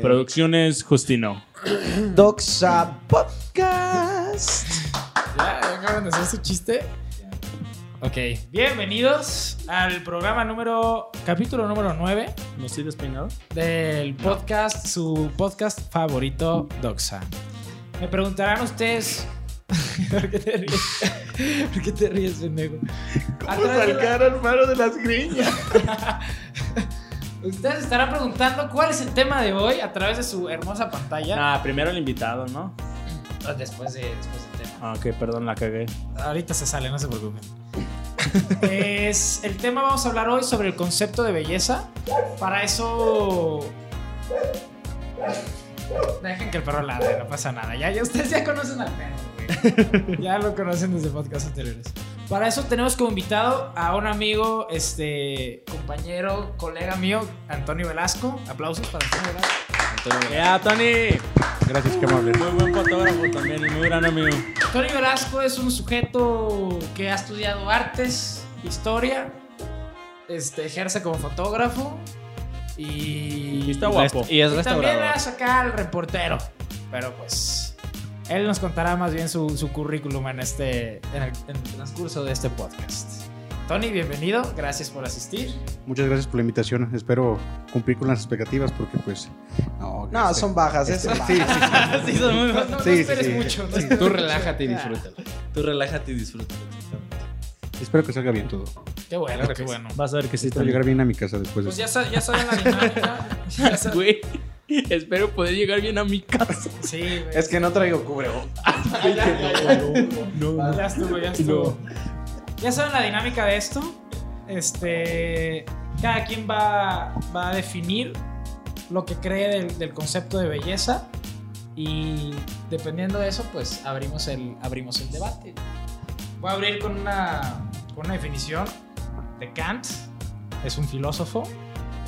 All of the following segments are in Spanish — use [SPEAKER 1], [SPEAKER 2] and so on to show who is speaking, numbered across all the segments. [SPEAKER 1] Producciones Justino.
[SPEAKER 2] Eh, Doxa Podcast.
[SPEAKER 3] ¿Ya? ¿Ya acaban de hacer ese chiste? Ah, Ok, bienvenidos al programa número, capítulo número 9
[SPEAKER 1] ¿No estoy despeinado?
[SPEAKER 3] del podcast, su podcast favorito, Doxa. Me preguntarán ustedes... ¿Por qué te ríes? ¿Por qué te ríes, pendejo? A través de la-
[SPEAKER 2] hermano de las griñas.
[SPEAKER 3] Ustedes estarán preguntando cuál es el tema de hoy a través de su hermosa pantalla.
[SPEAKER 1] Ah, primero el invitado, ¿no?
[SPEAKER 3] Después, de, después del tema.
[SPEAKER 1] Ah, ok, perdón, la cagué.
[SPEAKER 3] Ahorita se sale, no se preocupen. es, el tema vamos a hablar hoy sobre el concepto de belleza. Para eso... Dejen que el perro ladre, no pasa nada. Ya, ya ustedes ya conocen al perro. güey. Ya lo conocen desde podcasts anteriores. Para eso tenemos como invitado a un amigo, este compañero, colega mío, Antonio Velasco. Aplausos para Antonio Velasco.
[SPEAKER 1] ¡Ya, Tony!
[SPEAKER 4] Gracias, qué amable.
[SPEAKER 1] Muy buen fotógrafo también y muy gran amigo.
[SPEAKER 3] Tony Velasco es un sujeto que ha estudiado artes, historia, este, ejerce como fotógrafo y,
[SPEAKER 1] Y está guapo.
[SPEAKER 4] Y es
[SPEAKER 3] y también
[SPEAKER 4] restaurador.
[SPEAKER 3] a sacar al reportero. Pero pues él nos contará más bien su, su currículum en este en el, en el transcurso de este podcast. Tony, bienvenido, gracias por asistir.
[SPEAKER 4] Muchas gracias por la invitación. Espero cumplir con las expectativas porque, pues. No,
[SPEAKER 2] No,
[SPEAKER 4] este-
[SPEAKER 2] son bajas,
[SPEAKER 4] este-
[SPEAKER 2] eso.
[SPEAKER 4] Sí, sí, sí.
[SPEAKER 3] sí, son muy no, no
[SPEAKER 4] Sí, sí,
[SPEAKER 3] esperes
[SPEAKER 4] sí.
[SPEAKER 3] mucho. no
[SPEAKER 4] Sí,
[SPEAKER 3] esperes
[SPEAKER 5] Tú
[SPEAKER 3] mucho.
[SPEAKER 5] relájate y
[SPEAKER 3] Ah,
[SPEAKER 5] disfrútalo. Tú relájate y disfrútalo. exactamente.
[SPEAKER 4] Espero que salga bien todo.
[SPEAKER 3] Ah, Qué bueno, qué bueno.
[SPEAKER 1] Vas a ver que sí
[SPEAKER 4] Espero llegar bien a mi casa después de
[SPEAKER 3] Pues
[SPEAKER 4] esto.
[SPEAKER 3] ya, sa- ya saben la dinámica. ya sa-
[SPEAKER 5] Güey, espero poder llegar bien a mi casa.
[SPEAKER 3] sí, güey.
[SPEAKER 2] Es que no traigo cubrebocas.
[SPEAKER 3] Ya estuvo, ya estuvo. Ya saben la dinámica de esto. Este. Cada quien va, va a definir lo que cree del, del concepto de belleza. Y dependiendo de eso, pues abrimos el, abrimos el debate. Voy a abrir con una, con una definición de Kant. Es un filósofo.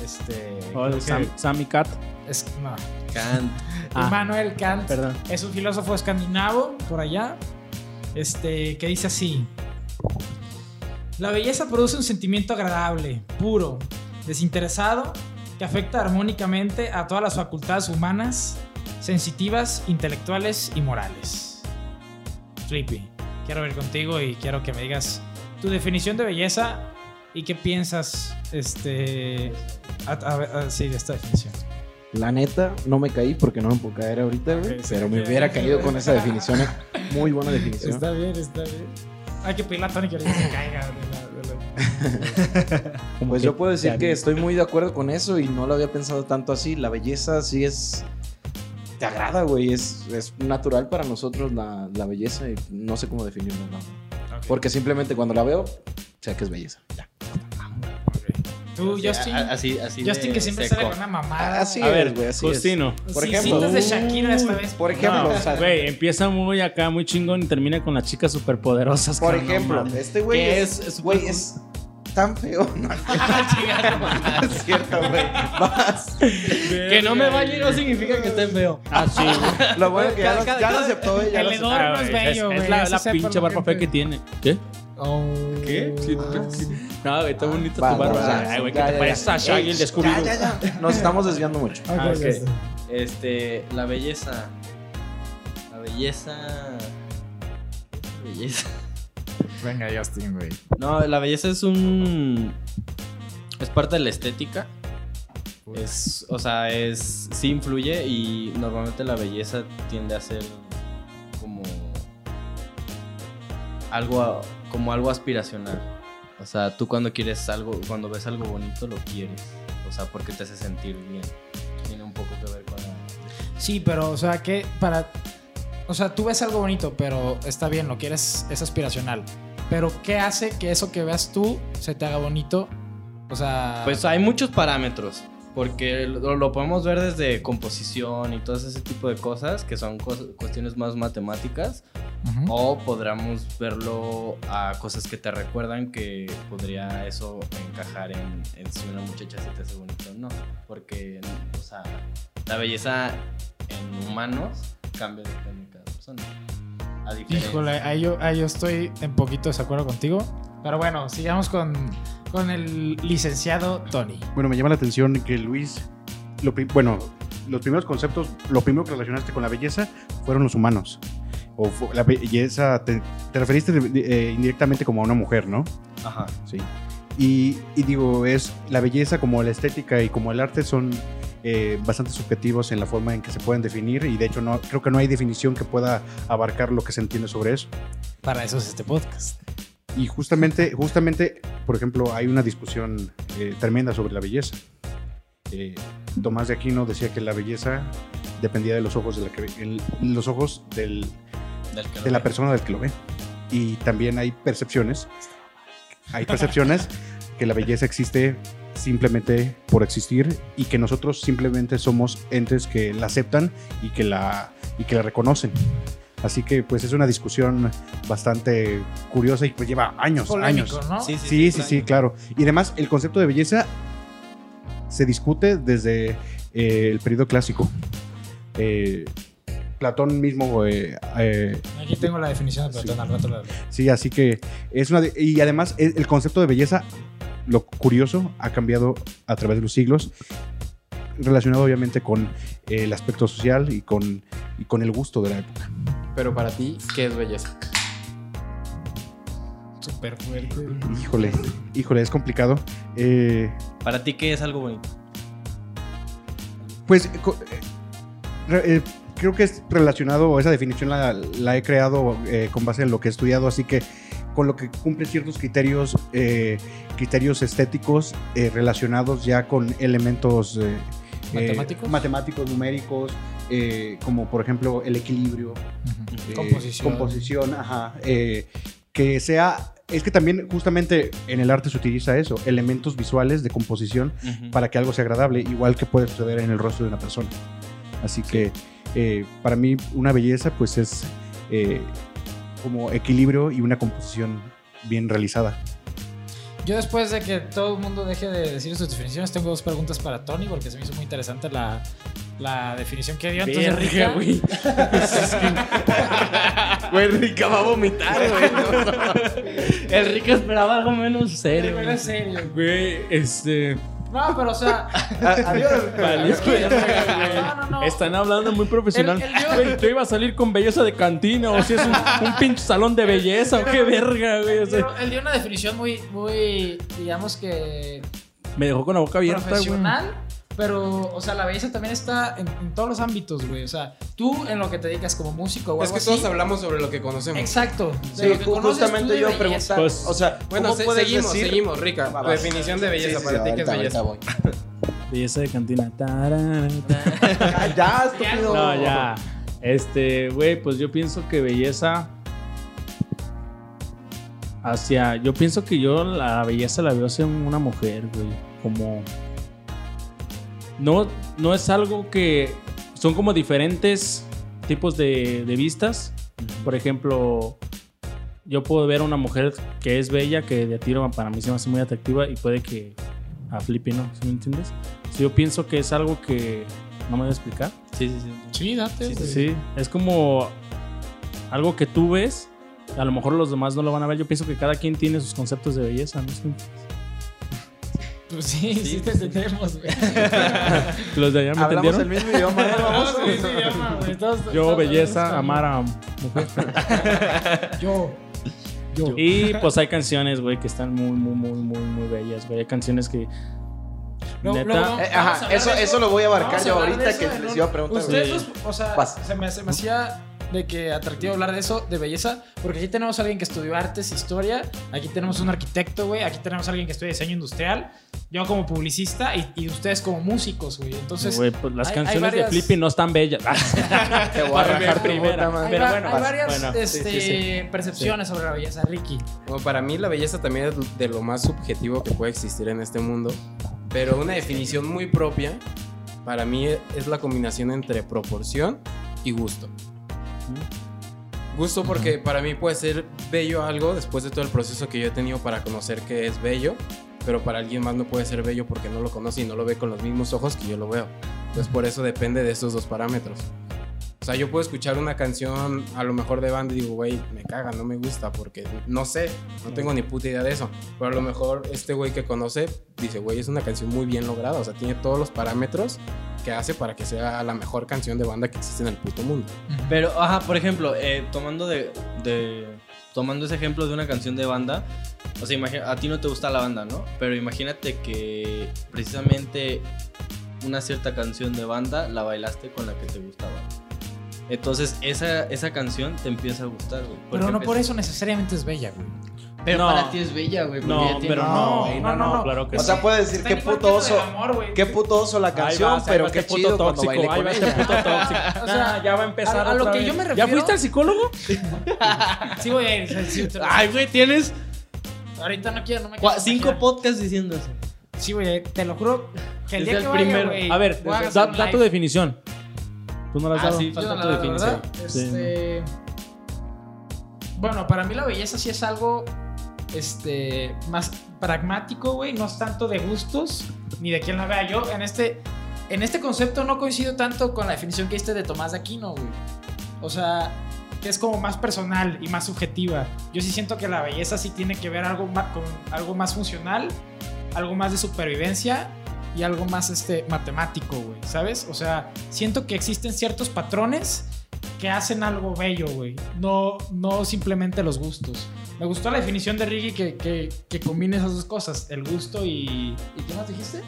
[SPEAKER 3] Este.
[SPEAKER 1] Oh,
[SPEAKER 3] creo que
[SPEAKER 1] Sammy Cat.
[SPEAKER 3] es, no.
[SPEAKER 5] Kant.
[SPEAKER 1] Ah.
[SPEAKER 3] Immanuel Kant.
[SPEAKER 1] Perdón.
[SPEAKER 3] Es un filósofo escandinavo por allá, este, que dice así: La belleza produce un sentimiento agradable, puro, desinteresado, que afecta armónicamente a todas las facultades humanas, sensitivas, intelectuales y morales. Flippy, quiero ver contigo y quiero que me digas tu definición de belleza y qué piensas, este, a- a- a- sí, de esta definición.
[SPEAKER 2] La neta, no me caí porque no me puedo caer ahorita, güey.
[SPEAKER 3] Ok, sí,
[SPEAKER 2] Pero
[SPEAKER 3] sí,
[SPEAKER 2] me
[SPEAKER 3] sí.
[SPEAKER 2] hubiera caído con esa definición. eh. Muy buena definición.
[SPEAKER 3] Está bien, está bien. Hay que pedirle a Tony que ahorita se caiga de la- de la-
[SPEAKER 1] Como
[SPEAKER 2] Pues
[SPEAKER 1] que
[SPEAKER 2] yo puedo decir
[SPEAKER 1] te
[SPEAKER 2] que
[SPEAKER 1] aviso.
[SPEAKER 2] estoy muy de acuerdo con eso y no lo había pensado tanto así. La belleza sí es... Te agrada, güey. Es, es natural para nosotros la, la belleza y no sé cómo definirlo. ¿no? Porque simplemente cuando la veo, sé que es belleza. Ya.
[SPEAKER 3] Tú, Justin,
[SPEAKER 5] A- a- Así, así. de
[SPEAKER 3] Justin que siempre
[SPEAKER 5] seco. Ah,
[SPEAKER 3] sale con una mamada.
[SPEAKER 2] Así
[SPEAKER 1] A ver,
[SPEAKER 2] es, güey, así es.
[SPEAKER 1] Justino.
[SPEAKER 2] por
[SPEAKER 3] Sí,
[SPEAKER 2] ejemplo.
[SPEAKER 3] citas de Shakira esta
[SPEAKER 5] Uh,
[SPEAKER 3] vez.
[SPEAKER 2] Por ejemplo,
[SPEAKER 1] No,
[SPEAKER 2] o sea,
[SPEAKER 1] Güey, empieza muy acá, muy chingón y termina con las chicas superpoderosas.
[SPEAKER 2] por
[SPEAKER 1] cabrón,
[SPEAKER 2] ejemplo,
[SPEAKER 1] mames.
[SPEAKER 2] este güey
[SPEAKER 5] Que
[SPEAKER 2] es,
[SPEAKER 5] es- es
[SPEAKER 2] güey,
[SPEAKER 5] súper-
[SPEAKER 2] es tan feo. No,
[SPEAKER 5] Chingada, mamá.
[SPEAKER 2] es cierto, güey. Vas.
[SPEAKER 5] Que no me bañe no significa que esté feo.
[SPEAKER 1] Ah, sí, güey.
[SPEAKER 2] Lo bueno es que ya,
[SPEAKER 5] Cada-
[SPEAKER 2] lo-
[SPEAKER 5] cada-
[SPEAKER 2] ya lo aceptó, eh, ya
[SPEAKER 3] el
[SPEAKER 2] lo aceptó.
[SPEAKER 3] hedor-
[SPEAKER 1] Ah,
[SPEAKER 3] no es
[SPEAKER 1] güey,
[SPEAKER 3] bello,
[SPEAKER 1] es
[SPEAKER 3] güey,
[SPEAKER 1] la,
[SPEAKER 3] eso
[SPEAKER 1] la
[SPEAKER 3] sepa
[SPEAKER 1] pinche
[SPEAKER 3] la
[SPEAKER 1] barba fea
[SPEAKER 3] gente.
[SPEAKER 1] que tiene. ¿Qué? Oh.
[SPEAKER 5] ¿Qué? Sí, No, güey, está bonita
[SPEAKER 2] va,
[SPEAKER 5] tu barba.
[SPEAKER 2] va, va.
[SPEAKER 1] Ay, güey, que
[SPEAKER 2] Ya,
[SPEAKER 1] te
[SPEAKER 2] ya,
[SPEAKER 1] pareces
[SPEAKER 2] ya.
[SPEAKER 1] a Shaggy el de
[SPEAKER 2] Ya,
[SPEAKER 1] Scooby-Doo.
[SPEAKER 2] ya, ya. Nos estamos desviando mucho.
[SPEAKER 3] Ok,
[SPEAKER 5] Ah, ok.
[SPEAKER 3] Justin.
[SPEAKER 5] Este, la belleza. La belleza. La belleza.
[SPEAKER 3] Venga, Justin, güey.
[SPEAKER 5] No, la belleza es un. Es parte de la estética. Es, o sea, es. Sí influye y normalmente la belleza tiende a ser como. Algo. a- como algo aspiracional. O sea, tú cuando quieres algo. Cuando ves algo bonito lo quieres. O sea, porque te hace sentir bien. Tiene un poco que ver con la.
[SPEAKER 3] Sí, pero, o sea, que para. O sea, tú ves algo bonito, pero está bien, lo quieres, es aspiracional. Pero, ¿qué hace que eso que veas tú se te haga bonito? O sea.
[SPEAKER 5] Pues hay muchos parámetros, porque lo, lo podemos ver desde composición y todo ese tipo de cosas, que son cos- cuestiones más matemáticas,
[SPEAKER 3] Ujú.
[SPEAKER 5] o podríamos verlo a cosas que te recuerdan que podría eso encajar en, en si una muchacha se te hace bonito o no, porque, o sea, la belleza en humanos cambia dependiendo de cada persona. A diferencia-
[SPEAKER 3] Híjole, ahí yo, ahí yo estoy en poquito desacuerdo contigo. Pero bueno, sigamos con, con el licenciado Tony.
[SPEAKER 4] Bueno, me llama la atención que Luis. Lo, pri- bueno, los primeros conceptos, lo primero que relacionaste con la belleza fueron los humanos. O fu- la belleza, te, te referiste de- de- eh, indirectamente como a una mujer, ¿no?
[SPEAKER 6] Ajá.
[SPEAKER 4] Sí. Y, y digo, es la belleza como la estética y como el arte son eh, bastante subjetivos en la forma en que se pueden definir y de hecho no, creo que no hay definición que pueda abarcar lo que se entiende sobre eso.
[SPEAKER 3] Para eso es este podcast.
[SPEAKER 4] Y justamente, justamente, por ejemplo, hay una discusión eh, tremenda sobre la belleza. Eh, Tomás de Aquino decía que la belleza dependía de los ojos de la que ve- el- los ojos del,
[SPEAKER 6] Del que lo
[SPEAKER 4] de la
[SPEAKER 6] ve.
[SPEAKER 4] persona del que lo ve. Y también hay percepciones. Hay percepciones que la belleza existe simplemente por existir y que nosotros simplemente somos entes que la aceptan y que la, y que la reconocen. Así que pues es una discusión bastante curiosa y pues lleva años,
[SPEAKER 3] Polémico,
[SPEAKER 4] años.
[SPEAKER 3] ¿no?
[SPEAKER 6] Sí,
[SPEAKER 4] Sí,
[SPEAKER 6] sí,
[SPEAKER 4] sí, sí, claro. Y además el concepto de belleza se discute desde eh, el periodo clásico. Eh, Platón mismo eh, eh,
[SPEAKER 3] Aquí tengo la definición de Platón,
[SPEAKER 4] Sí.
[SPEAKER 3] al rato la
[SPEAKER 4] Sí, así que es una. de- y además, e- el concepto de belleza, lo curioso, ha cambiado a través de los siglos, relacionado obviamente con eh, el aspecto social y con, y con el gusto de la época.
[SPEAKER 2] Pero para ti, ¿qué es belleza?
[SPEAKER 3] Súper fuerte.
[SPEAKER 4] Híjole, híjole, es complicado. Eh,
[SPEAKER 6] Para ti, ¿qué es algo bonito?
[SPEAKER 4] pues co- eh, re- eh, creo que es relacionado, esa definición la, la he creado eh, con base en lo que he estudiado, así que con lo que cumple ciertos criterios, eh, criterios estéticos eh, relacionados ya con elementos eh, eh,
[SPEAKER 3] ¿Matemáticos?
[SPEAKER 4] matemáticos, numéricos, eh, como por ejemplo el equilibrio, eh,
[SPEAKER 3] Composición.
[SPEAKER 4] composición, ajá, eh, que sea, es que también justamente en el arte se utiliza eso, elementos visuales de composición para que algo sea agradable, igual que puede suceder en el rostro de una persona. Así que eh, para mí una belleza pues es eh, como equilibrio y una composición bien realizada.
[SPEAKER 3] Yo después de que todo el mundo deje de decir sus definiciones, tengo dos preguntas para Tony porque se me hizo muy interesante la, la definición que dio. Entonces,
[SPEAKER 6] Verga,
[SPEAKER 3] Rica,
[SPEAKER 6] güey. Güey, Rica va a vomitar, güey. El Rica esperaba algo menos
[SPEAKER 3] Pero
[SPEAKER 6] serio.
[SPEAKER 3] bueno, en serio.
[SPEAKER 1] Güey, este.
[SPEAKER 3] No, pero o sea,
[SPEAKER 2] Ah,
[SPEAKER 1] valió, güey.
[SPEAKER 3] No, no, no.
[SPEAKER 1] Están hablando muy profesional.
[SPEAKER 3] El- el-
[SPEAKER 1] Güey, yo iba a salir con belleza de cantina o si es un, un pinche salón de belleza o qué verga, güey. o sea,
[SPEAKER 3] Pero él dio una definición muy, muy, digamos que
[SPEAKER 1] me dejó con la boca abierta, güey.
[SPEAKER 3] profesional, pero, o sea, la belleza también está en, en todos los ámbitos, güey. O sea, tú en lo que te dedicas como músico o
[SPEAKER 2] Es
[SPEAKER 3] algo
[SPEAKER 2] que
[SPEAKER 3] así.
[SPEAKER 2] todos hablamos sobre lo que conocemos.
[SPEAKER 3] Exacto. de
[SPEAKER 2] Sí,
[SPEAKER 3] lo que
[SPEAKER 2] ju-
[SPEAKER 3] conoces tú
[SPEAKER 2] justamente
[SPEAKER 3] de
[SPEAKER 2] yo
[SPEAKER 3] belleza.
[SPEAKER 2] preguntar.
[SPEAKER 1] Pues,
[SPEAKER 2] o sea,
[SPEAKER 7] Bueno,
[SPEAKER 2] ¿cómo
[SPEAKER 7] se-
[SPEAKER 2] puedes
[SPEAKER 7] seguimos,
[SPEAKER 2] decir-
[SPEAKER 7] seguimos, Rica.
[SPEAKER 2] Vas.
[SPEAKER 7] Definición de belleza,
[SPEAKER 2] Sí, sí,
[SPEAKER 7] para
[SPEAKER 2] sí,
[SPEAKER 7] ti, ¿qué es
[SPEAKER 2] ahorita,
[SPEAKER 7] belleza?
[SPEAKER 2] ahorita voy.
[SPEAKER 1] Belleza de cantina. Tararara.
[SPEAKER 2] Ah, ya, estúpido.
[SPEAKER 1] No, ya. Este, güey, pues yo pienso que belleza. Hacia. Yo pienso que yo la belleza la veo hacia una mujer, güey. Como. No, no es algo que. Son como diferentes tipos de, de vistas. Por ejemplo, yo puedo ver a una mujer que es bella, que de tiro para mí se me hace muy atractiva y puede que a Flippy no, ¿sí me entiendes? Sí, yo pienso que es algo que no me voy a explicar.
[SPEAKER 6] Sí, sí, sí.
[SPEAKER 3] Sí, date.
[SPEAKER 6] Sí,
[SPEAKER 3] güey.
[SPEAKER 1] Sí, es como algo que tú ves, a lo mejor los demás no lo van a ver. Yo pienso que cada quien tiene sus conceptos de belleza, ¿no? Sí.
[SPEAKER 3] Pues sí, sí,
[SPEAKER 6] Sí,
[SPEAKER 3] te
[SPEAKER 6] sí.
[SPEAKER 3] entendemos, güey.
[SPEAKER 1] Los de allá me
[SPEAKER 2] Hablamos el
[SPEAKER 1] entendieron.
[SPEAKER 2] mismo idioma. ¿eh?
[SPEAKER 3] Hablamos
[SPEAKER 2] Vamos.
[SPEAKER 3] en ese idioma, güey. Todos-
[SPEAKER 1] Yo,
[SPEAKER 3] todos
[SPEAKER 1] belleza,
[SPEAKER 3] hablamos
[SPEAKER 1] amar a mujer.
[SPEAKER 3] con- Yo. Yo.
[SPEAKER 1] Y pues hay canciones, güey, que están muy, muy, muy, muy, muy bellas, güey. Hay canciones que.
[SPEAKER 3] Luego-
[SPEAKER 1] neta.
[SPEAKER 3] luego-
[SPEAKER 2] Eh,
[SPEAKER 3] Vamos a
[SPEAKER 2] ajá,
[SPEAKER 3] hablar
[SPEAKER 2] eso,
[SPEAKER 3] de
[SPEAKER 2] eso lo voy a abarcar
[SPEAKER 3] Vamos a
[SPEAKER 2] yo
[SPEAKER 3] hablar de
[SPEAKER 2] ahorita
[SPEAKER 3] eso
[SPEAKER 2] que
[SPEAKER 3] en
[SPEAKER 2] les
[SPEAKER 3] un-
[SPEAKER 2] iba a preguntar.
[SPEAKER 3] Ustedes,
[SPEAKER 2] güey.
[SPEAKER 3] los- o sea,
[SPEAKER 2] Pasa.
[SPEAKER 3] se me, se me hacía de que atractivo hablar de eso, de belleza, porque aquí tenemos a alguien que estudió artes, e historia, aquí tenemos un arquitecto, güey, aquí tenemos a alguien que estudia diseño industrial, yo como publicista y, y ustedes como músicos, güey. Entonces,
[SPEAKER 1] güey, pues, las
[SPEAKER 3] hay- hay
[SPEAKER 1] canciones
[SPEAKER 3] varias-
[SPEAKER 1] de Flippy no están bellas.
[SPEAKER 2] Te voy a
[SPEAKER 1] Para
[SPEAKER 2] arrancar
[SPEAKER 1] ver,
[SPEAKER 2] tu
[SPEAKER 1] primera.
[SPEAKER 2] puta madre.
[SPEAKER 3] hay,
[SPEAKER 1] pero
[SPEAKER 3] va-
[SPEAKER 1] bueno,
[SPEAKER 3] hay
[SPEAKER 1] vas.
[SPEAKER 3] varias
[SPEAKER 1] Bueno,
[SPEAKER 6] eh,
[SPEAKER 1] sí,
[SPEAKER 3] este,
[SPEAKER 1] sí,
[SPEAKER 3] percepciones sobre la belleza, Ricky.
[SPEAKER 7] Bueno, para mí la belleza también es de lo más subjetivo que puede existir en este mundo, pero una definición muy propia para mí es la combinación entre proporción y gusto. Gusto porque para mí puede ser bello algo después de todo el proceso que yo he tenido para conocer que es bello, pero para alguien más no puede ser bello porque no lo conoce y no lo ve con los mismos ojos que yo lo veo. Entonces por eso depende de esos dos parámetros. O sea, yo puedo escuchar una canción a lo mejor de banda y digo, güey, me caga, no me gusta porque no sé, no tengo ni puta idea de eso. Pero a lo mejor este güey que conoce dice, güey, es una canción muy bien lograda, o sea, tiene todos los parámetros que hace para que sea la mejor canción de banda que existe en el puto mundo.
[SPEAKER 6] Pero, ajá, por ejemplo, eh, tomando de, de- tomando ese ejemplo de una canción de banda, o sea, imagi- a ti no te gusta la banda, ¿no? Pero imagínate que precisamente una cierta canción de banda la bailaste con la que te gustaba. Entonces, esa, esa canción te empieza a gustar, güey. porque
[SPEAKER 3] Pero no por
[SPEAKER 6] empieza-
[SPEAKER 3] eso necesariamente es bella, güey.
[SPEAKER 6] Pero
[SPEAKER 1] No.
[SPEAKER 6] para ti es bella, güey. porque ya
[SPEAKER 1] No,
[SPEAKER 6] tiene-
[SPEAKER 1] pero
[SPEAKER 3] No,
[SPEAKER 1] no, güey, no,
[SPEAKER 3] no,
[SPEAKER 1] no,
[SPEAKER 3] no.
[SPEAKER 1] claro que
[SPEAKER 2] O sea,
[SPEAKER 1] no.
[SPEAKER 2] puedes decir
[SPEAKER 3] Está
[SPEAKER 2] qué
[SPEAKER 3] igual
[SPEAKER 2] puto
[SPEAKER 3] que eso del
[SPEAKER 2] oso.
[SPEAKER 3] amor, güey.
[SPEAKER 2] Qué puto oso la canción,
[SPEAKER 1] vas,
[SPEAKER 2] pero
[SPEAKER 1] vas
[SPEAKER 2] qué
[SPEAKER 1] este puto
[SPEAKER 2] chido cuando
[SPEAKER 1] tóxico,
[SPEAKER 2] bailé
[SPEAKER 1] ahí
[SPEAKER 2] con
[SPEAKER 1] va
[SPEAKER 2] él.
[SPEAKER 1] este puto tóxico.
[SPEAKER 3] O sea,
[SPEAKER 1] Nah, ya va a empezar
[SPEAKER 3] a- a lo
[SPEAKER 1] otra
[SPEAKER 3] que
[SPEAKER 1] vez.
[SPEAKER 3] yo me
[SPEAKER 1] ¿Ya
[SPEAKER 3] refiero-
[SPEAKER 1] fuiste al psicólogo?
[SPEAKER 3] Sí voy a ir. sí, sí, te lo-
[SPEAKER 6] Ay, güey, tienes
[SPEAKER 3] Ahorita no quiero, no me
[SPEAKER 6] cua-
[SPEAKER 3] quiero
[SPEAKER 6] cinco
[SPEAKER 3] imaginar.
[SPEAKER 6] podcasts diciendo eso.
[SPEAKER 3] Sí voy a ir. Te lo juro que el día
[SPEAKER 6] Desde el
[SPEAKER 3] que vaya,
[SPEAKER 6] primero.
[SPEAKER 3] güey,
[SPEAKER 1] A ver,
[SPEAKER 3] voy a
[SPEAKER 1] da,
[SPEAKER 3] hacer un
[SPEAKER 1] da tu
[SPEAKER 3] live.
[SPEAKER 1] definición. Tú no la has
[SPEAKER 6] Ah,
[SPEAKER 1] dado.
[SPEAKER 6] sí,
[SPEAKER 3] Yo
[SPEAKER 6] falta
[SPEAKER 3] no
[SPEAKER 6] tu
[SPEAKER 3] la doy,
[SPEAKER 6] definición.
[SPEAKER 3] ¿verdad?
[SPEAKER 1] Sí,
[SPEAKER 3] Este, Bueno, para mí la belleza sí es algo este, más pragmático, güey. No es tanto de gustos ni de quien la vea. Yo en este, en este concepto no coincido tanto con la definición que diste de Tomás de Aquino, güey. O sea, que es como más personal y más subjetiva. Yo sí siento que la belleza sí tiene que ver algo ma- con algo más funcional, algo más de supervivencia y algo más este, matemático, güey, ¿sabes? O sea, siento que existen ciertos patrones que hacen algo bello, güey. No, no simplemente los gustos. Me gustó la definición de Riggy que, que, que combina esas dos cosas, el gusto y... ¿Y qué más dijiste?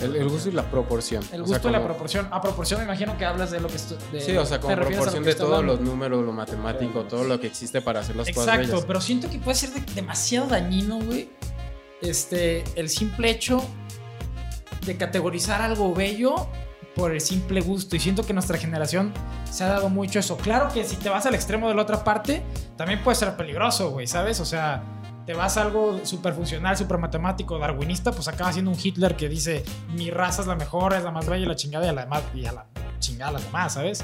[SPEAKER 7] El, el gusto y la proporción.
[SPEAKER 3] El
[SPEAKER 7] O sea,
[SPEAKER 3] gusto y la
[SPEAKER 7] como-
[SPEAKER 3] proporción. A proporción me imagino que hablas de lo que... estu- de-
[SPEAKER 7] Sí, o sea,
[SPEAKER 3] te refieres a
[SPEAKER 7] con
[SPEAKER 3] lo
[SPEAKER 7] proporción
[SPEAKER 3] que
[SPEAKER 7] de
[SPEAKER 3] estoy
[SPEAKER 7] todos
[SPEAKER 3] hablando.
[SPEAKER 7] los números, lo matemático, todo lo que existe para hacer las cosas
[SPEAKER 3] Exacto,
[SPEAKER 7] bellas.
[SPEAKER 3] pero siento que puede ser de- demasiado dañino, güey. Este, el simple hecho de categorizar algo bello por el simple gusto. Y siento que nuestra generación se ha dado mucho eso. Claro que si te vas al extremo de la otra parte, también puede ser peligroso, güey, ¿sabes? O sea, te vas a algo súper funcional, súper matemático, darwinista, pues acaba siendo un Hitler que dice, mi raza es la mejor, es la más bella, y la chingada y a la, demás- y a la chingada las demás, ¿sabes?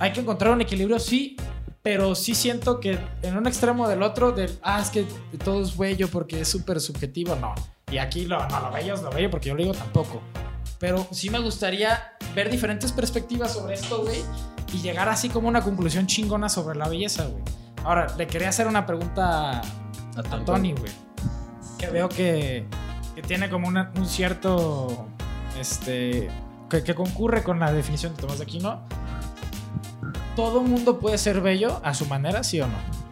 [SPEAKER 3] Hay que encontrar un equilibrio, sí, pero sí siento que en un extremo del otro, del, ah, es que todo es bello porque es súper subjetivo, no. Y aquí lo, no, lo bello es lo bello porque yo lo digo tampoco. Pero sí me gustaría ver diferentes perspectivas sobre esto, güey, y llegar así como a una conclusión chingona sobre la belleza, güey. Ahora, le quería hacer una pregunta a Tony, güey. Que veo que, que tiene como una- un cierto. Este. Que, que concurre con la definición de Tomás de Aquino. Todo mundo puede ser bello a su manera, ¿sí o no?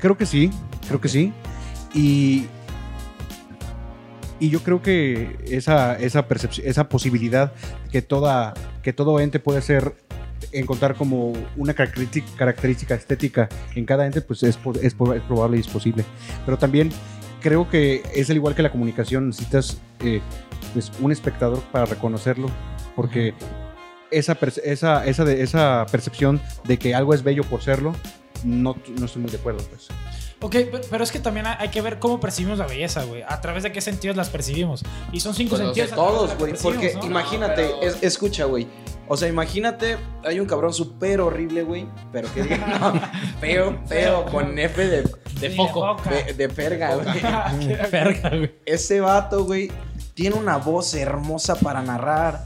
[SPEAKER 4] Creo que sí, creo que sí. Y, y yo creo que esa, esa, percepci- esa posibilidad que, toda, que todo ente puede ser encontrar como una característica, característica estética en cada ente, pues es, po- es, po- es probable y es posible. Pero también creo que es al igual que la comunicación, necesitas eh, pues, un espectador para reconocerlo, porque esa, perce- esa, esa, de- esa percepción de que algo es bello por serlo, no, no estoy muy de acuerdo. Pues.
[SPEAKER 3] Ok, pe- pero es que también hay- hay que ver cómo percibimos la belleza, güey. A través de qué sentidos las percibimos. Y son cinco
[SPEAKER 7] Pues los de
[SPEAKER 3] sentidos. a través de
[SPEAKER 2] Todos,
[SPEAKER 3] los
[SPEAKER 2] güey.
[SPEAKER 3] que
[SPEAKER 2] Porque
[SPEAKER 3] percibimos, ¿no?
[SPEAKER 2] imagínate, es- escucha, güey. O sea, imagínate, hay un cabrón súper horrible, güey. Pero que diga, no, feo, feo, con F de,
[SPEAKER 3] Sí, de
[SPEAKER 6] foco.
[SPEAKER 3] boca.
[SPEAKER 2] de, de perga, güey.
[SPEAKER 1] Verga, güey.
[SPEAKER 2] Ese vato, güey, tiene una voz hermosa para narrar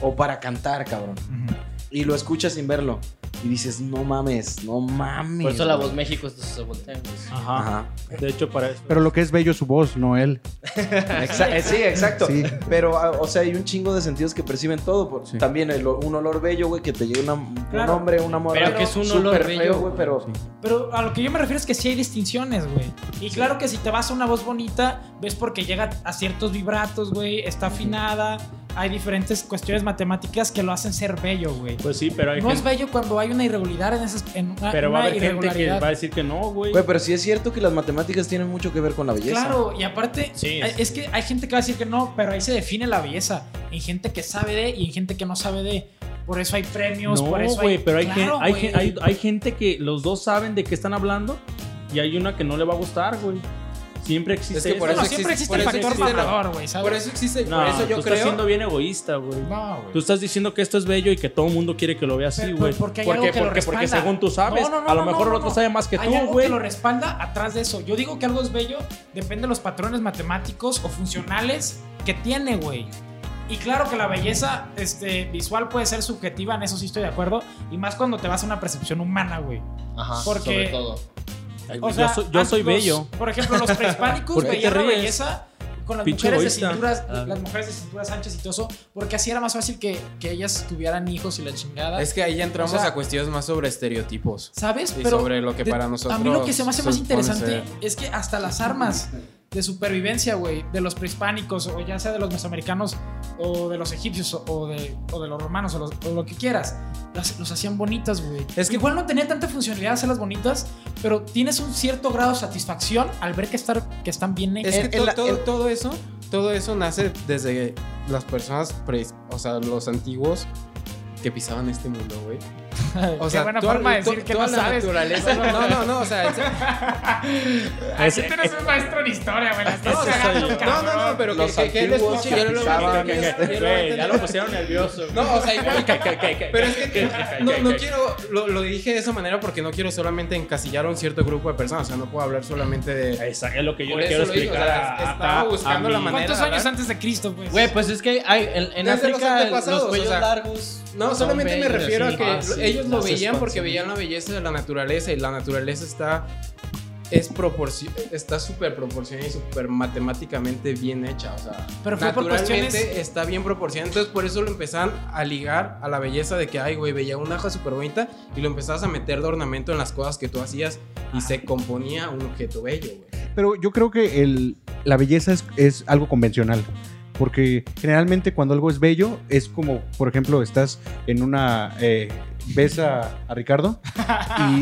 [SPEAKER 2] o para cantar, cabrón.
[SPEAKER 3] Ujú.
[SPEAKER 2] Y lo escuchas sin verlo. Y dices, no mames, no mames.
[SPEAKER 6] Por eso la
[SPEAKER 2] güey".
[SPEAKER 6] voz México se voltea, güey.
[SPEAKER 1] Ajá.
[SPEAKER 2] Ajá.
[SPEAKER 1] De hecho, para eso.
[SPEAKER 4] Pero lo que es bello es su voz, no él.
[SPEAKER 2] Exa- eh, sí, exacto.
[SPEAKER 4] Sí.
[SPEAKER 2] Pero, ah, o sea, hay un chingo de sentidos que perciben todo. por-
[SPEAKER 4] Sí.
[SPEAKER 2] También el o- un olor bello, güey, que te llega una-
[SPEAKER 3] Claro.
[SPEAKER 2] un hombre, una morra.
[SPEAKER 6] Pero que es un olor
[SPEAKER 2] súper
[SPEAKER 6] bello,
[SPEAKER 2] feo, güey, pero...
[SPEAKER 3] Pero a lo que yo me refiero es que sí hay distinciones, güey. Y claro que si te vas a una voz bonita, ves porque llega a ciertos vibratos, güey, está afinada, hay diferentes cuestiones matemáticas que lo hacen ser bello, güey.
[SPEAKER 1] Pues sí, pero hay
[SPEAKER 3] No es
[SPEAKER 1] gente.
[SPEAKER 3] bello cuando hay una irregularidad en esas en una,
[SPEAKER 1] Pero va a
[SPEAKER 3] una
[SPEAKER 1] haber gente que
[SPEAKER 3] irregularidad.
[SPEAKER 1] va a decir que no, güey.
[SPEAKER 2] Güey, pero sí es cierto que las matemáticas tienen mucho que ver con la belleza.
[SPEAKER 3] Claro, y aparte
[SPEAKER 1] Sí,
[SPEAKER 3] hay-
[SPEAKER 1] sí,
[SPEAKER 3] es que hay gente que va a decir que no, pero ahí se define la belleza, en gente que sabe de y en gente que no sabe de. Por eso hay premios,
[SPEAKER 1] No,
[SPEAKER 3] por eso
[SPEAKER 1] güey, pero hay,
[SPEAKER 3] Claro,
[SPEAKER 1] gen- hay,
[SPEAKER 3] güey.
[SPEAKER 1] gen- hay- hay gente que los dos saben de qué están hablando y hay una que no le va a gustar, güey. Siempre existe
[SPEAKER 7] Es que por
[SPEAKER 1] eso.
[SPEAKER 3] Bueno,
[SPEAKER 7] eso
[SPEAKER 3] siempre
[SPEAKER 7] existe-
[SPEAKER 3] existe
[SPEAKER 7] por
[SPEAKER 3] el
[SPEAKER 7] eso
[SPEAKER 3] factor
[SPEAKER 7] existe la-
[SPEAKER 3] mamador, güey, ¿sabes?
[SPEAKER 7] Por eso existe,
[SPEAKER 1] No,
[SPEAKER 7] por eso yo
[SPEAKER 1] tú
[SPEAKER 7] creo.
[SPEAKER 1] estás siendo bien egoísta, güey.
[SPEAKER 3] No, güey.
[SPEAKER 1] Tú estás diciendo que esto es bello y que todo el mundo quiere que lo vea así,
[SPEAKER 3] Pero,
[SPEAKER 1] güey.
[SPEAKER 3] pero porque hay
[SPEAKER 1] ¿Por
[SPEAKER 3] algo
[SPEAKER 1] qué?
[SPEAKER 3] que lo
[SPEAKER 1] porque, porque
[SPEAKER 3] respalda.
[SPEAKER 1] según tú sabes,
[SPEAKER 3] No, no, no,
[SPEAKER 1] a lo
[SPEAKER 3] no,
[SPEAKER 1] mejor
[SPEAKER 3] no,
[SPEAKER 1] el otro
[SPEAKER 3] no.
[SPEAKER 1] sabe más que
[SPEAKER 3] Hay
[SPEAKER 1] tú,
[SPEAKER 3] algo
[SPEAKER 1] güey.
[SPEAKER 3] que lo respalda atrás de eso. Yo digo que algo es bello, depende de los patrones matemáticos o funcionales que tiene, güey. Y claro que la belleza este, visual puede ser subjetiva, en eso sí estoy de acuerdo. Y más cuando te vas a una percepción humana, güey.
[SPEAKER 6] Ajá,
[SPEAKER 3] Porque-
[SPEAKER 6] sobre todo.
[SPEAKER 1] Ay,
[SPEAKER 3] O
[SPEAKER 1] yo
[SPEAKER 3] sea,
[SPEAKER 1] soy, yo soy
[SPEAKER 3] los-
[SPEAKER 1] bello.
[SPEAKER 3] Por ejemplo, los prehispánicos
[SPEAKER 1] ¿Por qué te
[SPEAKER 3] veían la
[SPEAKER 1] ríes?
[SPEAKER 3] belleza con las
[SPEAKER 1] Pinche
[SPEAKER 3] mujeres de
[SPEAKER 1] egoísta.
[SPEAKER 3] cinturas,
[SPEAKER 6] Ah.
[SPEAKER 3] las mujeres de cinturas anchas y todo eso, porque así era más fácil que, que ellas tuvieran hijos y la chingada.
[SPEAKER 7] Es que ahí ya entramos
[SPEAKER 3] O sea-
[SPEAKER 7] a cuestiones más sobre estereotipos.
[SPEAKER 3] ¿Sabes?
[SPEAKER 7] Y
[SPEAKER 3] Pero
[SPEAKER 7] sobre lo que
[SPEAKER 3] de-
[SPEAKER 7] para
[SPEAKER 3] a
[SPEAKER 7] nosotros.
[SPEAKER 3] mí lo que se me hace más
[SPEAKER 7] supone
[SPEAKER 3] interesante
[SPEAKER 7] ser.
[SPEAKER 3] es que hasta las armas de supervivencia, güey, de los prehispánicos o ya sea de los mesoamericanos o de los egipcios o, o de, o de los romanos o, los- o lo que quieras, las, los hacían bonitas, güey.
[SPEAKER 7] Es que-
[SPEAKER 3] igual no tenía tanta funcionalidad hacerlas bonitas, pero tienes un cierto grado de satisfacción al ver que, estar, que están bien hechas.
[SPEAKER 7] Es que
[SPEAKER 2] El-
[SPEAKER 7] to-
[SPEAKER 2] el- el-
[SPEAKER 7] todo, todo eso, todo eso nace desde las personas, pre- o sea, los antiguos que pisaban este mundo, güey. O
[SPEAKER 3] Qué
[SPEAKER 7] sea,
[SPEAKER 3] buena
[SPEAKER 7] toda-
[SPEAKER 3] forma de
[SPEAKER 7] to-
[SPEAKER 3] decir que
[SPEAKER 7] toda
[SPEAKER 3] no
[SPEAKER 7] la
[SPEAKER 3] sabes.
[SPEAKER 7] naturaleza- No, no, no, o sea, es-
[SPEAKER 3] Aquí tienes un maestro en historia, güey. la estás
[SPEAKER 7] No,
[SPEAKER 3] cagando,
[SPEAKER 7] no,
[SPEAKER 3] cabrón.
[SPEAKER 7] no, no, pero que,
[SPEAKER 2] Los
[SPEAKER 7] que, que él
[SPEAKER 2] antiguos
[SPEAKER 7] escuche y yo lo
[SPEAKER 2] pisaban
[SPEAKER 7] que- que-
[SPEAKER 2] este-
[SPEAKER 7] que- que-
[SPEAKER 1] Güey, ya
[SPEAKER 7] que-
[SPEAKER 1] lo pusieron nervioso. güey.
[SPEAKER 7] No, o sea, igual
[SPEAKER 1] Que- que- que- que-
[SPEAKER 7] Pero es que no, no
[SPEAKER 1] que-
[SPEAKER 7] quiero, lo, lo dije de esa manera porque no quiero solamente encasillar a un cierto grupo de personas, o sea, no puedo hablar solamente de...
[SPEAKER 1] Esa es lo que yo
[SPEAKER 7] Por
[SPEAKER 1] le
[SPEAKER 7] eso
[SPEAKER 1] quiero
[SPEAKER 7] lo digo,
[SPEAKER 1] explicar
[SPEAKER 7] o sea,
[SPEAKER 1] a-
[SPEAKER 7] estaba
[SPEAKER 1] a- a
[SPEAKER 7] buscando
[SPEAKER 1] mi-
[SPEAKER 7] la manera.
[SPEAKER 3] ¿Cuántos
[SPEAKER 7] de
[SPEAKER 3] años
[SPEAKER 7] hablar?
[SPEAKER 3] antes de Cristo, pues?
[SPEAKER 6] Güey, pues es que hay, en, en
[SPEAKER 7] Desde los
[SPEAKER 6] África los,
[SPEAKER 7] antepasados,
[SPEAKER 6] cuellos
[SPEAKER 7] o sea,
[SPEAKER 6] largos.
[SPEAKER 7] No,
[SPEAKER 6] son
[SPEAKER 7] solamente me
[SPEAKER 6] bellos,
[SPEAKER 7] refiero
[SPEAKER 6] sí.
[SPEAKER 7] a que
[SPEAKER 6] Ah,
[SPEAKER 7] lo-
[SPEAKER 6] sí,
[SPEAKER 7] ellos lo
[SPEAKER 6] las
[SPEAKER 7] veían porque
[SPEAKER 6] expansiones.
[SPEAKER 7] veían la belleza de la naturaleza y la naturaleza está es proporcio- está súper proporcionada y súper matemáticamente bien hecha, o sea,
[SPEAKER 3] Pero fue por
[SPEAKER 7] naturalmente
[SPEAKER 3] cuestiones-
[SPEAKER 7] está bien proporcionada, entonces por eso lo empezaban a ligar a la belleza de que, ay, güey, veía una hoja súper bonita y lo empezabas a meter de ornamento en las cosas que tú hacías y se componía un objeto bello, güey.
[SPEAKER 4] Pero yo creo que el, la belleza es, es algo convencional. Porque generalmente cuando algo es bello, es como, por ejemplo, estás en una. eh, ves a, a Ricardo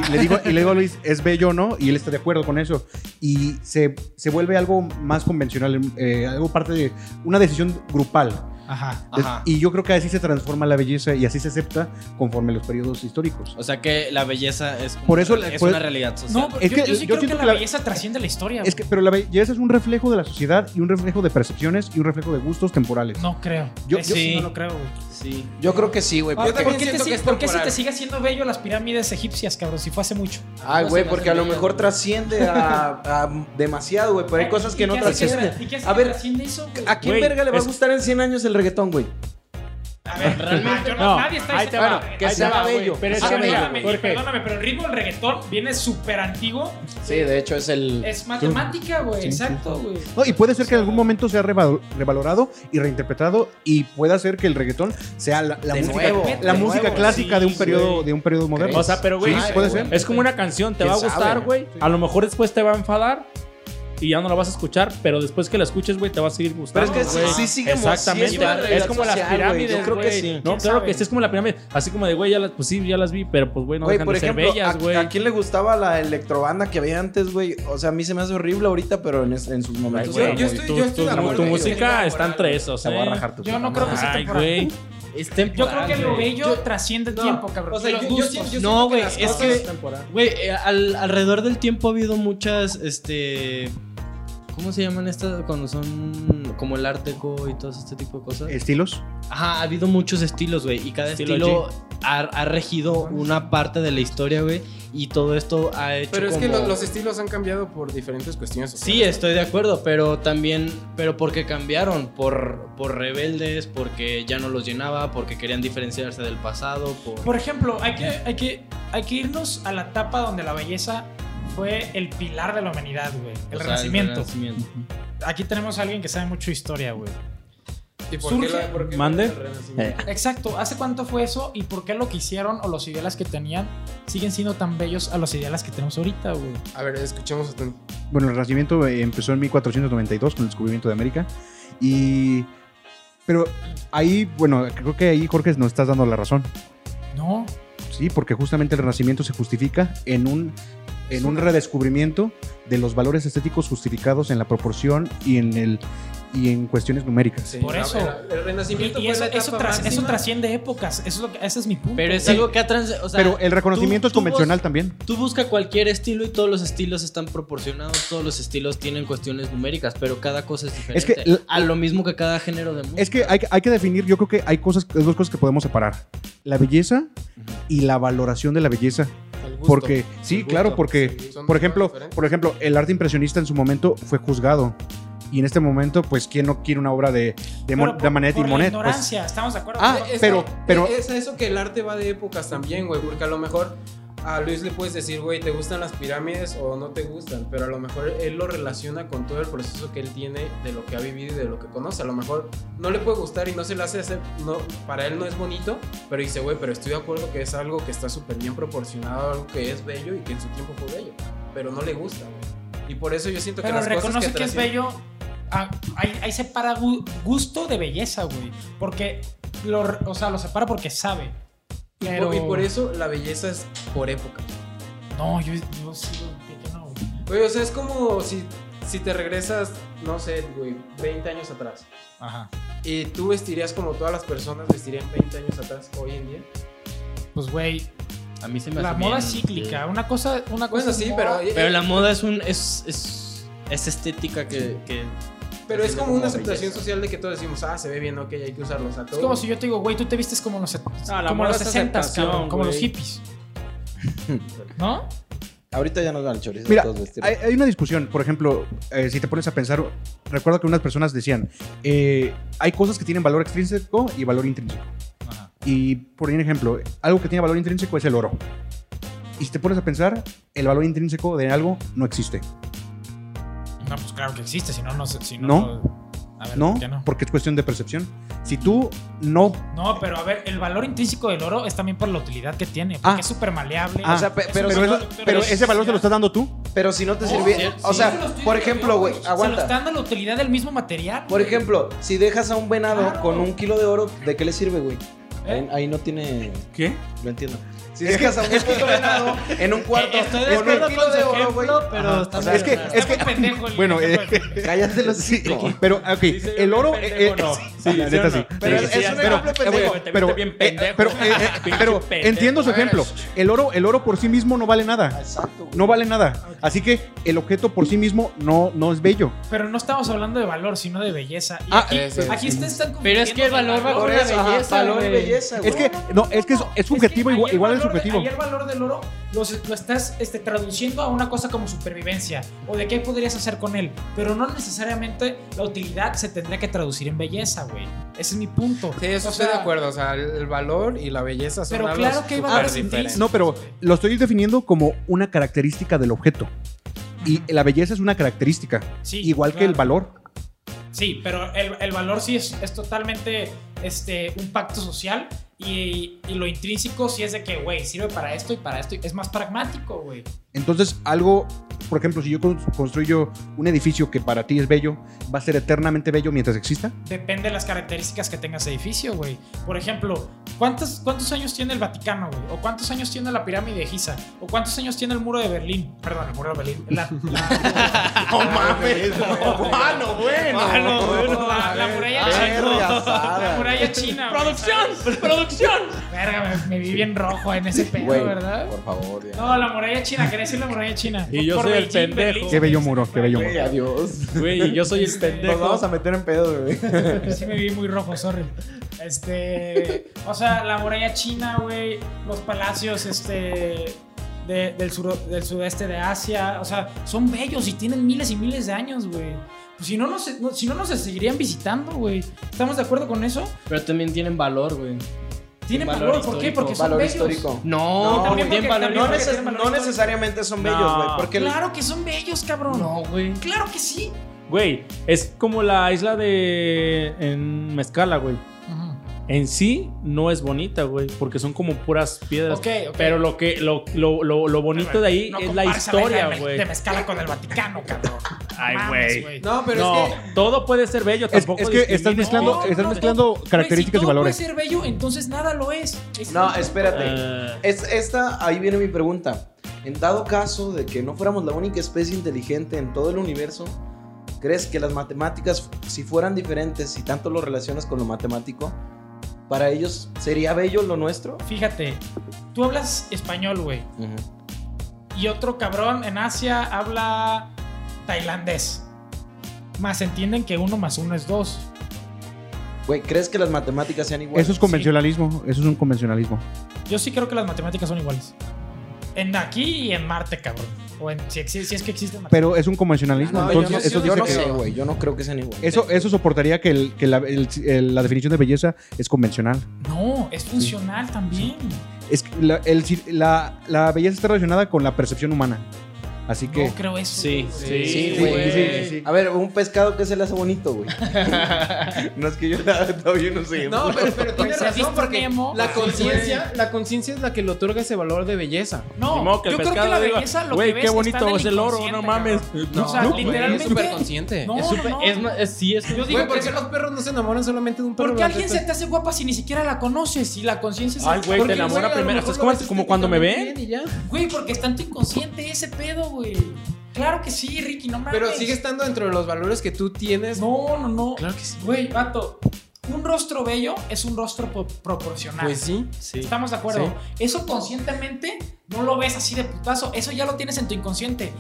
[SPEAKER 4] y le, digo, y le digo a Luis, ¿es bello o no? Y él está de acuerdo con eso. Y se, se vuelve algo más convencional, eh, algo parte de una decisión grupal.
[SPEAKER 3] Ajá.
[SPEAKER 7] Ajá.
[SPEAKER 4] Y yo creo que así se transforma la belleza y así se acepta conforme los periodos históricos.
[SPEAKER 6] O sea que la belleza es, como-
[SPEAKER 4] Por eso la-
[SPEAKER 6] es
[SPEAKER 4] por-
[SPEAKER 6] una realidad social.
[SPEAKER 3] No, pero
[SPEAKER 4] Es
[SPEAKER 3] yo,
[SPEAKER 4] que
[SPEAKER 3] yo sí
[SPEAKER 4] yo
[SPEAKER 3] creo que
[SPEAKER 4] siento
[SPEAKER 3] la,
[SPEAKER 4] que la-
[SPEAKER 3] belleza trasciende la historia.
[SPEAKER 4] Es que,
[SPEAKER 3] güey.
[SPEAKER 4] pero la belleza es un reflejo de la sociedad y un reflejo de percepciones y un reflejo de gustos temporales.
[SPEAKER 3] No creo.
[SPEAKER 4] Yo-
[SPEAKER 3] Yo,
[SPEAKER 4] yo-
[SPEAKER 3] sí. no lo creo, güey.
[SPEAKER 6] sí.
[SPEAKER 2] Yo creo que sí, güey.
[SPEAKER 3] Ahora,
[SPEAKER 2] porque-
[SPEAKER 3] ¿Por
[SPEAKER 7] también
[SPEAKER 3] qué, te,
[SPEAKER 7] siento
[SPEAKER 3] si-
[SPEAKER 7] que es
[SPEAKER 3] por qué se
[SPEAKER 7] temporal.
[SPEAKER 3] te sigue haciendo bello las pirámides egipcias, cabrón? Si fue hace mucho.
[SPEAKER 2] Ay,
[SPEAKER 7] No
[SPEAKER 2] güey,
[SPEAKER 7] se me
[SPEAKER 2] porque
[SPEAKER 7] hace
[SPEAKER 2] a lo
[SPEAKER 7] bien,
[SPEAKER 2] mejor
[SPEAKER 7] güey.
[SPEAKER 2] trasciende a, a demasiado, güey. Pero hay cosas que
[SPEAKER 3] ¿Y
[SPEAKER 2] no
[SPEAKER 3] qué hace
[SPEAKER 2] trascienden.
[SPEAKER 3] tra- ¿Y qué hace
[SPEAKER 2] A
[SPEAKER 3] que
[SPEAKER 2] ver,
[SPEAKER 3] trasciende eso, güey?
[SPEAKER 2] ¿A quién
[SPEAKER 1] Güey,
[SPEAKER 2] verga le va a
[SPEAKER 1] es-
[SPEAKER 2] gustar en 100 años el reggaetón, güey?
[SPEAKER 3] A ver, realmente no,
[SPEAKER 1] No,
[SPEAKER 3] nadie está
[SPEAKER 1] ahí te va.
[SPEAKER 3] diciendo-
[SPEAKER 2] que
[SPEAKER 1] Ahí te
[SPEAKER 2] sea
[SPEAKER 1] va, güey.
[SPEAKER 2] bello,
[SPEAKER 1] Pero
[SPEAKER 2] que
[SPEAKER 1] es
[SPEAKER 2] sea
[SPEAKER 1] que
[SPEAKER 3] Ah,
[SPEAKER 2] bello,
[SPEAKER 1] mira,
[SPEAKER 3] perdóname,
[SPEAKER 1] Jorge,
[SPEAKER 3] perdóname, pero el ritmo del reggaetón viene súper antiguo.
[SPEAKER 2] Sí, de hecho es el.
[SPEAKER 3] Es matemática, güey. Exacto, güey.
[SPEAKER 4] No, y puede ser que en algún momento sea revalo- revalorado y reinterpretado y pueda ser que el reggaetón sea la, la
[SPEAKER 2] De
[SPEAKER 4] música,
[SPEAKER 2] nuevo,
[SPEAKER 4] la
[SPEAKER 2] de
[SPEAKER 4] música
[SPEAKER 2] nuevo,
[SPEAKER 4] clásica
[SPEAKER 1] sí,
[SPEAKER 4] de un periodo
[SPEAKER 1] güey.
[SPEAKER 4] de un periodo moderno.
[SPEAKER 1] O sea, pero güey,
[SPEAKER 4] Sí, puede
[SPEAKER 2] güey.
[SPEAKER 4] ser.
[SPEAKER 1] es como una canción, te
[SPEAKER 2] ¿Quién
[SPEAKER 1] va a gustar,
[SPEAKER 2] sabe?
[SPEAKER 1] güey. A lo mejor después te va a enfadar y ya no la vas a escuchar, pero después que la escuches, güey, te va a seguir
[SPEAKER 2] Pero
[SPEAKER 1] gustando.
[SPEAKER 2] es que sí,
[SPEAKER 1] güey.
[SPEAKER 2] sí sigue mo- sí
[SPEAKER 1] Exactamente,
[SPEAKER 2] una realidad
[SPEAKER 1] es como las
[SPEAKER 2] social, güey.
[SPEAKER 1] pirámides,
[SPEAKER 2] Yo creo que
[SPEAKER 1] güey.
[SPEAKER 2] sí.
[SPEAKER 1] No,
[SPEAKER 3] ¿Quién
[SPEAKER 1] claro
[SPEAKER 3] sabe?
[SPEAKER 1] que sí, es como la pirámide, así como de, güey, ya las, pues sí, ya las vi, pero pues, güey, no
[SPEAKER 2] Güey,
[SPEAKER 1] dejan
[SPEAKER 2] por
[SPEAKER 1] de ser
[SPEAKER 2] ejemplo,
[SPEAKER 1] bellas, güey.
[SPEAKER 2] a, a quién le gustaba la electrobanda que había antes, güey? O sea, a mí se me hace horrible ahorita, pero en, es- en sus
[SPEAKER 1] Ay,
[SPEAKER 2] momentos.
[SPEAKER 1] güey,
[SPEAKER 2] era
[SPEAKER 7] yo
[SPEAKER 2] muy-
[SPEAKER 7] estoy-
[SPEAKER 1] tu-
[SPEAKER 7] yo estoy
[SPEAKER 1] tu-
[SPEAKER 7] de acuerdo
[SPEAKER 1] tu
[SPEAKER 7] en que
[SPEAKER 1] música están
[SPEAKER 7] sea temporal.
[SPEAKER 1] tres, o
[SPEAKER 2] Te
[SPEAKER 1] sea.
[SPEAKER 2] voy a rajar tu
[SPEAKER 3] Yo no creo que sea
[SPEAKER 1] ¿eh? Ay,
[SPEAKER 3] temporal.
[SPEAKER 1] güey.
[SPEAKER 6] Es
[SPEAKER 3] Yo
[SPEAKER 6] temporal,
[SPEAKER 3] creo que lo
[SPEAKER 6] güey.
[SPEAKER 3] bello trasciende el
[SPEAKER 7] No,
[SPEAKER 3] tiempo, cabrón.
[SPEAKER 7] o sea,
[SPEAKER 3] Los
[SPEAKER 7] yo- yo
[SPEAKER 3] gustos.
[SPEAKER 7] siento- yo
[SPEAKER 6] No,
[SPEAKER 7] siento
[SPEAKER 6] güey,
[SPEAKER 7] las
[SPEAKER 6] es
[SPEAKER 7] cosas
[SPEAKER 6] que-
[SPEAKER 7] son temporales.
[SPEAKER 6] Güey, eh, al- alrededor del tiempo ha habido muchas, este... ¿Cómo se llaman estas cuando son como el arteco y todo este tipo de cosas?
[SPEAKER 4] Estilos.
[SPEAKER 6] Ajá, ha habido muchos estilos, güey. Y cada
[SPEAKER 1] Estilo
[SPEAKER 6] estilo ha, ha regido una parte de la historia, güey. Y todo esto ha hecho.
[SPEAKER 7] Pero es que
[SPEAKER 6] como-
[SPEAKER 7] lo- los estilos han cambiado por diferentes cuestiones sociales.
[SPEAKER 6] Sí, estoy de acuerdo, pero también. Pero porque cambiaron. Por, por rebeldes, porque ya no los llenaba, porque querían diferenciarse del pasado. Por...
[SPEAKER 3] Por ejemplo, hay que, hay, que, hay que irnos a la etapa donde la belleza fue el pilar de la humanidad, güey. El,
[SPEAKER 6] o sea,
[SPEAKER 3] renacimiento.
[SPEAKER 6] renacimiento.
[SPEAKER 3] Aquí tenemos a alguien que sabe mucho de historia, güey.
[SPEAKER 7] ¿Y por
[SPEAKER 3] Surge- Eh.
[SPEAKER 7] qué la- por qué la-
[SPEAKER 1] Mande.
[SPEAKER 7] el Renacimiento?
[SPEAKER 3] Exacto. ¿Hace cuánto fue eso y por qué lo que hicieron o los ideales que tenían siguen siendo tan bellos a los ideales que tenemos ahorita, güey?
[SPEAKER 7] A ver, escuchemos atento.
[SPEAKER 4] Bueno, el Renacimiento eh, empezó en 1492 con el descubrimiento de América y pero ahí, bueno, creo que ahí Jorge nos estás dando la razón.
[SPEAKER 3] No.
[SPEAKER 4] Sí, porque justamente el Renacimiento se justifica en un en un redescubrimiento de los valores estéticos justificados en la proporción y en el y en cuestiones numéricas.
[SPEAKER 7] Sí,
[SPEAKER 3] Por
[SPEAKER 7] a
[SPEAKER 3] eso.
[SPEAKER 7] ver, El
[SPEAKER 3] Y,
[SPEAKER 7] Renacimiento
[SPEAKER 3] y
[SPEAKER 7] fue
[SPEAKER 3] eso,
[SPEAKER 7] la etapa
[SPEAKER 3] eso, tras- eso
[SPEAKER 7] máxima.
[SPEAKER 3] trasciende épocas. Eso es lo que, ese es mi punto.
[SPEAKER 6] Pero es
[SPEAKER 3] güey.
[SPEAKER 6] algo que ha trans. O sea,
[SPEAKER 4] Pero el reconocimiento
[SPEAKER 6] tú-
[SPEAKER 4] es
[SPEAKER 6] tú vos-
[SPEAKER 4] convencional también.
[SPEAKER 6] Tú busca cualquier estilo y todos los estilos están proporcionados, todos los estilos tienen cuestiones numéricas, pero cada cosa es
[SPEAKER 4] Es
[SPEAKER 6] diferente.
[SPEAKER 4] que la-
[SPEAKER 6] a lo mismo que cada género de música.
[SPEAKER 4] Es que hay, hay que definir, yo creo que hay cosas, dos cosas que podemos separar. La belleza y la valoración de la belleza.
[SPEAKER 7] El gusto.
[SPEAKER 4] Porque, sí,
[SPEAKER 7] El
[SPEAKER 4] claro,
[SPEAKER 7] gusto.
[SPEAKER 4] porque,
[SPEAKER 7] Sí, son
[SPEAKER 4] por
[SPEAKER 7] dos
[SPEAKER 4] ejemplo,
[SPEAKER 7] cosas diferentes.
[SPEAKER 4] por ejemplo, el arte impresionista en su momento fue juzgado. Y en este momento, pues, ¿quién no quiere una obra de, de,
[SPEAKER 3] Pero
[SPEAKER 4] Mon-
[SPEAKER 3] por-
[SPEAKER 4] de Manet
[SPEAKER 3] por
[SPEAKER 4] y
[SPEAKER 3] la
[SPEAKER 4] Monet? Pues,
[SPEAKER 3] ignorancia, estamos de acuerdo.
[SPEAKER 4] Ah,
[SPEAKER 3] Pero-
[SPEAKER 7] e-, Es-
[SPEAKER 4] pero- pero-
[SPEAKER 7] Es a eso que el arte va de épocas también, güey, porque a lo mejor... a Luis le puedes decir, güey, ¿te gustan las pirámides o no te gustan? Pero a lo mejor él lo relaciona con todo el proceso que él tiene de lo que ha vivido y de lo que conoce. A lo mejor no le puede gustar y no se le hace hacer, no, para él no es bonito, pero dice, güey, pero estoy de acuerdo que es algo que está súper bien proporcionado, algo que es bello y que en su tiempo fue bello, pero no le gusta, güey. Y por eso yo siento que
[SPEAKER 3] Pero
[SPEAKER 7] las cosas
[SPEAKER 3] reconoce que, es
[SPEAKER 7] trascienden-
[SPEAKER 3] bello. ah, ahí, ahí separa gu- gusto de belleza, güey. Porque lo, re- o sea, lo separa porque sabe.
[SPEAKER 7] Y por-
[SPEAKER 3] Pero-
[SPEAKER 7] Y por eso la belleza es por época.
[SPEAKER 3] No, yo, yo sigo de que no, güey.
[SPEAKER 7] Güey, o sea, es como si, si te regresas, no sé, güey, 20 años atrás.
[SPEAKER 3] Ajá.
[SPEAKER 7] Y tú vestirías como todas las personas vestirían 20 años atrás hoy en día.
[SPEAKER 3] Pues, güey,
[SPEAKER 6] A mí se me
[SPEAKER 3] la
[SPEAKER 6] hace
[SPEAKER 3] moda
[SPEAKER 6] bien,
[SPEAKER 3] es cíclica.
[SPEAKER 6] sí.
[SPEAKER 3] Una cosa, una cosa
[SPEAKER 7] Bueno,
[SPEAKER 3] es
[SPEAKER 7] sí,
[SPEAKER 3] moda,
[SPEAKER 7] pero, eh,
[SPEAKER 6] Pero la moda es un. es. es, es estética que. que
[SPEAKER 7] pero es
[SPEAKER 6] define
[SPEAKER 7] como una aceptación
[SPEAKER 6] belleza.
[SPEAKER 7] social de que todos decimos, ah, se ve bien, ok, hay que usarlos a todos.
[SPEAKER 3] Es como si yo te digo, güey, tú te vistes como los, set-
[SPEAKER 1] Ah, la
[SPEAKER 3] como
[SPEAKER 1] moda
[SPEAKER 3] los
[SPEAKER 1] es
[SPEAKER 3] 60, cabrón,
[SPEAKER 1] aceptación,
[SPEAKER 3] como los
[SPEAKER 1] güey.
[SPEAKER 3] hippies. ¿No?
[SPEAKER 2] Ahorita ya nos dan el chorizo.
[SPEAKER 4] Mira,
[SPEAKER 2] todos vestidos.
[SPEAKER 4] hay, hay una discusión, por ejemplo, eh, si te pones a pensar, recuerdo que unas personas decían, eh, hay cosas que tienen valor extrínseco y valor intrínseco. Y por un ejemplo, algo que tiene valor intrínseco es el oro. Y si te pones a pensar, el valor intrínseco de algo no existe.
[SPEAKER 3] No, pues claro que existe, si no, no sé. Si no,
[SPEAKER 4] No.
[SPEAKER 3] no- a ver,
[SPEAKER 4] ¿No?
[SPEAKER 3] ¿por qué no?
[SPEAKER 4] Porque es cuestión de percepción. Si tú no...
[SPEAKER 3] No, pero a ver, el valor intrínseco del oro es también por la utilidad que tiene, porque
[SPEAKER 4] Ah.
[SPEAKER 3] es súper maleable.
[SPEAKER 4] Ah,
[SPEAKER 2] o sea, pe-
[SPEAKER 3] es
[SPEAKER 2] pero
[SPEAKER 3] un
[SPEAKER 4] Pero,
[SPEAKER 3] valor-
[SPEAKER 4] eso-
[SPEAKER 3] pero
[SPEAKER 4] pero
[SPEAKER 3] es
[SPEAKER 4] ese valor se lo estás dando tú.
[SPEAKER 2] Pero si no te
[SPEAKER 1] Oh,
[SPEAKER 3] No,
[SPEAKER 2] sirve.
[SPEAKER 3] Oh, sí,
[SPEAKER 2] o
[SPEAKER 3] sí,
[SPEAKER 2] sea,
[SPEAKER 3] se lo estoy
[SPEAKER 2] por
[SPEAKER 3] diciendo
[SPEAKER 2] ejemplo,
[SPEAKER 3] yo,
[SPEAKER 2] güey,
[SPEAKER 3] Se lo
[SPEAKER 2] aguanta.
[SPEAKER 3] está dando la utilidad del mismo material.
[SPEAKER 2] Por
[SPEAKER 3] güey.
[SPEAKER 2] ejemplo, si dejas a un venado
[SPEAKER 1] Ah.
[SPEAKER 3] Claro.
[SPEAKER 2] con un kilo de oro, ¿de qué le sirve, güey?
[SPEAKER 3] ¿Eh?
[SPEAKER 2] Ahí, ahí no tiene.
[SPEAKER 1] ¿Qué?
[SPEAKER 2] Lo entiendo. Si dejas a un puto venado en un cuarto
[SPEAKER 3] Eh,
[SPEAKER 7] Eh,
[SPEAKER 3] Estoy de
[SPEAKER 2] con un
[SPEAKER 3] acuerdo
[SPEAKER 2] kilo
[SPEAKER 3] con
[SPEAKER 2] de
[SPEAKER 3] su
[SPEAKER 2] oro, güey.
[SPEAKER 3] ejemplo, pero
[SPEAKER 2] Ajá.
[SPEAKER 3] está
[SPEAKER 2] O sea,
[SPEAKER 3] muy-
[SPEAKER 4] es que-
[SPEAKER 3] está muy pendejo el
[SPEAKER 4] bueno,
[SPEAKER 3] ejemplo
[SPEAKER 4] eh,
[SPEAKER 3] del-
[SPEAKER 2] Cállate los hijos.
[SPEAKER 4] Pero, ok, el oro... eh, eh, sí, la neta sí.
[SPEAKER 2] Pero
[SPEAKER 4] Sí,
[SPEAKER 2] es,
[SPEAKER 4] sí,
[SPEAKER 2] es
[SPEAKER 4] sí,
[SPEAKER 2] un
[SPEAKER 4] pero-
[SPEAKER 2] ejemplo
[SPEAKER 4] eh,
[SPEAKER 2] pendejo.
[SPEAKER 4] güey, pero, eh, pero, eh, eh, pero entiendo su ejemplo. El oro, el oro por sí mismo no vale nada.
[SPEAKER 2] Exacto, güey.
[SPEAKER 4] No vale nada. Así que el objeto por sí mismo no, no es bello.
[SPEAKER 3] Pero no estamos hablando de valor, sino de belleza. Y
[SPEAKER 4] Ah,
[SPEAKER 3] aquí,
[SPEAKER 7] eh, sí,
[SPEAKER 3] aquí
[SPEAKER 7] sí.
[SPEAKER 3] ustedes están
[SPEAKER 6] Pero es que el
[SPEAKER 3] confundiendo
[SPEAKER 6] valor va
[SPEAKER 2] Por
[SPEAKER 6] con
[SPEAKER 3] valor.
[SPEAKER 6] la
[SPEAKER 2] eso, ajá,
[SPEAKER 6] belleza.
[SPEAKER 2] valor y
[SPEAKER 6] güey.
[SPEAKER 2] belleza, güey.
[SPEAKER 4] Es que, no, es que es, es subjetivo,
[SPEAKER 3] ahí
[SPEAKER 4] igual,
[SPEAKER 3] el
[SPEAKER 4] igual
[SPEAKER 3] valor
[SPEAKER 4] es
[SPEAKER 3] de-
[SPEAKER 4] subjetivo.
[SPEAKER 3] ahí el valor del oro lo, se- lo estás este, traduciendo a una cosa como supervivencia o de qué podrías hacer con él. Pero no necesariamente la utilidad se tendría que traducir en belleza, güey. Ese es mi punto.
[SPEAKER 7] Sí, eso
[SPEAKER 3] O
[SPEAKER 7] estoy
[SPEAKER 3] sea,
[SPEAKER 7] de acuerdo. O sea, el, el valor y la belleza son
[SPEAKER 3] Pero
[SPEAKER 7] algo
[SPEAKER 3] claro que hay
[SPEAKER 7] súper
[SPEAKER 3] valores
[SPEAKER 7] diferentes.
[SPEAKER 3] intrínsecos.
[SPEAKER 4] No, pero lo estoy definiendo como una característica del objeto. Y la belleza es una característica,
[SPEAKER 3] sí,
[SPEAKER 4] igual que
[SPEAKER 3] claro.
[SPEAKER 4] el valor.
[SPEAKER 3] Sí, pero el, el valor sí es, es totalmente este, un pacto social y, y lo intrínseco sí es de que, güey, sirve para esto y para esto. y- Es más pragmático, güey.
[SPEAKER 4] Entonces, algo, por ejemplo, si yo con- construyo un edificio que para ti es bello, va a ser eternamente bello mientras exista.
[SPEAKER 3] Depende de las características que tenga ese edificio, güey. Por ejemplo, ¿cuántos, ¿cuántos años tiene el Vaticano, güey? ¿O cuántos años tiene la pirámide de Giza? ¿O cuántos años tiene el muro de Berlín? Perdón, el muro de Berlín. La, la-
[SPEAKER 6] No mames. Bueno, bueno.
[SPEAKER 3] Bueno, bueno, la- la muralla
[SPEAKER 2] Verga,
[SPEAKER 3] china. La
[SPEAKER 2] asada.
[SPEAKER 3] muralla china. güey,
[SPEAKER 6] Producción, producción.
[SPEAKER 3] ¿sabes? Verga, me, me vi bien rojo en ese pedo,
[SPEAKER 2] Güey,
[SPEAKER 3] ¿verdad?
[SPEAKER 2] Por favor, ya.
[SPEAKER 3] No, la muralla china, quería decir la muralla china.
[SPEAKER 1] Y yo soy el pendejo.
[SPEAKER 4] Qué bello muro, qué bello muro.
[SPEAKER 2] Güey, adiós.
[SPEAKER 1] Güey, yo soy el
[SPEAKER 3] Este,
[SPEAKER 2] Nos
[SPEAKER 1] pendejo.
[SPEAKER 2] vamos a meter en pedo, güey.
[SPEAKER 3] muro. Este, Sí me vi muy rojo, sorry. Este, o sea, la muralla china, güey, los palacios, este, de- del, suro- del sudeste de Asia, o sea, son bellos y tienen miles y miles de años, güey. Pues si no, nos, no- si no, nos seguirían visitando, güey. ¿Estamos de acuerdo con eso?
[SPEAKER 6] Pero también tienen valor, güey.
[SPEAKER 3] Tienen
[SPEAKER 6] Valor
[SPEAKER 3] valor, ¿por qué?
[SPEAKER 6] histórico.
[SPEAKER 3] Porque son
[SPEAKER 2] Valor
[SPEAKER 3] bellos.
[SPEAKER 2] histórico.
[SPEAKER 6] No,
[SPEAKER 2] No,
[SPEAKER 6] también
[SPEAKER 2] güey,
[SPEAKER 6] tienen valor.
[SPEAKER 2] No,
[SPEAKER 3] porque
[SPEAKER 2] neces-
[SPEAKER 3] tienen valor
[SPEAKER 2] no
[SPEAKER 3] histórico.
[SPEAKER 2] necesariamente son bellos, güey.
[SPEAKER 1] No,
[SPEAKER 2] Porque
[SPEAKER 3] Claro que son bellos, cabrón.
[SPEAKER 6] No, güey.
[SPEAKER 3] Claro que sí.
[SPEAKER 1] Güey, es como la isla de. En Mezcala, güey. En sí no es bonita, güey, porque son como puras piedras.
[SPEAKER 3] Ok, ok.
[SPEAKER 1] Pero lo que lo, lo, lo, lo bonito de ahí
[SPEAKER 3] No
[SPEAKER 1] es la
[SPEAKER 3] compares a la isla
[SPEAKER 1] historia,
[SPEAKER 3] de Mez-
[SPEAKER 1] güey.
[SPEAKER 3] De mezcala con el Vaticano, cabrón.
[SPEAKER 1] Ay,
[SPEAKER 3] Mames,
[SPEAKER 1] güey.
[SPEAKER 7] No, pero
[SPEAKER 1] no,
[SPEAKER 7] es que.
[SPEAKER 1] todo puede ser bello,
[SPEAKER 4] Es,
[SPEAKER 1] tampoco
[SPEAKER 4] es que estás
[SPEAKER 1] discrimines.
[SPEAKER 4] mezclando,
[SPEAKER 3] No,
[SPEAKER 4] estás
[SPEAKER 3] no, pues,
[SPEAKER 4] mezclando características
[SPEAKER 3] Güey, si
[SPEAKER 4] y valores.
[SPEAKER 3] Todo puede ser bello, entonces nada lo es. Ese
[SPEAKER 2] No,
[SPEAKER 3] es el
[SPEAKER 2] espérate.
[SPEAKER 1] Eh,
[SPEAKER 2] Es, esta, ahí viene mi pregunta. En dado caso de que no fuéramos la única especie inteligente en todo el universo, ¿crees que las matemáticas, si fueran diferentes y tanto lo relacionas con lo matemático, para ellos sería bello lo nuestro?
[SPEAKER 3] punto. Fíjate, tú hablas español, güey. Y otro cabrón en Asia habla tailandés. Más entienden que uno más uno es dos.
[SPEAKER 2] Güey, ¿crees que las matemáticas sean iguales?
[SPEAKER 4] Eso es convencionalismo, eso es un convencionalismo.
[SPEAKER 3] Yo sí creo que las matemáticas son iguales. En aquí y en Marte, cabrón. O en- si, exi- si es que existen.
[SPEAKER 4] Pero es un convencionalismo.
[SPEAKER 2] No, yo
[SPEAKER 4] entonces,
[SPEAKER 2] no-
[SPEAKER 4] eso
[SPEAKER 2] yo
[SPEAKER 4] dice
[SPEAKER 2] no
[SPEAKER 4] que.
[SPEAKER 2] sé, güey. Yo no creo que sean iguales.
[SPEAKER 4] Eso, eso soportaría que, el- que la, el- el- la definición de belleza es convencional.
[SPEAKER 3] No, es funcional también.
[SPEAKER 4] Es que la, el cir- la- la belleza está relacionada con la percepción humana. Así que.
[SPEAKER 3] No creo eso.
[SPEAKER 1] sí,
[SPEAKER 2] Sí,
[SPEAKER 1] güey.
[SPEAKER 2] güey.
[SPEAKER 4] sí, sí, sí.
[SPEAKER 2] A ver, un pescado que se le hace bonito, güey. no es que yo nada, todavía no sé.
[SPEAKER 7] No, pero, pero tiene
[SPEAKER 3] Pues, ¿has visto
[SPEAKER 7] razón porque
[SPEAKER 3] Nemo?
[SPEAKER 2] Ah,
[SPEAKER 7] la conciencia, la conciencia es la que le otorga ese valor de belleza.
[SPEAKER 1] Ni
[SPEAKER 3] No,
[SPEAKER 1] modo que el
[SPEAKER 3] yo creo que
[SPEAKER 1] pescado
[SPEAKER 3] la
[SPEAKER 1] diga,
[SPEAKER 3] belleza lo
[SPEAKER 1] güey,
[SPEAKER 3] que ves
[SPEAKER 1] qué
[SPEAKER 3] está
[SPEAKER 1] bonito
[SPEAKER 3] en
[SPEAKER 1] es el oro,
[SPEAKER 3] inconsciente,
[SPEAKER 1] no mames.
[SPEAKER 3] cabrón.
[SPEAKER 1] No,
[SPEAKER 3] o sea,
[SPEAKER 1] no,
[SPEAKER 7] güey,
[SPEAKER 3] literalmente.
[SPEAKER 7] es súper consciente.
[SPEAKER 3] No,
[SPEAKER 7] Es súper-
[SPEAKER 3] no.
[SPEAKER 7] es más- es- sí es.
[SPEAKER 3] Yo digo
[SPEAKER 7] Güey, ¿por
[SPEAKER 3] que-
[SPEAKER 7] qué los perros no se enamoran solamente de un perro?
[SPEAKER 3] Porque alguien se te hace guapa si ni siquiera la conoces y la conciencia se
[SPEAKER 1] Ay, güey, te
[SPEAKER 3] porque-
[SPEAKER 1] enamora primero. Es como, este como cuando me ven.
[SPEAKER 7] ven? Y ya.
[SPEAKER 3] Güey, porque está en tu inconsciente ese pedo, güey. Claro que sí, Ricky, no mames.
[SPEAKER 7] Pero sigue estando dentro de los valores que tú tienes.
[SPEAKER 3] No, no, no.
[SPEAKER 7] Claro que sí.
[SPEAKER 3] Güey, vato, un rostro bello es un rostro po- proporcional.
[SPEAKER 7] Pues sí.
[SPEAKER 3] Estamos de acuerdo. Eso conscientemente no lo ves así de putazo. Eso ya lo tienes en tu inconsciente.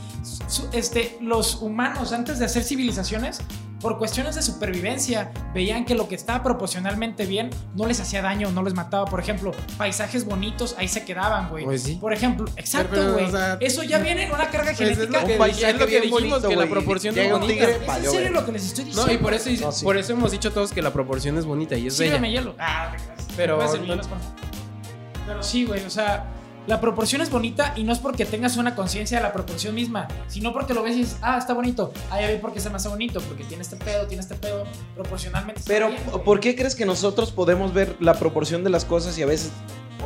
[SPEAKER 3] Su- este, los humanos, antes de hacer civilizaciones, por cuestiones de supervivencia, veían que lo que estaba proporcionalmente bien no les hacía daño, no les mataba. Por ejemplo, paisajes bonitos, ahí se quedaban, güey.
[SPEAKER 7] Pues sí.
[SPEAKER 3] Por ejemplo, exacto,
[SPEAKER 7] Pero,
[SPEAKER 3] güey.
[SPEAKER 7] o sea,
[SPEAKER 3] Eso ya viene en una carga
[SPEAKER 7] pues es lo
[SPEAKER 3] genética.
[SPEAKER 7] que-
[SPEAKER 2] paisaje
[SPEAKER 7] es lo que
[SPEAKER 2] bien
[SPEAKER 7] dijimos,
[SPEAKER 2] bonito,
[SPEAKER 7] que la
[SPEAKER 2] güey.
[SPEAKER 7] proporción es
[SPEAKER 2] Llega un
[SPEAKER 7] bonita.
[SPEAKER 2] tigre,
[SPEAKER 3] ¿Es en
[SPEAKER 2] valió,
[SPEAKER 3] serio
[SPEAKER 2] güey.
[SPEAKER 3] lo que les estoy diciendo?
[SPEAKER 7] No, y por eso,
[SPEAKER 2] No, sí.
[SPEAKER 7] por eso hemos dicho todos que la proporción es bonita y es
[SPEAKER 3] Sírveme
[SPEAKER 7] bella.
[SPEAKER 3] hielo. Ah, te creas.
[SPEAKER 7] Pero-
[SPEAKER 3] Puedes servir hielos, por favor. Pero sí, güey, o sea, la proporción es bonita y no es porque tengas una conciencia de la proporción misma, sino porque lo ves y dices, ah, está bonito. Ah, ya vi por qué se me hace bonito, porque tiene este pedo, tiene este pedo, proporcionalmente. está
[SPEAKER 2] Pero,
[SPEAKER 3] bien, güey.
[SPEAKER 2] ¿por qué crees que nosotros podemos ver la proporción de las cosas y a veces,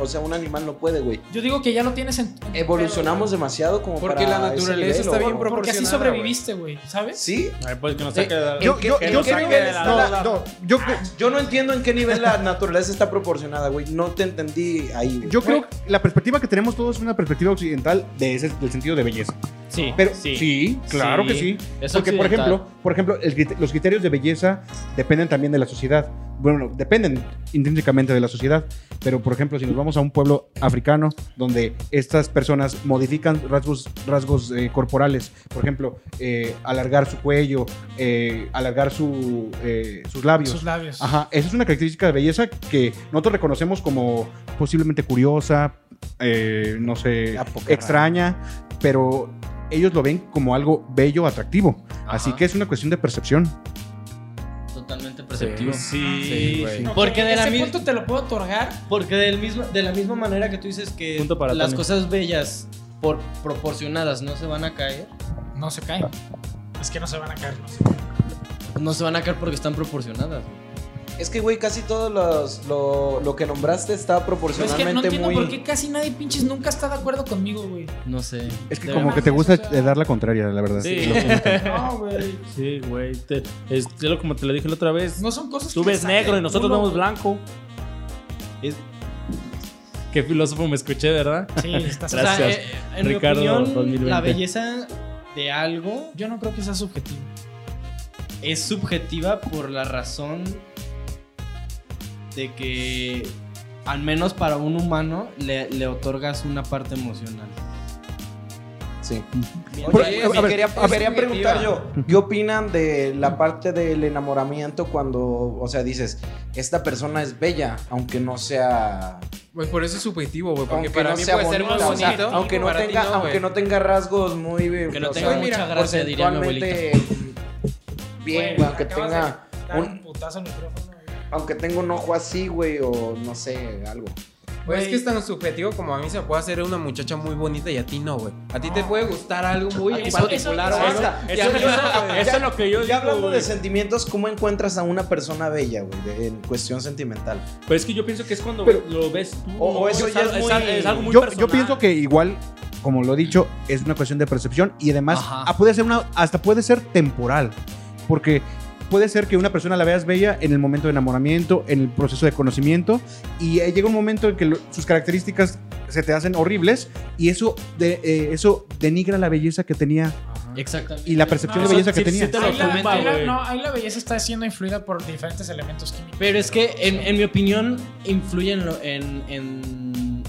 [SPEAKER 2] o sea, un animal no puede, güey?
[SPEAKER 3] Yo digo que ya lo tienes en. en tu pedo,
[SPEAKER 2] Evolucionamos
[SPEAKER 3] güey.
[SPEAKER 2] demasiado como
[SPEAKER 7] Porque
[SPEAKER 2] para
[SPEAKER 7] la
[SPEAKER 2] ese
[SPEAKER 7] naturaleza
[SPEAKER 2] nivel,
[SPEAKER 7] está
[SPEAKER 2] ¿o
[SPEAKER 7] bien
[SPEAKER 2] no?
[SPEAKER 7] propor-
[SPEAKER 3] Porque así
[SPEAKER 7] proporcionada,
[SPEAKER 3] sobreviviste, güey, ¿sabes?
[SPEAKER 2] ¿Sí?
[SPEAKER 1] Ay, pues que nos saque
[SPEAKER 2] Eh,
[SPEAKER 1] la-
[SPEAKER 4] Yo,
[SPEAKER 1] que
[SPEAKER 4] yo,
[SPEAKER 1] nos
[SPEAKER 4] yo
[SPEAKER 1] saque
[SPEAKER 4] creo
[SPEAKER 1] de
[SPEAKER 4] que.
[SPEAKER 1] la
[SPEAKER 4] No,
[SPEAKER 1] duda.
[SPEAKER 4] no. Yo, creo-
[SPEAKER 2] Yo no entiendo en qué nivel la naturaleza está proporcionada, güey. No te entendí ahí, güey.
[SPEAKER 4] yo creo que la perspectiva que tenemos todos es una perspectiva occidental de ese, del sentido de belleza.
[SPEAKER 6] Sí,
[SPEAKER 4] Pero sí, claro que sí. Porque, por ejemplo, por ejemplo el crite- los criterios de belleza dependen también de la sociedad. Bueno, dependen intrínsecamente de la sociedad. Pero, por ejemplo, si nos vamos a un pueblo africano donde estas personas modifican rasgos, rasgos eh, corporales, por ejemplo, eh, alargar su cuello, eh, alargar su, eh, sus labios.
[SPEAKER 3] Sus labios.
[SPEAKER 2] Ah.
[SPEAKER 4] Ajá, esa es una característica de belleza que nosotros reconocemos como posiblemente curiosa, eh, no sé,
[SPEAKER 2] Ah, poca
[SPEAKER 4] extraña, pero ellos lo ven como algo bello, atractivo. Así que es una cuestión de percepción.
[SPEAKER 6] Totalmente perceptivo.
[SPEAKER 1] Sí,
[SPEAKER 7] Sí, güey.
[SPEAKER 1] sí.
[SPEAKER 3] Ok,
[SPEAKER 6] Porque de la
[SPEAKER 3] ese
[SPEAKER 6] mi-
[SPEAKER 3] punto te lo puedo otorgar.
[SPEAKER 6] Porque del mismo, de la misma manera que tú dices que
[SPEAKER 1] Punto para
[SPEAKER 6] las
[SPEAKER 1] Tony.
[SPEAKER 6] cosas bellas por proporcionadas no se van a caer,
[SPEAKER 3] No se caen. Es que no se van a caer. no se-
[SPEAKER 6] no se van a caer porque están proporcionadas. güey.
[SPEAKER 2] Es que, güey, casi todo los- lo, lo que nombraste está
[SPEAKER 3] Pero Es que no
[SPEAKER 2] proporcionalmente
[SPEAKER 3] entiendo
[SPEAKER 2] muy.
[SPEAKER 3] por qué casi nadie pinches nunca está de acuerdo conmigo, güey.
[SPEAKER 6] No sé.
[SPEAKER 4] Es que
[SPEAKER 6] De
[SPEAKER 4] como
[SPEAKER 6] verdad.
[SPEAKER 4] que te gusta
[SPEAKER 3] o sea-
[SPEAKER 4] eh, dar la contraria, la verdad.
[SPEAKER 1] Sí.
[SPEAKER 4] Lo siento.
[SPEAKER 3] No, güey.
[SPEAKER 1] Sí, güey. Te- es- es lo- como te lo dije la otra vez.
[SPEAKER 3] No son cosas
[SPEAKER 1] Tú
[SPEAKER 3] que
[SPEAKER 1] ves
[SPEAKER 3] saquen
[SPEAKER 1] negro y nosotros
[SPEAKER 3] culo,
[SPEAKER 1] vemos
[SPEAKER 3] güey.
[SPEAKER 1] blanco.
[SPEAKER 6] Es-
[SPEAKER 1] Qué filósofo me escuché, ¿verdad?
[SPEAKER 3] Sí, estás.
[SPEAKER 6] O sea,
[SPEAKER 1] Gracias,
[SPEAKER 6] eh, en
[SPEAKER 1] Ricardo,
[SPEAKER 6] mi opinión,
[SPEAKER 1] 2020.
[SPEAKER 6] la belleza de algo
[SPEAKER 3] Yo no creo que sea subjetivo.
[SPEAKER 6] es subjetiva por la razón de que al menos para un humano le, le otorgas una parte emocional.
[SPEAKER 2] Sí.
[SPEAKER 4] Por-
[SPEAKER 2] Oye,
[SPEAKER 4] a
[SPEAKER 2] sí,
[SPEAKER 4] ver,
[SPEAKER 2] quería,
[SPEAKER 7] es
[SPEAKER 2] quería preguntar yo,
[SPEAKER 7] subjetiva.
[SPEAKER 2] ¿qué opinan de la parte del enamoramiento cuando, o sea, dices, esta persona es bella, aunque no sea,
[SPEAKER 7] Pues por eso es subjetivo, güey. Porque
[SPEAKER 2] aunque
[SPEAKER 7] para
[SPEAKER 2] no
[SPEAKER 7] mí
[SPEAKER 2] sea
[SPEAKER 7] puede ser muy
[SPEAKER 2] bonita, o sea,
[SPEAKER 7] bonito.
[SPEAKER 2] aunque no
[SPEAKER 7] para ti
[SPEAKER 2] tenga,
[SPEAKER 7] güey.
[SPEAKER 2] aunque no tenga rasgos muy,
[SPEAKER 6] Que no
[SPEAKER 2] o
[SPEAKER 6] tenga
[SPEAKER 2] sea,
[SPEAKER 6] mucha
[SPEAKER 2] mira,
[SPEAKER 6] gracia, diría mi
[SPEAKER 2] porcentualmente, bien,
[SPEAKER 3] Güey,
[SPEAKER 2] güey, aunque
[SPEAKER 3] acabas
[SPEAKER 2] tenga,
[SPEAKER 3] de dar un
[SPEAKER 2] un-
[SPEAKER 3] putazo al micrófono. güey.
[SPEAKER 2] aunque tenga un ojo así, güey, o no sé, algo.
[SPEAKER 7] Pues es
[SPEAKER 3] Güey.
[SPEAKER 7] que es tan subjetivo como a mí se me puede hacer una muchacha muy bonita y a ti no, güey. A ti te
[SPEAKER 3] No.
[SPEAKER 7] puede gustar algo muy en
[SPEAKER 3] Eso-
[SPEAKER 7] particular
[SPEAKER 3] eso-
[SPEAKER 7] o
[SPEAKER 3] eso-
[SPEAKER 7] algo. Y
[SPEAKER 1] Eso,
[SPEAKER 7] a mí-
[SPEAKER 1] eso- eso es lo que yo
[SPEAKER 2] Ya
[SPEAKER 1] digo,
[SPEAKER 2] hablando de
[SPEAKER 1] güey.
[SPEAKER 2] sentimientos, ¿cómo encuentras a una persona bella, güey, de- en cuestión sentimental?
[SPEAKER 1] Pero es que yo pienso que es cuando lo ves tú.
[SPEAKER 2] O- o
[SPEAKER 1] ¿no?
[SPEAKER 2] eso ya
[SPEAKER 1] algo-
[SPEAKER 2] es
[SPEAKER 1] al-
[SPEAKER 2] muy-
[SPEAKER 1] algo muy
[SPEAKER 4] yo, yo
[SPEAKER 1] personal.
[SPEAKER 4] pienso que igual, como lo he dicho, es una cuestión de percepción y además
[SPEAKER 6] Ajá.
[SPEAKER 4] ah, puede ser una, hasta puede ser temporal, porque puede ser que una persona la veas bella en el momento de enamoramiento, en el proceso de conocimiento y eh, llega un momento en que lo- sus características se te hacen horribles y eso, de, eh, eso denigra la belleza que tenía
[SPEAKER 6] Exactamente.
[SPEAKER 4] y la percepción
[SPEAKER 3] No,
[SPEAKER 4] de belleza
[SPEAKER 1] sí-
[SPEAKER 4] que
[SPEAKER 1] sí
[SPEAKER 4] tenía.
[SPEAKER 1] te lo
[SPEAKER 3] Ahí la-
[SPEAKER 1] tumba,
[SPEAKER 3] ahí la-
[SPEAKER 1] güey.
[SPEAKER 3] no, ahí la belleza está siendo influida por diferentes elementos químicos.
[SPEAKER 6] Pero es que, en, en mi opinión, influye en, lo- en, en,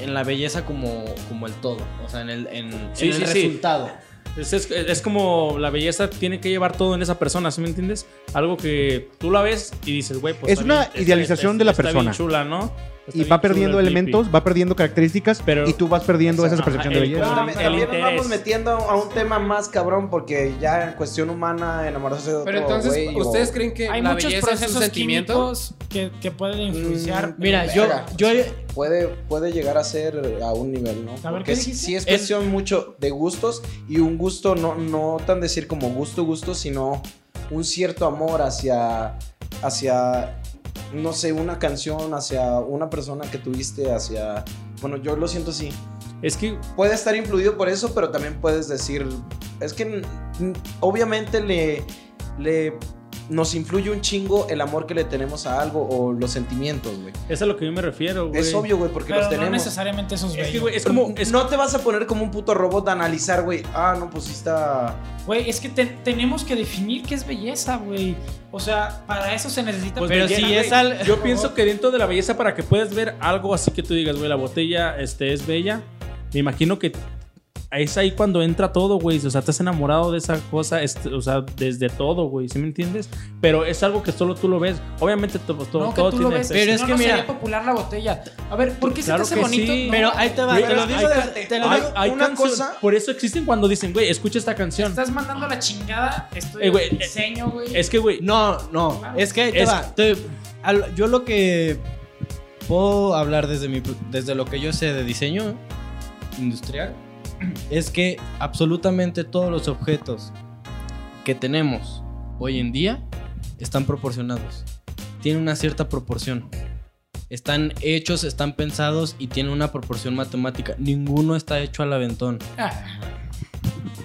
[SPEAKER 6] en la belleza como, como el todo. O sea, en el, en,
[SPEAKER 1] Sí,
[SPEAKER 6] en
[SPEAKER 1] sí,
[SPEAKER 6] el
[SPEAKER 1] sí.
[SPEAKER 6] resultado.
[SPEAKER 1] Es, es- es como la belleza tiene que llevar todo en esa persona, ¿sí me entiendes? Algo que tú la ves y dices, güey, pues.
[SPEAKER 4] Es
[SPEAKER 1] está
[SPEAKER 4] una
[SPEAKER 1] bien, está-
[SPEAKER 4] idealización de la
[SPEAKER 1] está bien
[SPEAKER 4] persona.
[SPEAKER 1] chula, ¿no? Está
[SPEAKER 4] y
[SPEAKER 1] bien
[SPEAKER 4] va
[SPEAKER 1] chulo
[SPEAKER 4] perdiendo
[SPEAKER 1] el
[SPEAKER 4] elementos,
[SPEAKER 1] clipping.
[SPEAKER 4] va perdiendo características
[SPEAKER 1] Pero-
[SPEAKER 4] y tú vas perdiendo
[SPEAKER 1] Exacto.
[SPEAKER 4] esa percepción
[SPEAKER 1] Ajá,
[SPEAKER 4] de
[SPEAKER 1] el
[SPEAKER 4] belleza.
[SPEAKER 1] punto-
[SPEAKER 2] Pero también,
[SPEAKER 1] el
[SPEAKER 2] también nos
[SPEAKER 1] interés.
[SPEAKER 2] vamos metiendo a un tema más cabrón porque ya en cuestión humana enamorarse de otro
[SPEAKER 7] Pero entonces,
[SPEAKER 2] güey, o-
[SPEAKER 7] ¿ustedes creen que
[SPEAKER 3] Hay
[SPEAKER 7] la
[SPEAKER 3] muchos
[SPEAKER 7] belleza es un
[SPEAKER 3] procesos
[SPEAKER 7] sentimiento?
[SPEAKER 3] químicos que, que pueden influenciar.
[SPEAKER 2] Mm,
[SPEAKER 5] Mira, yo,
[SPEAKER 2] Verga.
[SPEAKER 5] yo,
[SPEAKER 2] puede, puede llegar a ser a un nivel, ¿no?
[SPEAKER 3] A ver,
[SPEAKER 2] Porque
[SPEAKER 3] ¿qué
[SPEAKER 2] sí,
[SPEAKER 3] dijiste?
[SPEAKER 2] sí es
[SPEAKER 5] El-
[SPEAKER 2] cuestión mucho de gustos y un gusto no, no tan decir como gusto, gusto, sino un cierto amor hacia, hacia, no sé, una canción, hacia una persona que tuviste, hacia... Bueno, yo lo siento así.
[SPEAKER 1] Es que
[SPEAKER 2] Puede estar influido por eso, pero también puedes decir... Es que mm, obviamente le... le nos influye un chingo el amor que le tenemos a algo o los sentimientos, güey.
[SPEAKER 1] es a lo que yo me refiero, güey.
[SPEAKER 2] Es obvio, güey, porque
[SPEAKER 3] pero
[SPEAKER 2] los
[SPEAKER 3] no
[SPEAKER 2] tenemos.
[SPEAKER 3] necesariamente esos
[SPEAKER 1] Es que,
[SPEAKER 3] bellos.
[SPEAKER 1] güey, es como. es-
[SPEAKER 2] No te vas a poner como un puto robot a analizar, güey. Ah, no, pues sí está.
[SPEAKER 3] Güey, es que te- tenemos que definir qué es belleza, güey. O sea, para eso se necesita.
[SPEAKER 1] Pues
[SPEAKER 5] pero
[SPEAKER 1] belleza,
[SPEAKER 5] si
[SPEAKER 1] güey.
[SPEAKER 5] es al...
[SPEAKER 1] Yo pienso que dentro de la belleza, para que puedas ver algo así que tú digas, güey, la botella este, es bella, me imagino que es ahí cuando entra todo, güey. O sea, te has enamorado de esa cosa, este, o sea, desde todo, güey. ¿Sí me entiendes? Pero es algo que solo tú lo ves. Obviamente, to- to-
[SPEAKER 3] no, que
[SPEAKER 1] todo
[SPEAKER 3] tú lo
[SPEAKER 1] tiene.
[SPEAKER 3] ves.
[SPEAKER 1] exceso.
[SPEAKER 5] Pero
[SPEAKER 3] si
[SPEAKER 5] es
[SPEAKER 3] no,
[SPEAKER 5] que
[SPEAKER 3] no
[SPEAKER 5] mira-
[SPEAKER 3] sería popular la botella. A ver, ¿por qué
[SPEAKER 1] Claro
[SPEAKER 3] se te
[SPEAKER 1] que
[SPEAKER 3] hace bonito?
[SPEAKER 1] sí.
[SPEAKER 3] No,
[SPEAKER 5] Pero ahí te va,
[SPEAKER 1] Güey,
[SPEAKER 5] te lo
[SPEAKER 1] hay
[SPEAKER 5] digo
[SPEAKER 1] ca-
[SPEAKER 5] de- te lo
[SPEAKER 1] Hay-
[SPEAKER 5] digo-
[SPEAKER 1] hay
[SPEAKER 2] una
[SPEAKER 1] canciones-
[SPEAKER 2] cosa-
[SPEAKER 1] Por eso existen cuando dicen, güey, escucha esta canción.
[SPEAKER 3] Estás mandando la chingada. Estoy
[SPEAKER 1] Eh, güey, eh,
[SPEAKER 3] diseño, güey.
[SPEAKER 1] Es que, güey,
[SPEAKER 5] No, no, es que ahí te
[SPEAKER 1] Es-
[SPEAKER 5] va. Te- al- yo lo que puedo hablar desde, mi, desde lo que yo sé de diseño industrial es que absolutamente todos los objetos que tenemos hoy en día están proporcionados. Tienen una cierta proporción. Están hechos, están pensados y tienen una proporción matemática. Ninguno está hecho al aventón.
[SPEAKER 3] Ah,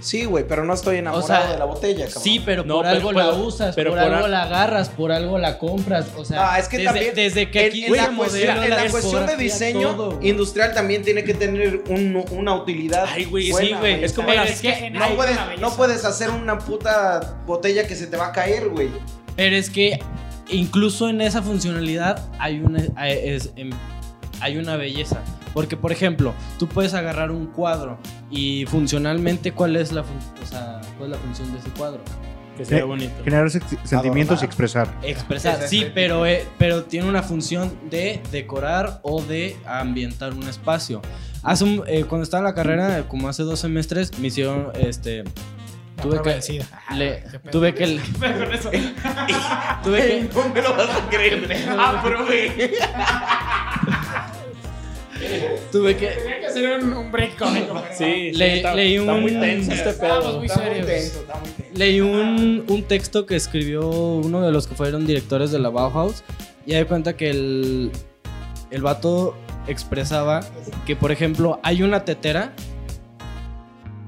[SPEAKER 2] Sí, güey, pero no estoy enamorado
[SPEAKER 5] O sea,
[SPEAKER 2] de la botella, cabrón.
[SPEAKER 5] Sí, pero
[SPEAKER 1] No,
[SPEAKER 5] por
[SPEAKER 1] pero-
[SPEAKER 5] algo la
[SPEAKER 1] pero-
[SPEAKER 5] usas,
[SPEAKER 1] pero
[SPEAKER 5] por,
[SPEAKER 1] por
[SPEAKER 5] algo
[SPEAKER 1] al-
[SPEAKER 5] la agarras, por algo la compras. O sea,
[SPEAKER 2] Ah, es que
[SPEAKER 5] desde,
[SPEAKER 2] también-
[SPEAKER 5] desde que
[SPEAKER 2] En-
[SPEAKER 5] aquí
[SPEAKER 2] en,
[SPEAKER 5] se
[SPEAKER 2] la,
[SPEAKER 5] modela
[SPEAKER 2] cuestión, en la cuestión de
[SPEAKER 5] fotografía,
[SPEAKER 2] diseño
[SPEAKER 5] todo, güey.
[SPEAKER 2] industrial también tiene que tener un- una utilidad.
[SPEAKER 1] Ay, güey, sí,
[SPEAKER 2] buena,
[SPEAKER 1] güey, es como
[SPEAKER 2] No
[SPEAKER 3] pero
[SPEAKER 1] las-
[SPEAKER 3] es que en
[SPEAKER 2] puedes- No
[SPEAKER 3] ahí
[SPEAKER 2] puedes,
[SPEAKER 3] está la
[SPEAKER 2] no
[SPEAKER 3] belleza.
[SPEAKER 2] puedes hacer una puta botella que se te va a caer, güey.
[SPEAKER 5] Pero es que incluso en esa funcionalidad hay una, hay- es- em, hay una belleza. Porque, por ejemplo, tú puedes agarrar un cuadro y funcionalmente, ¿cuál es la, fun- o sea, cuál es la función de ese cuadro?
[SPEAKER 1] que sea bonito.
[SPEAKER 4] Generar se- sentimientos y expresar.
[SPEAKER 5] Expresar,
[SPEAKER 2] Esa es
[SPEAKER 5] sí,
[SPEAKER 2] la
[SPEAKER 5] pero, eh, pero tiene una función de decorar o de ambientar un espacio. Hace un- eh, cuando estaba en la carrera, como hace dos semestres, me hicieron, este,
[SPEAKER 3] la
[SPEAKER 5] tuve
[SPEAKER 3] prueba
[SPEAKER 5] que-
[SPEAKER 3] de SIDA. Ah,
[SPEAKER 5] le-
[SPEAKER 3] qué pedo.
[SPEAKER 5] tuve que,
[SPEAKER 3] Pero con eso.
[SPEAKER 5] tuve que,
[SPEAKER 2] No me lo vas a creer. Ah, pero, güey.
[SPEAKER 5] tuve que,
[SPEAKER 3] Tenía que hacer un, un break cómico. pero
[SPEAKER 1] Sí, sí,
[SPEAKER 5] Le-
[SPEAKER 1] está,
[SPEAKER 5] leí
[SPEAKER 1] está
[SPEAKER 5] un-
[SPEAKER 1] muy tenso este
[SPEAKER 3] Estábamos
[SPEAKER 1] pedo.
[SPEAKER 3] muy
[SPEAKER 2] Está muy
[SPEAKER 3] serios.
[SPEAKER 2] tenso, está muy tenso.
[SPEAKER 5] Leí un, un texto que escribió uno de los que fueron directores de la Bauhaus y hay cuenta que el, el vato expresaba que, por ejemplo, hay una tetera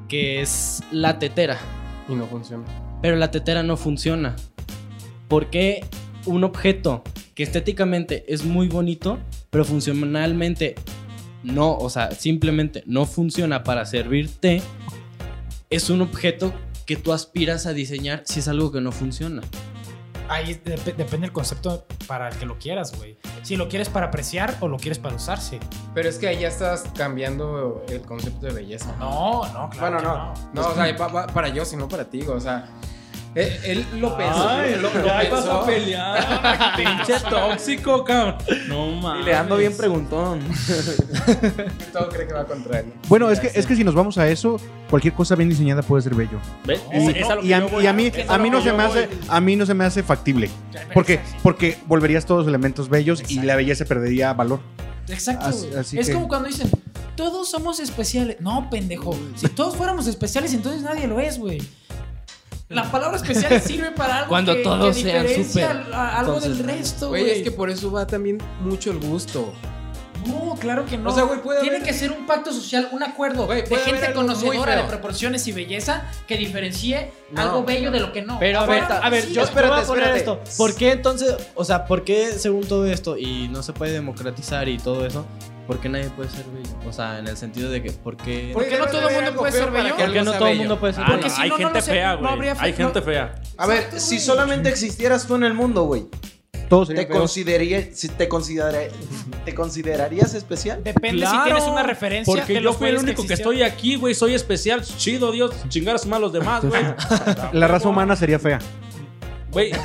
[SPEAKER 5] que es la tetera,
[SPEAKER 7] Y no funciona.
[SPEAKER 5] pero la tetera no funciona. Porque un objeto que estéticamente es muy bonito, pero funcionalmente no, o sea, simplemente no funciona para servirte, es un objeto que tú aspiras a diseñar si es algo que no funciona.
[SPEAKER 3] Ahí dep- depende el concepto para el que lo quieras, güey. Si lo quieres para apreciar o lo quieres para usarse.
[SPEAKER 7] Pero es que ahí ya estás cambiando el concepto de belleza.
[SPEAKER 3] No, no,
[SPEAKER 2] Bueno,
[SPEAKER 3] claro. que
[SPEAKER 2] no.
[SPEAKER 7] No, o sea, va- va para yo, sino para ti, o sea. Él, él lo pensó.
[SPEAKER 1] Ay,
[SPEAKER 7] lo, lo
[SPEAKER 1] ya ibas
[SPEAKER 7] pensó.
[SPEAKER 1] a pelear. Pinche tóxico, cabrón. No mames.
[SPEAKER 2] Le ando bien preguntón.
[SPEAKER 7] Todo cree que va contra él.
[SPEAKER 4] Bueno, es
[SPEAKER 7] Ya
[SPEAKER 4] que,
[SPEAKER 7] sé.
[SPEAKER 4] es que si nos vamos a eso, cualquier cosa bien diseñada puede ser bello.
[SPEAKER 1] ¿Ves?
[SPEAKER 4] Y,
[SPEAKER 1] Es- es a lo
[SPEAKER 4] y
[SPEAKER 1] que
[SPEAKER 4] a,
[SPEAKER 1] yo voy.
[SPEAKER 4] y a mí,
[SPEAKER 1] Es
[SPEAKER 4] a mí
[SPEAKER 1] lo
[SPEAKER 4] no
[SPEAKER 1] que
[SPEAKER 4] se
[SPEAKER 1] yo
[SPEAKER 4] me hace,
[SPEAKER 1] voy.
[SPEAKER 4] a mí no se me hace factible. Porque, porque volverías todos los elementos bellos y la belleza perdería valor.
[SPEAKER 3] Exacto.
[SPEAKER 4] Así-
[SPEAKER 3] güey.
[SPEAKER 4] así
[SPEAKER 3] es
[SPEAKER 4] que-
[SPEAKER 3] como cuando dicen, todos somos especiales. No, pendejo.
[SPEAKER 7] Mm.
[SPEAKER 3] Si todos fuéramos especiales, entonces nadie lo es, güey. La palabra especial sirve para algo
[SPEAKER 5] Cuando
[SPEAKER 3] que,
[SPEAKER 5] todos
[SPEAKER 3] que
[SPEAKER 5] sean
[SPEAKER 3] diferencia
[SPEAKER 5] súper.
[SPEAKER 3] a- a algo
[SPEAKER 5] Entonces,
[SPEAKER 3] del resto,
[SPEAKER 7] Güey,
[SPEAKER 3] güey.
[SPEAKER 7] es que por eso va también mucho el gusto.
[SPEAKER 3] No, claro que no.
[SPEAKER 7] O sea, güey, puede
[SPEAKER 3] Tiene
[SPEAKER 7] haber-
[SPEAKER 3] que ser un pacto social, un acuerdo
[SPEAKER 7] Güey,
[SPEAKER 3] de
[SPEAKER 7] puede
[SPEAKER 3] gente
[SPEAKER 7] haber algo muy
[SPEAKER 3] conocedora de
[SPEAKER 7] feo.
[SPEAKER 3] proporciones y belleza que diferencie
[SPEAKER 7] No.
[SPEAKER 3] algo bello de lo que no.
[SPEAKER 5] Pero a ver,
[SPEAKER 2] Aguanta,
[SPEAKER 5] a ver,
[SPEAKER 2] sí,
[SPEAKER 5] yo, yo
[SPEAKER 2] espérate,
[SPEAKER 5] voy a poner
[SPEAKER 2] espérate.
[SPEAKER 5] esto. ¿Por qué entonces, o sea, por qué según todo esto y no se puede democratizar y todo eso, por qué nadie puede ser bello? O sea, en el sentido de que, ¿por qué?
[SPEAKER 3] ¿Por qué no
[SPEAKER 7] Debe
[SPEAKER 3] todo
[SPEAKER 7] de haber
[SPEAKER 3] mundo
[SPEAKER 7] algo
[SPEAKER 3] puede
[SPEAKER 7] feo
[SPEAKER 3] ser
[SPEAKER 7] para
[SPEAKER 3] bello?
[SPEAKER 7] que
[SPEAKER 5] ¿Por qué
[SPEAKER 7] algo
[SPEAKER 5] no
[SPEAKER 7] sea
[SPEAKER 5] todo el
[SPEAKER 7] bello?
[SPEAKER 5] mundo puede ser
[SPEAKER 1] Ah,
[SPEAKER 5] bello?
[SPEAKER 1] no,
[SPEAKER 3] si
[SPEAKER 1] hay
[SPEAKER 3] no, no
[SPEAKER 1] gente
[SPEAKER 3] lo sé,
[SPEAKER 1] fea,
[SPEAKER 3] no
[SPEAKER 1] güey.
[SPEAKER 3] habría fe-
[SPEAKER 1] hay
[SPEAKER 3] no.
[SPEAKER 1] gente fea.
[SPEAKER 2] A ver, si solamente existieras tú en el mundo, güey,
[SPEAKER 4] Todos
[SPEAKER 2] ¿te,
[SPEAKER 4] serían feos.
[SPEAKER 2] consideraría, si te, consideraré- ¿te considerarías especial?
[SPEAKER 3] Depende si
[SPEAKER 1] Claro,
[SPEAKER 3] tienes una referencia.
[SPEAKER 1] Porque
[SPEAKER 3] de
[SPEAKER 1] yo
[SPEAKER 3] los
[SPEAKER 1] fui el
[SPEAKER 3] güeyes
[SPEAKER 1] único que,
[SPEAKER 3] existieron.
[SPEAKER 1] estoy aquí, güey. Soy especial. Chido, Dios. Chingar a su madre a los demás, güey.
[SPEAKER 4] La raza humana sería fea.
[SPEAKER 1] Güey. No,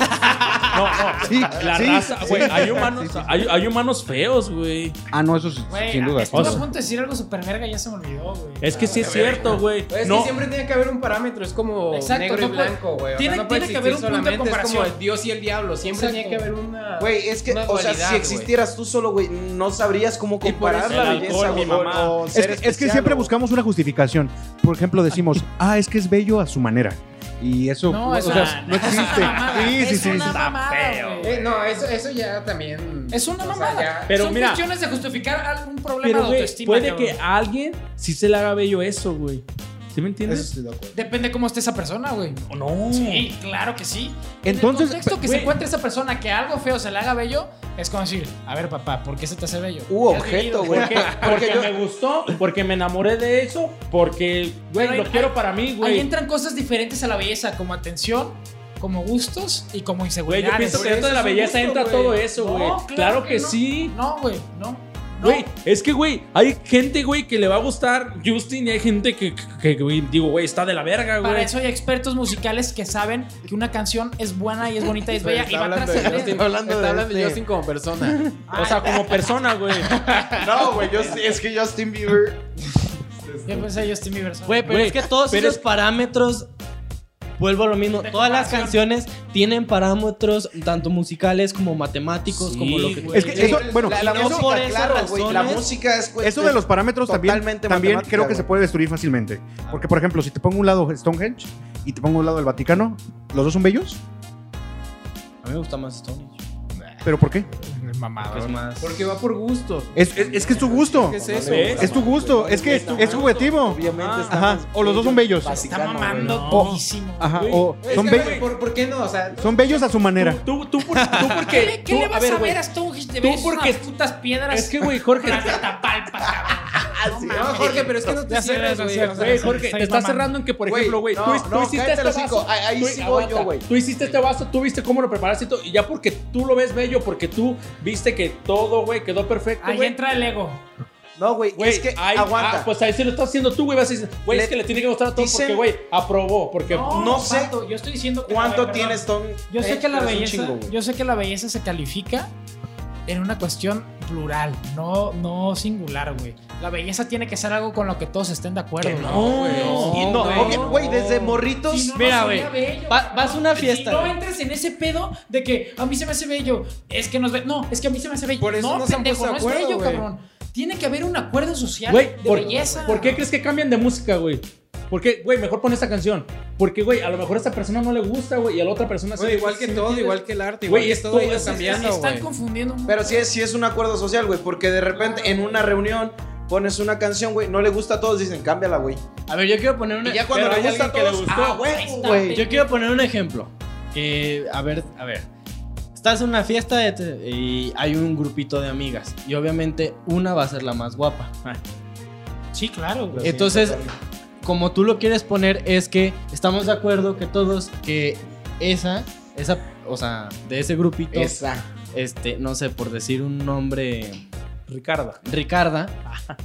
[SPEAKER 1] no.
[SPEAKER 4] Sí,
[SPEAKER 1] Ah, La
[SPEAKER 4] sí,
[SPEAKER 1] raza,
[SPEAKER 4] sí.
[SPEAKER 1] güey. Hay humanos, hay, hay humanos feos, güey.
[SPEAKER 4] Ah, no, eso sí,
[SPEAKER 3] Güey,
[SPEAKER 4] sin duda.
[SPEAKER 3] estuve a
[SPEAKER 1] Oso.
[SPEAKER 3] punto de decir algo super verga y ya se me olvidó, güey.
[SPEAKER 1] Es que sí es cierto, güey.
[SPEAKER 7] Pues Es
[SPEAKER 1] No,
[SPEAKER 7] que siempre tiene que haber un parámetro, es como
[SPEAKER 3] Exacto,
[SPEAKER 7] negro
[SPEAKER 3] no
[SPEAKER 7] y
[SPEAKER 3] puede-
[SPEAKER 7] blanco, güey. O sea,
[SPEAKER 3] tiene-
[SPEAKER 7] no puede
[SPEAKER 3] tiene que haber
[SPEAKER 7] existir
[SPEAKER 3] un punto de
[SPEAKER 7] solamente, Es como
[SPEAKER 3] comparación.
[SPEAKER 7] el Dios y el diablo, siempre
[SPEAKER 3] Exacto.
[SPEAKER 7] tiene que haber una.
[SPEAKER 2] Güey, es que,
[SPEAKER 7] una
[SPEAKER 2] o sea,
[SPEAKER 7] dualidad,
[SPEAKER 2] si existieras tú solo, güey, no sabrías cómo
[SPEAKER 7] por
[SPEAKER 2] comparar
[SPEAKER 7] eso
[SPEAKER 2] la
[SPEAKER 1] el
[SPEAKER 2] belleza,
[SPEAKER 1] alcohol,
[SPEAKER 2] güey,
[SPEAKER 1] mi mamá.
[SPEAKER 2] o- o
[SPEAKER 4] Es
[SPEAKER 2] ser
[SPEAKER 4] que, es que
[SPEAKER 2] especial,
[SPEAKER 4] siempre
[SPEAKER 2] o-
[SPEAKER 4] buscamos una justificación. Por ejemplo, decimos, ah, es que es bello a su manera. Y eso,
[SPEAKER 3] No,
[SPEAKER 4] o
[SPEAKER 3] es
[SPEAKER 4] sea,
[SPEAKER 3] una-
[SPEAKER 4] no existe. Sí, sí,
[SPEAKER 3] es
[SPEAKER 4] sí.
[SPEAKER 3] una
[SPEAKER 4] sí.
[SPEAKER 3] mamada, güey.
[SPEAKER 7] Eh, no, eso, eso ya también.
[SPEAKER 3] Es una
[SPEAKER 7] o sea,
[SPEAKER 3] mamada.
[SPEAKER 7] ya-
[SPEAKER 1] Pero
[SPEAKER 3] Son
[SPEAKER 1] mira-
[SPEAKER 3] cuestiones de justificar algún problema
[SPEAKER 1] pero
[SPEAKER 3] de
[SPEAKER 1] güey,
[SPEAKER 3] autoestima.
[SPEAKER 1] puede
[SPEAKER 3] cabrón.
[SPEAKER 1] que a alguien sí se le haga bello eso, güey. ¿Sí me
[SPEAKER 4] Eso
[SPEAKER 1] entiendes?
[SPEAKER 4] estoy de acuerdo.
[SPEAKER 3] Depende cómo esté esa persona, güey.
[SPEAKER 1] O No.
[SPEAKER 3] Sí, claro que sí.
[SPEAKER 4] Entonces,
[SPEAKER 3] en el contexto que
[SPEAKER 1] güey.
[SPEAKER 3] se encuentre esa persona que algo feo se le haga bello, es como decir, a ver, papá, ¿por qué se te hace bello?
[SPEAKER 2] Uh,
[SPEAKER 3] ¿Qué has vivido,
[SPEAKER 2] objeto, güey.
[SPEAKER 1] Porque, porque me gustó, porque me enamoré de eso, porque, güey,
[SPEAKER 3] Pero
[SPEAKER 1] lo
[SPEAKER 3] ahí-
[SPEAKER 1] quiero para mí,
[SPEAKER 3] Ahí
[SPEAKER 1] güey.
[SPEAKER 3] entran cosas diferentes a la belleza, como atención, como gustos y como
[SPEAKER 1] Güey, yo
[SPEAKER 3] inseguridades.
[SPEAKER 1] pienso que dentro de la
[SPEAKER 7] eso es un
[SPEAKER 1] belleza
[SPEAKER 7] gusto,
[SPEAKER 1] entra
[SPEAKER 7] güey.
[SPEAKER 1] todo eso,
[SPEAKER 3] No,
[SPEAKER 1] güey. claro, que,
[SPEAKER 3] no.
[SPEAKER 1] sí.
[SPEAKER 3] No, güey, no. no.
[SPEAKER 1] Güey, es que, güey, hay gente, güey, que le va a gustar Justin y hay gente que, que- que, güey, digo, güey, está de la verga,
[SPEAKER 3] Para
[SPEAKER 1] güey.
[SPEAKER 3] eso hay expertos musicales que saben que una canción es buena y es bonita y es bella y va a
[SPEAKER 7] Yo
[SPEAKER 3] trascender.
[SPEAKER 7] estoy hablando de, este Justin como persona.
[SPEAKER 1] O sea, como persona, güey.
[SPEAKER 2] No, güey, yo sí- es que Justin Bieber.
[SPEAKER 3] Yo pensé Justin Bieber. ¿sabes?
[SPEAKER 5] Güey, pero
[SPEAKER 1] Güey,
[SPEAKER 5] es que todos
[SPEAKER 1] pero
[SPEAKER 5] esos
[SPEAKER 1] es-
[SPEAKER 5] parámetros. Vuelvo a lo mismo.
[SPEAKER 3] De
[SPEAKER 5] Todas las
[SPEAKER 3] comparación.
[SPEAKER 5] canciones tienen parámetros tanto musicales como matemáticos,
[SPEAKER 1] Sí,
[SPEAKER 5] como lo que.
[SPEAKER 1] güey.
[SPEAKER 4] Es que eso, bueno,
[SPEAKER 2] la, la
[SPEAKER 5] no
[SPEAKER 2] música,
[SPEAKER 5] por esas
[SPEAKER 2] claro, güey. La
[SPEAKER 5] razones-
[SPEAKER 2] música es güey,
[SPEAKER 4] Eso de los parámetros también,
[SPEAKER 2] Totalmente
[SPEAKER 4] también
[SPEAKER 2] matemática,
[SPEAKER 4] creo que
[SPEAKER 2] güey.
[SPEAKER 4] se puede destruir fácilmente. Porque, por ejemplo, si te pongo un lado Stonehenge y te pongo un lado el Vaticano, ¿los dos son bellos?
[SPEAKER 5] A mí me gusta más Stonehenge.
[SPEAKER 4] ¿Pero por qué?
[SPEAKER 5] Es más.
[SPEAKER 7] Porque va por gustos.
[SPEAKER 4] Es, es- es que es tu gusto.
[SPEAKER 7] ¿Qué es
[SPEAKER 2] No,
[SPEAKER 7] eso?
[SPEAKER 2] no le
[SPEAKER 1] ¿Ves?
[SPEAKER 2] gusta
[SPEAKER 4] Es tu
[SPEAKER 2] más,
[SPEAKER 4] gusto.
[SPEAKER 2] güey.
[SPEAKER 4] Es que
[SPEAKER 2] No le gusta
[SPEAKER 4] es
[SPEAKER 2] más.
[SPEAKER 4] juego
[SPEAKER 2] Obviamente está
[SPEAKER 4] Ajá,
[SPEAKER 2] más
[SPEAKER 4] o los dos son bellos.
[SPEAKER 2] basicano,
[SPEAKER 3] Está
[SPEAKER 2] güey,
[SPEAKER 3] mamando
[SPEAKER 1] no.
[SPEAKER 3] poquísimo.
[SPEAKER 4] Ajá,
[SPEAKER 1] Güey,
[SPEAKER 4] o
[SPEAKER 7] Es
[SPEAKER 4] son,
[SPEAKER 7] que,
[SPEAKER 4] be-
[SPEAKER 7] güey, ¿por, por qué no? O sea,
[SPEAKER 4] son bellos a su manera.
[SPEAKER 1] Tú, tú, por- tú
[SPEAKER 3] ¿Qué,
[SPEAKER 1] porque.
[SPEAKER 3] le- qué
[SPEAKER 1] tú-
[SPEAKER 3] le vas a ver a,
[SPEAKER 1] güey,
[SPEAKER 3] Stonehenge? De
[SPEAKER 1] Tú
[SPEAKER 3] ver
[SPEAKER 1] porque-
[SPEAKER 3] unas putas piedras.
[SPEAKER 1] Es que, güey, Jorge.
[SPEAKER 3] Tapalpa, cabrón. No
[SPEAKER 7] no,
[SPEAKER 3] mames.
[SPEAKER 7] Jorge, pero es que no
[SPEAKER 3] Ya
[SPEAKER 7] te
[SPEAKER 3] se
[SPEAKER 7] cierras,
[SPEAKER 3] ve,
[SPEAKER 7] güey.
[SPEAKER 3] ya
[SPEAKER 7] o
[SPEAKER 3] se
[SPEAKER 7] sea,
[SPEAKER 3] ve.
[SPEAKER 1] Güey, Jorge,
[SPEAKER 3] Estoy
[SPEAKER 1] te estás
[SPEAKER 3] mamando.
[SPEAKER 1] cerrando en que, por
[SPEAKER 2] Güey,
[SPEAKER 1] ejemplo, güey,
[SPEAKER 2] no,
[SPEAKER 1] tú,
[SPEAKER 2] no,
[SPEAKER 1] tú
[SPEAKER 2] cállate
[SPEAKER 1] hiciste este
[SPEAKER 2] el hocico.
[SPEAKER 1] vaso.
[SPEAKER 2] Ahí- ahí
[SPEAKER 1] tú,
[SPEAKER 2] sí voy yo, güey.
[SPEAKER 1] Tú hiciste este vaso, tú viste cómo lo preparaste y todo, y ya porque tú lo ves bello, porque tú viste que todo, güey, quedó perfecto,
[SPEAKER 3] Ahí
[SPEAKER 1] güey.
[SPEAKER 3] entra el ego.
[SPEAKER 2] No, güey,
[SPEAKER 1] Güey,
[SPEAKER 2] es que
[SPEAKER 1] ahí-
[SPEAKER 2] aguanta.
[SPEAKER 1] ah, pues ahí sí lo estás haciendo tú, güey. Vas a decir, güey,
[SPEAKER 2] Le-
[SPEAKER 1] es que le tiene que gustar a todos
[SPEAKER 2] dicen-
[SPEAKER 1] porque, güey, aprobó. Porque
[SPEAKER 2] no sé
[SPEAKER 3] vato, Yo estoy diciendo que-
[SPEAKER 2] ¿Cuánto
[SPEAKER 3] perdón.
[SPEAKER 2] tienes, Tom?
[SPEAKER 3] Yo sé
[SPEAKER 2] Eh,
[SPEAKER 3] que la
[SPEAKER 2] pero es un
[SPEAKER 3] belleza,
[SPEAKER 2] chingo, güey.
[SPEAKER 3] yo sé que la belleza se califica en una cuestión plural, no, no singular, güey. La belleza tiene que ser algo con lo que todos estén de acuerdo.
[SPEAKER 7] Que
[SPEAKER 3] güey.
[SPEAKER 7] no, güey.
[SPEAKER 2] Y
[SPEAKER 3] No,
[SPEAKER 2] no,
[SPEAKER 3] güey.
[SPEAKER 2] ok, güey, desde
[SPEAKER 3] Si
[SPEAKER 2] morritos.
[SPEAKER 3] no, no
[SPEAKER 5] Mira,
[SPEAKER 3] sería
[SPEAKER 5] güey,
[SPEAKER 3] bello,
[SPEAKER 5] va- vas a
[SPEAKER 3] Si no
[SPEAKER 5] una fiesta.
[SPEAKER 3] entras en ese pedo de que a mí se me hace bello, es que nos ve, no, es que a mí se me hace bello.
[SPEAKER 7] Por eso
[SPEAKER 3] no,
[SPEAKER 7] no se han
[SPEAKER 3] pendejo,
[SPEAKER 7] puesto
[SPEAKER 3] no
[SPEAKER 7] de
[SPEAKER 3] es
[SPEAKER 7] acuerdo,
[SPEAKER 3] bello,
[SPEAKER 7] güey.
[SPEAKER 3] cabrón. Tiene que haber un acuerdo social
[SPEAKER 1] Güey,
[SPEAKER 3] de
[SPEAKER 1] por,
[SPEAKER 3] belleza.
[SPEAKER 1] ¿por qué crees que cambian de música, güey? Porque, güey, mejor pon esta canción. Porque, güey, a lo mejor a esta persona no le gusta, güey, y a la otra persona
[SPEAKER 7] Güey, igual
[SPEAKER 1] ¿sí
[SPEAKER 7] que
[SPEAKER 1] me
[SPEAKER 7] todo,
[SPEAKER 1] entiendes?
[SPEAKER 7] igual que el arte, igual
[SPEAKER 1] Güey,
[SPEAKER 7] que
[SPEAKER 1] es
[SPEAKER 7] todo
[SPEAKER 1] todo,
[SPEAKER 7] va
[SPEAKER 1] es- es-
[SPEAKER 7] cambiando,
[SPEAKER 3] Están
[SPEAKER 7] güey.
[SPEAKER 3] confundiendo. mucho.
[SPEAKER 2] Pero sí es, sí es un acuerdo social, güey, porque de repente en una reunión pones una canción, güey, no le gusta a todos, dicen, cámbiala, güey.
[SPEAKER 5] A ver, yo quiero poner una.
[SPEAKER 2] Y ya cuando
[SPEAKER 7] Pero
[SPEAKER 2] le
[SPEAKER 7] hay
[SPEAKER 2] gusta a
[SPEAKER 7] alguien que le
[SPEAKER 2] todos,
[SPEAKER 7] gustó.
[SPEAKER 2] ah,
[SPEAKER 3] Ahí
[SPEAKER 2] huevo,
[SPEAKER 3] está,
[SPEAKER 2] güey.
[SPEAKER 5] Yo quiero poner un ejemplo. Que, a ver, a ver. Estás en una fiesta de te- y hay un grupito de amigas. Y obviamente una va a ser la más guapa.
[SPEAKER 3] Sí, claro, güey.
[SPEAKER 5] Entonces, como tú lo quieres poner, es que estamos de acuerdo que todos, que esa, esa, o sea, de ese grupito,
[SPEAKER 2] Esa.
[SPEAKER 5] este, no sé, por decir un nombre,
[SPEAKER 1] Ricarda.
[SPEAKER 5] Ricarda,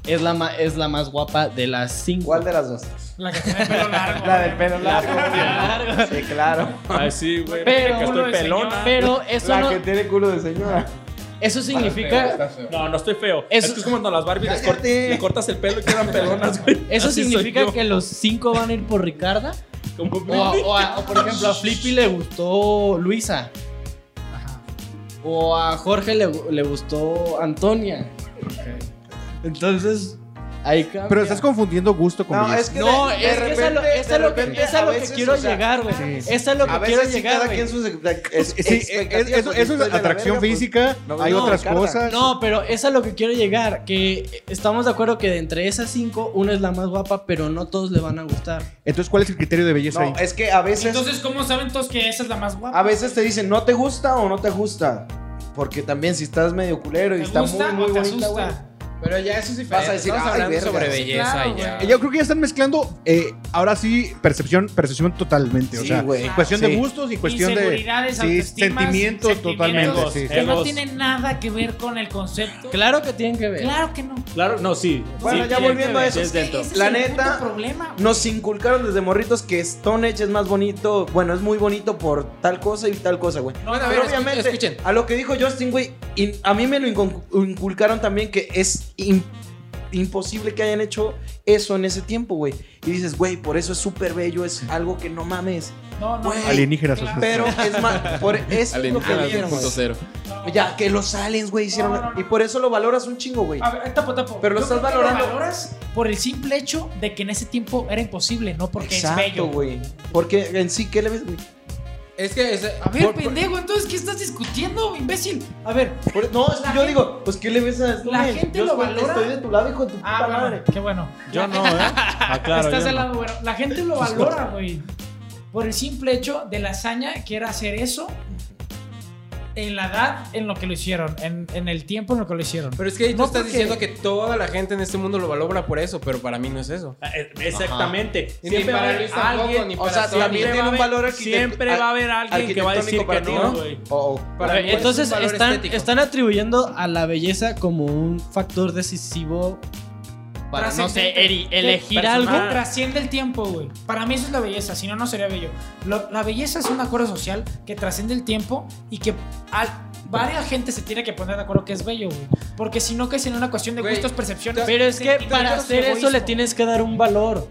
[SPEAKER 5] es la, ma- es la más guapa de las cinco.
[SPEAKER 2] ¿Cuál de las dos?
[SPEAKER 3] La que tiene el pelo largo.
[SPEAKER 2] La del pelo largo.
[SPEAKER 5] largo.
[SPEAKER 2] Sí, claro.
[SPEAKER 1] Así, güey.
[SPEAKER 5] Pero,
[SPEAKER 1] que estoy pelona.
[SPEAKER 5] pero eso,
[SPEAKER 2] la
[SPEAKER 5] no-
[SPEAKER 2] que tiene culo de señora.
[SPEAKER 5] eso significa,
[SPEAKER 1] No, no estoy feo.
[SPEAKER 5] Eso-
[SPEAKER 1] Es que es como cuando las Barbies les cort-
[SPEAKER 2] Cállate.
[SPEAKER 1] le cortas el pelo y quedan pelonas, güey.
[SPEAKER 5] eso
[SPEAKER 1] Así soy
[SPEAKER 5] significa
[SPEAKER 1] yo.
[SPEAKER 5] que los cinco van a ir por Ricarda.
[SPEAKER 1] Como-
[SPEAKER 5] O, a- o a- o, por ejemplo, a Flippy le gustó Luisa. O a Jorge le, le gustó Antonia. Entonces, ahí cambia.
[SPEAKER 4] Pero estás confundiendo gusto con
[SPEAKER 2] No,
[SPEAKER 4] belleza.
[SPEAKER 2] es que
[SPEAKER 5] No,
[SPEAKER 2] de-
[SPEAKER 5] es
[SPEAKER 2] de
[SPEAKER 5] que es a lo,
[SPEAKER 2] repente-
[SPEAKER 5] es a
[SPEAKER 2] de
[SPEAKER 5] lo que,
[SPEAKER 2] repente
[SPEAKER 5] es a lo que
[SPEAKER 2] veces,
[SPEAKER 5] quiero
[SPEAKER 2] o sea,
[SPEAKER 5] llegar, güey.
[SPEAKER 4] sí.
[SPEAKER 5] Es a lo que
[SPEAKER 2] A
[SPEAKER 5] quiero
[SPEAKER 2] veces sí
[SPEAKER 5] llegar,
[SPEAKER 2] cada
[SPEAKER 5] güey.
[SPEAKER 2] quien sus
[SPEAKER 4] Sí, es- es- eso, eso es atracción física,
[SPEAKER 2] pues. no,
[SPEAKER 4] hay
[SPEAKER 2] no,
[SPEAKER 4] otras
[SPEAKER 2] Ricarda.
[SPEAKER 4] cosas.
[SPEAKER 5] No, pero es a lo que quiero llegar. Que estamos de acuerdo que de entre esas cinco, una es la más guapa, pero no todos le van a gustar.
[SPEAKER 4] Entonces, ¿cuál es el criterio de belleza ahí?
[SPEAKER 2] No, es que a veces
[SPEAKER 3] Entonces, ¿cómo saben todos que esa es la más guapa?
[SPEAKER 2] a veces te dicen, "No te gusta o no te gusta." Porque también si estás medio culero y
[SPEAKER 3] ¿Te
[SPEAKER 2] está
[SPEAKER 3] gusta
[SPEAKER 2] muy muy
[SPEAKER 3] o te
[SPEAKER 2] bonita, güey.
[SPEAKER 3] asusta?
[SPEAKER 7] Pero ya eso es diferente.
[SPEAKER 2] Vas a decir,
[SPEAKER 7] Estamos
[SPEAKER 2] "Ay,
[SPEAKER 7] hablando
[SPEAKER 2] verga".
[SPEAKER 7] sobre
[SPEAKER 2] Sí,
[SPEAKER 7] belleza
[SPEAKER 3] claro,
[SPEAKER 7] y ya.
[SPEAKER 3] güey.
[SPEAKER 4] Yo creo que ya están mezclando, eh, ahora sí, percepción, percepción totalmente. o
[SPEAKER 2] Sí,
[SPEAKER 4] sea,
[SPEAKER 2] güey.
[SPEAKER 4] cuestión
[SPEAKER 2] Sí.
[SPEAKER 4] de gustos y cuestión de
[SPEAKER 3] Inseguridades,
[SPEAKER 4] sí,
[SPEAKER 3] autoestimas,
[SPEAKER 4] sentimientos,
[SPEAKER 3] sentimientos,
[SPEAKER 4] totalmente. sí, sí.
[SPEAKER 3] Que no
[SPEAKER 1] Egos.
[SPEAKER 3] tiene nada que ver con el concepto.
[SPEAKER 5] Claro que tienen que ver.
[SPEAKER 3] Claro que no.
[SPEAKER 1] Claro, no, sí.
[SPEAKER 2] Bueno,
[SPEAKER 1] Sí,
[SPEAKER 2] ya
[SPEAKER 1] sí,
[SPEAKER 2] volviendo a
[SPEAKER 1] sí,
[SPEAKER 2] eso.
[SPEAKER 1] es dentro.
[SPEAKER 3] Ese
[SPEAKER 2] La
[SPEAKER 3] es el
[SPEAKER 2] neta,
[SPEAKER 3] puto problema. güey.
[SPEAKER 2] Nos inculcaron desde morritos que Stonehenge es más bonito. Bueno, es muy bonito por tal cosa y tal cosa, güey.
[SPEAKER 7] Bueno, a ver,
[SPEAKER 2] Pero
[SPEAKER 7] escu-
[SPEAKER 2] obviamente,
[SPEAKER 7] escuchen.
[SPEAKER 2] a lo que dijo Justin, güey, in- a mí me lo incon- inculcaron también que es im- imposible que hayan hecho eso en ese tiempo, güey. Y dices, güey, por eso es súper bello, es algo que no mames.
[SPEAKER 3] No, no.
[SPEAKER 2] Güey,
[SPEAKER 4] Alienígenas.
[SPEAKER 3] Claro.
[SPEAKER 4] o sea,
[SPEAKER 2] Pero es más, por eso es lo que dijeron,
[SPEAKER 7] Alienígenas
[SPEAKER 2] güey.
[SPEAKER 7] 2.0.
[SPEAKER 3] no.
[SPEAKER 2] Ya, que los aliens, güey, hicieron.
[SPEAKER 3] No, no, no.
[SPEAKER 2] Y por eso lo valoras un chingo, güey.
[SPEAKER 3] A ver, tapo, tapo.
[SPEAKER 2] Pero lo
[SPEAKER 3] pues, Yo
[SPEAKER 2] estás
[SPEAKER 3] creo que
[SPEAKER 2] valorando.
[SPEAKER 3] valoras por el simple hecho de que en ese tiempo era imposible, no porque
[SPEAKER 2] Exacto,
[SPEAKER 3] es bello.
[SPEAKER 2] güey. Porque en sí, ¿qué le ves, güey?
[SPEAKER 7] Es que es-
[SPEAKER 3] A ver,
[SPEAKER 7] por- por-
[SPEAKER 3] pendejo, entonces, ¿qué estás discutiendo, imbécil? A ver.
[SPEAKER 2] Por- No, es que
[SPEAKER 3] La
[SPEAKER 2] yo
[SPEAKER 3] gente-
[SPEAKER 2] digo, pues ¿qué le ves a esto,
[SPEAKER 3] la
[SPEAKER 2] güey?
[SPEAKER 3] gente
[SPEAKER 2] Yo
[SPEAKER 3] lo
[SPEAKER 2] estoy-
[SPEAKER 3] valora.
[SPEAKER 2] Estoy de tu lado, hijo de tu puta
[SPEAKER 3] Ah, bueno,
[SPEAKER 2] madre.
[SPEAKER 3] qué bueno.
[SPEAKER 1] Yo no, ¿eh?
[SPEAKER 2] Ah,
[SPEAKER 1] Aclaro.
[SPEAKER 3] Estás
[SPEAKER 1] yo
[SPEAKER 3] del
[SPEAKER 1] no.
[SPEAKER 3] lado bueno. La gente lo valora, güey. Por el simple hecho de la hazaña que era hacer eso en la edad en lo que lo hicieron, en, en el tiempo en lo que lo hicieron.
[SPEAKER 7] Pero es que ahí tú
[SPEAKER 3] No,
[SPEAKER 7] estás
[SPEAKER 3] porque-
[SPEAKER 7] diciendo que toda la gente en este mundo lo valora por eso, pero para mí no es eso.
[SPEAKER 1] Ah, eh, Exactamente.
[SPEAKER 7] Ni
[SPEAKER 1] Siempre va a
[SPEAKER 7] para
[SPEAKER 1] haber
[SPEAKER 7] Luis tampoco,
[SPEAKER 1] alguien.
[SPEAKER 7] ni
[SPEAKER 2] O sea,
[SPEAKER 7] para Sony.
[SPEAKER 2] también
[SPEAKER 1] Siempre
[SPEAKER 2] tiene
[SPEAKER 1] va
[SPEAKER 2] un
[SPEAKER 1] a
[SPEAKER 2] valor
[SPEAKER 1] haber-
[SPEAKER 2] arquitecto-
[SPEAKER 1] Siempre va a haber alguien que va a decir
[SPEAKER 2] arquitectónico
[SPEAKER 1] que
[SPEAKER 2] para ti,
[SPEAKER 1] no, güey.
[SPEAKER 2] O-
[SPEAKER 7] Para
[SPEAKER 5] Ok,
[SPEAKER 7] mí es
[SPEAKER 5] Entonces
[SPEAKER 7] un valor
[SPEAKER 5] están,
[SPEAKER 7] estético.
[SPEAKER 5] están atribuyendo a la belleza como un factor decisivo para, no sé,
[SPEAKER 3] Trascendente.
[SPEAKER 5] eri-
[SPEAKER 3] Que-
[SPEAKER 5] elegir
[SPEAKER 3] personal.
[SPEAKER 5] algo.
[SPEAKER 3] que trasciende el tiempo, güey. Para mí eso es la belleza, si no, no sería bello. Lo- la belleza es un acuerdo social que trasciende el tiempo y que al- varias gente se tiene que poner de acuerdo que es bello, güey. Porque si no, que es en una cuestión de
[SPEAKER 7] Güey,
[SPEAKER 3] gustos, percepciones.
[SPEAKER 5] Pero es que
[SPEAKER 3] sentidos,
[SPEAKER 5] para hacer eso le
[SPEAKER 3] egoísmo.
[SPEAKER 5] tienes que dar un valor.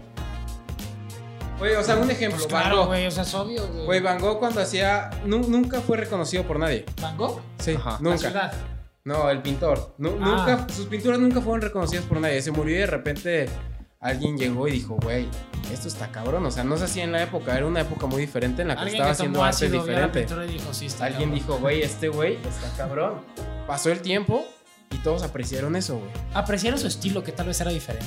[SPEAKER 7] Güey, o sea, un ejemplo,
[SPEAKER 3] Pues
[SPEAKER 7] Van
[SPEAKER 3] claro,
[SPEAKER 7] Gogh.
[SPEAKER 3] güey, o sea, es obvio, güey.
[SPEAKER 7] Güey, Van Gogh cuando hacía... nu- nunca fue reconocido por nadie.
[SPEAKER 3] Van Gogh,
[SPEAKER 7] Sí,
[SPEAKER 5] Ajá.
[SPEAKER 3] la
[SPEAKER 7] nunca.
[SPEAKER 3] ciudad.
[SPEAKER 7] No, el pintor. Nu-
[SPEAKER 3] Ah.
[SPEAKER 7] nunca, sus pinturas nunca fueron reconocidas por nadie. Se murió y de repente alguien llegó y dijo, güey, esto está cabrón. O sea, no se hacía en la época. Era una época muy diferente en la que
[SPEAKER 3] Alguien
[SPEAKER 7] estaba
[SPEAKER 3] que
[SPEAKER 7] haciendo
[SPEAKER 3] tomó
[SPEAKER 7] arte
[SPEAKER 3] ácido, vio la
[SPEAKER 7] diferente.
[SPEAKER 3] pintura y dijo, sí, está
[SPEAKER 7] Alguien
[SPEAKER 3] cabrón.
[SPEAKER 7] dijo, güey, este güey está cabrón. Pasó el tiempo y todos apreciaron eso, güey.
[SPEAKER 3] Apreciaron su estilo, que tal vez era diferente.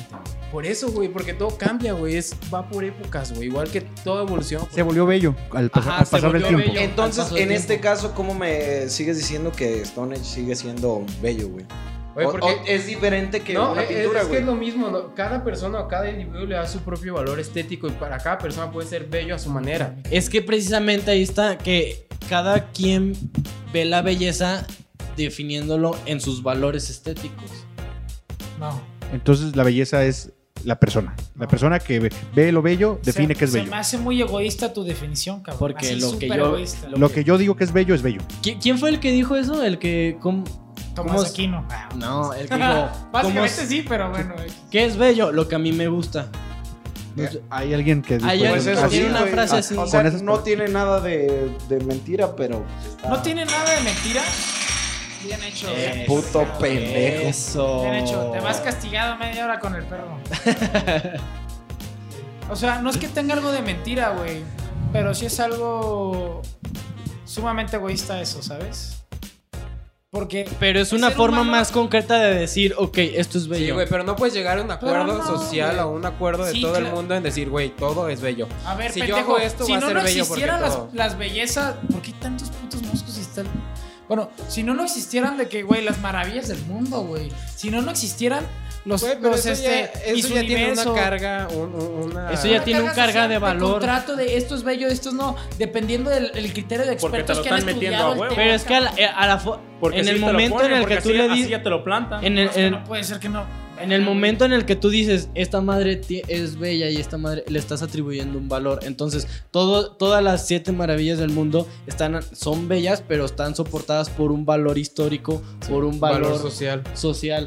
[SPEAKER 7] Por eso, güey, porque todo cambia, güey. Es, va por épocas, güey. Igual que todo evoluciona. por-
[SPEAKER 4] se volvió bello al, pas-
[SPEAKER 7] Ajá,
[SPEAKER 4] al
[SPEAKER 7] se
[SPEAKER 4] pasar del
[SPEAKER 7] volvió
[SPEAKER 4] tiempo.
[SPEAKER 7] bello.
[SPEAKER 2] Entonces,
[SPEAKER 7] Al paso del
[SPEAKER 2] en este
[SPEAKER 7] tiempo.
[SPEAKER 2] caso, ¿cómo me sigues diciendo que Stonehenge sigue siendo bello, güey?
[SPEAKER 7] Güey,
[SPEAKER 2] O-
[SPEAKER 7] porque-
[SPEAKER 2] o es diferente que
[SPEAKER 7] no,
[SPEAKER 2] una
[SPEAKER 7] es,
[SPEAKER 2] pintura,
[SPEAKER 7] es que
[SPEAKER 2] güey.
[SPEAKER 7] es lo mismo. ¿no? Cada persona o cada individuo le da su propio valor estético y para cada persona puede ser bello a su manera.
[SPEAKER 5] Es que precisamente ahí está que cada quien ve la belleza definiéndolo en sus valores estéticos.
[SPEAKER 3] No.
[SPEAKER 4] Entonces la belleza es la persona. La persona que ve- ve lo bello
[SPEAKER 3] Se-
[SPEAKER 4] define que es
[SPEAKER 3] Se
[SPEAKER 4] bello.
[SPEAKER 3] me hace muy egoísta tu definición, cabrón.
[SPEAKER 5] Porque
[SPEAKER 3] Así,
[SPEAKER 5] lo que
[SPEAKER 3] súper
[SPEAKER 5] yo-
[SPEAKER 3] egoísta.
[SPEAKER 5] lo-
[SPEAKER 4] Lo que yo digo que es bello es bello.
[SPEAKER 5] ¿Qui- ¿Quién fue el que dijo eso? El que... ¿cómo? ¿Cómo
[SPEAKER 3] Tomás
[SPEAKER 5] es?
[SPEAKER 3] Aquino.
[SPEAKER 5] No, el que dijo... ¿cómo
[SPEAKER 3] Básicamente
[SPEAKER 5] es-
[SPEAKER 3] sí, pero bueno.
[SPEAKER 5] ¿Qué es bello? Lo que a mí me gusta. No sé.
[SPEAKER 4] Hay alguien que dijo
[SPEAKER 5] Hay
[SPEAKER 4] eso.
[SPEAKER 2] Pues
[SPEAKER 5] alguien
[SPEAKER 2] eso,
[SPEAKER 5] tiene
[SPEAKER 2] sí,
[SPEAKER 5] una
[SPEAKER 2] güey.
[SPEAKER 5] frase
[SPEAKER 2] Ah,
[SPEAKER 5] así.
[SPEAKER 2] O sea,
[SPEAKER 4] Con esas
[SPEAKER 2] no
[SPEAKER 4] palabras.
[SPEAKER 2] tiene nada de, de mentira, pero. está-
[SPEAKER 3] No tiene nada de mentira. Bien hecho.
[SPEAKER 5] Eso.
[SPEAKER 2] Puto pendejo.
[SPEAKER 5] Eso.
[SPEAKER 3] Bien hecho. Te vas castigado media hora con el perro. o sea, no es que tenga algo de mentira, güey. Pero sí es algo sumamente egoísta eso, ¿sabes? Porque
[SPEAKER 5] Pero es
[SPEAKER 3] El
[SPEAKER 5] una
[SPEAKER 3] ser
[SPEAKER 5] forma
[SPEAKER 3] humano-
[SPEAKER 5] más concreta de decir, ok, esto es
[SPEAKER 7] Sí,
[SPEAKER 5] bello.
[SPEAKER 7] güey, pero no puedes llegar a un acuerdo
[SPEAKER 3] no,
[SPEAKER 7] social
[SPEAKER 3] güey.
[SPEAKER 7] o un acuerdo de
[SPEAKER 3] Sí,
[SPEAKER 7] todo el
[SPEAKER 3] claro.
[SPEAKER 7] mundo en decir, güey, todo es bello.
[SPEAKER 3] A ver,
[SPEAKER 7] Si yo
[SPEAKER 3] pendejo,
[SPEAKER 7] hago esto,
[SPEAKER 3] si
[SPEAKER 7] va a
[SPEAKER 3] no,
[SPEAKER 7] ser
[SPEAKER 3] no
[SPEAKER 7] bello porque
[SPEAKER 3] existieran las,
[SPEAKER 7] todo.
[SPEAKER 3] las bellezas, ¿por qué hay tantos putos moscos y tal? Bueno, si no, no existieran de que, güey, las maravillas del mundo, güey. Si no, no existieran los,
[SPEAKER 7] Güey, pero
[SPEAKER 3] los
[SPEAKER 7] eso,
[SPEAKER 3] este,
[SPEAKER 7] ya, eso ya tiene una
[SPEAKER 3] Misuniverso.
[SPEAKER 7] carga, un- un- una...
[SPEAKER 5] Eso ya
[SPEAKER 3] Una
[SPEAKER 5] tiene un carga
[SPEAKER 3] social
[SPEAKER 5] de valor.
[SPEAKER 3] contrato de esto es bello, esto no, dependiendo del el criterio de
[SPEAKER 1] Porque te
[SPEAKER 3] expertos
[SPEAKER 1] lo
[SPEAKER 3] que han
[SPEAKER 1] están metiendo
[SPEAKER 3] estudiado
[SPEAKER 1] a
[SPEAKER 3] el
[SPEAKER 1] huevo.
[SPEAKER 3] tema,
[SPEAKER 5] Pero es que a la, eh,
[SPEAKER 3] cabrón.
[SPEAKER 5] a la fo-
[SPEAKER 1] Porque
[SPEAKER 5] en
[SPEAKER 1] sí
[SPEAKER 5] el
[SPEAKER 1] te lo
[SPEAKER 5] momento
[SPEAKER 1] ponen,
[SPEAKER 5] en el que
[SPEAKER 1] porque
[SPEAKER 5] tú
[SPEAKER 1] así-
[SPEAKER 5] le
[SPEAKER 1] así
[SPEAKER 5] dices,
[SPEAKER 1] ya te lo plantan.
[SPEAKER 5] en el,
[SPEAKER 3] Es que
[SPEAKER 5] en-
[SPEAKER 3] no puede ser que no.
[SPEAKER 5] en el momento en el que tú dices, esta madre ti- es bella y esta madre le estás atribuyendo un valor. Entonces, todo, todas las siete maravillas del mundo están, son bellas, pero están soportadas por un valor histórico, por un
[SPEAKER 7] valor,
[SPEAKER 5] valor
[SPEAKER 7] social.
[SPEAKER 5] social.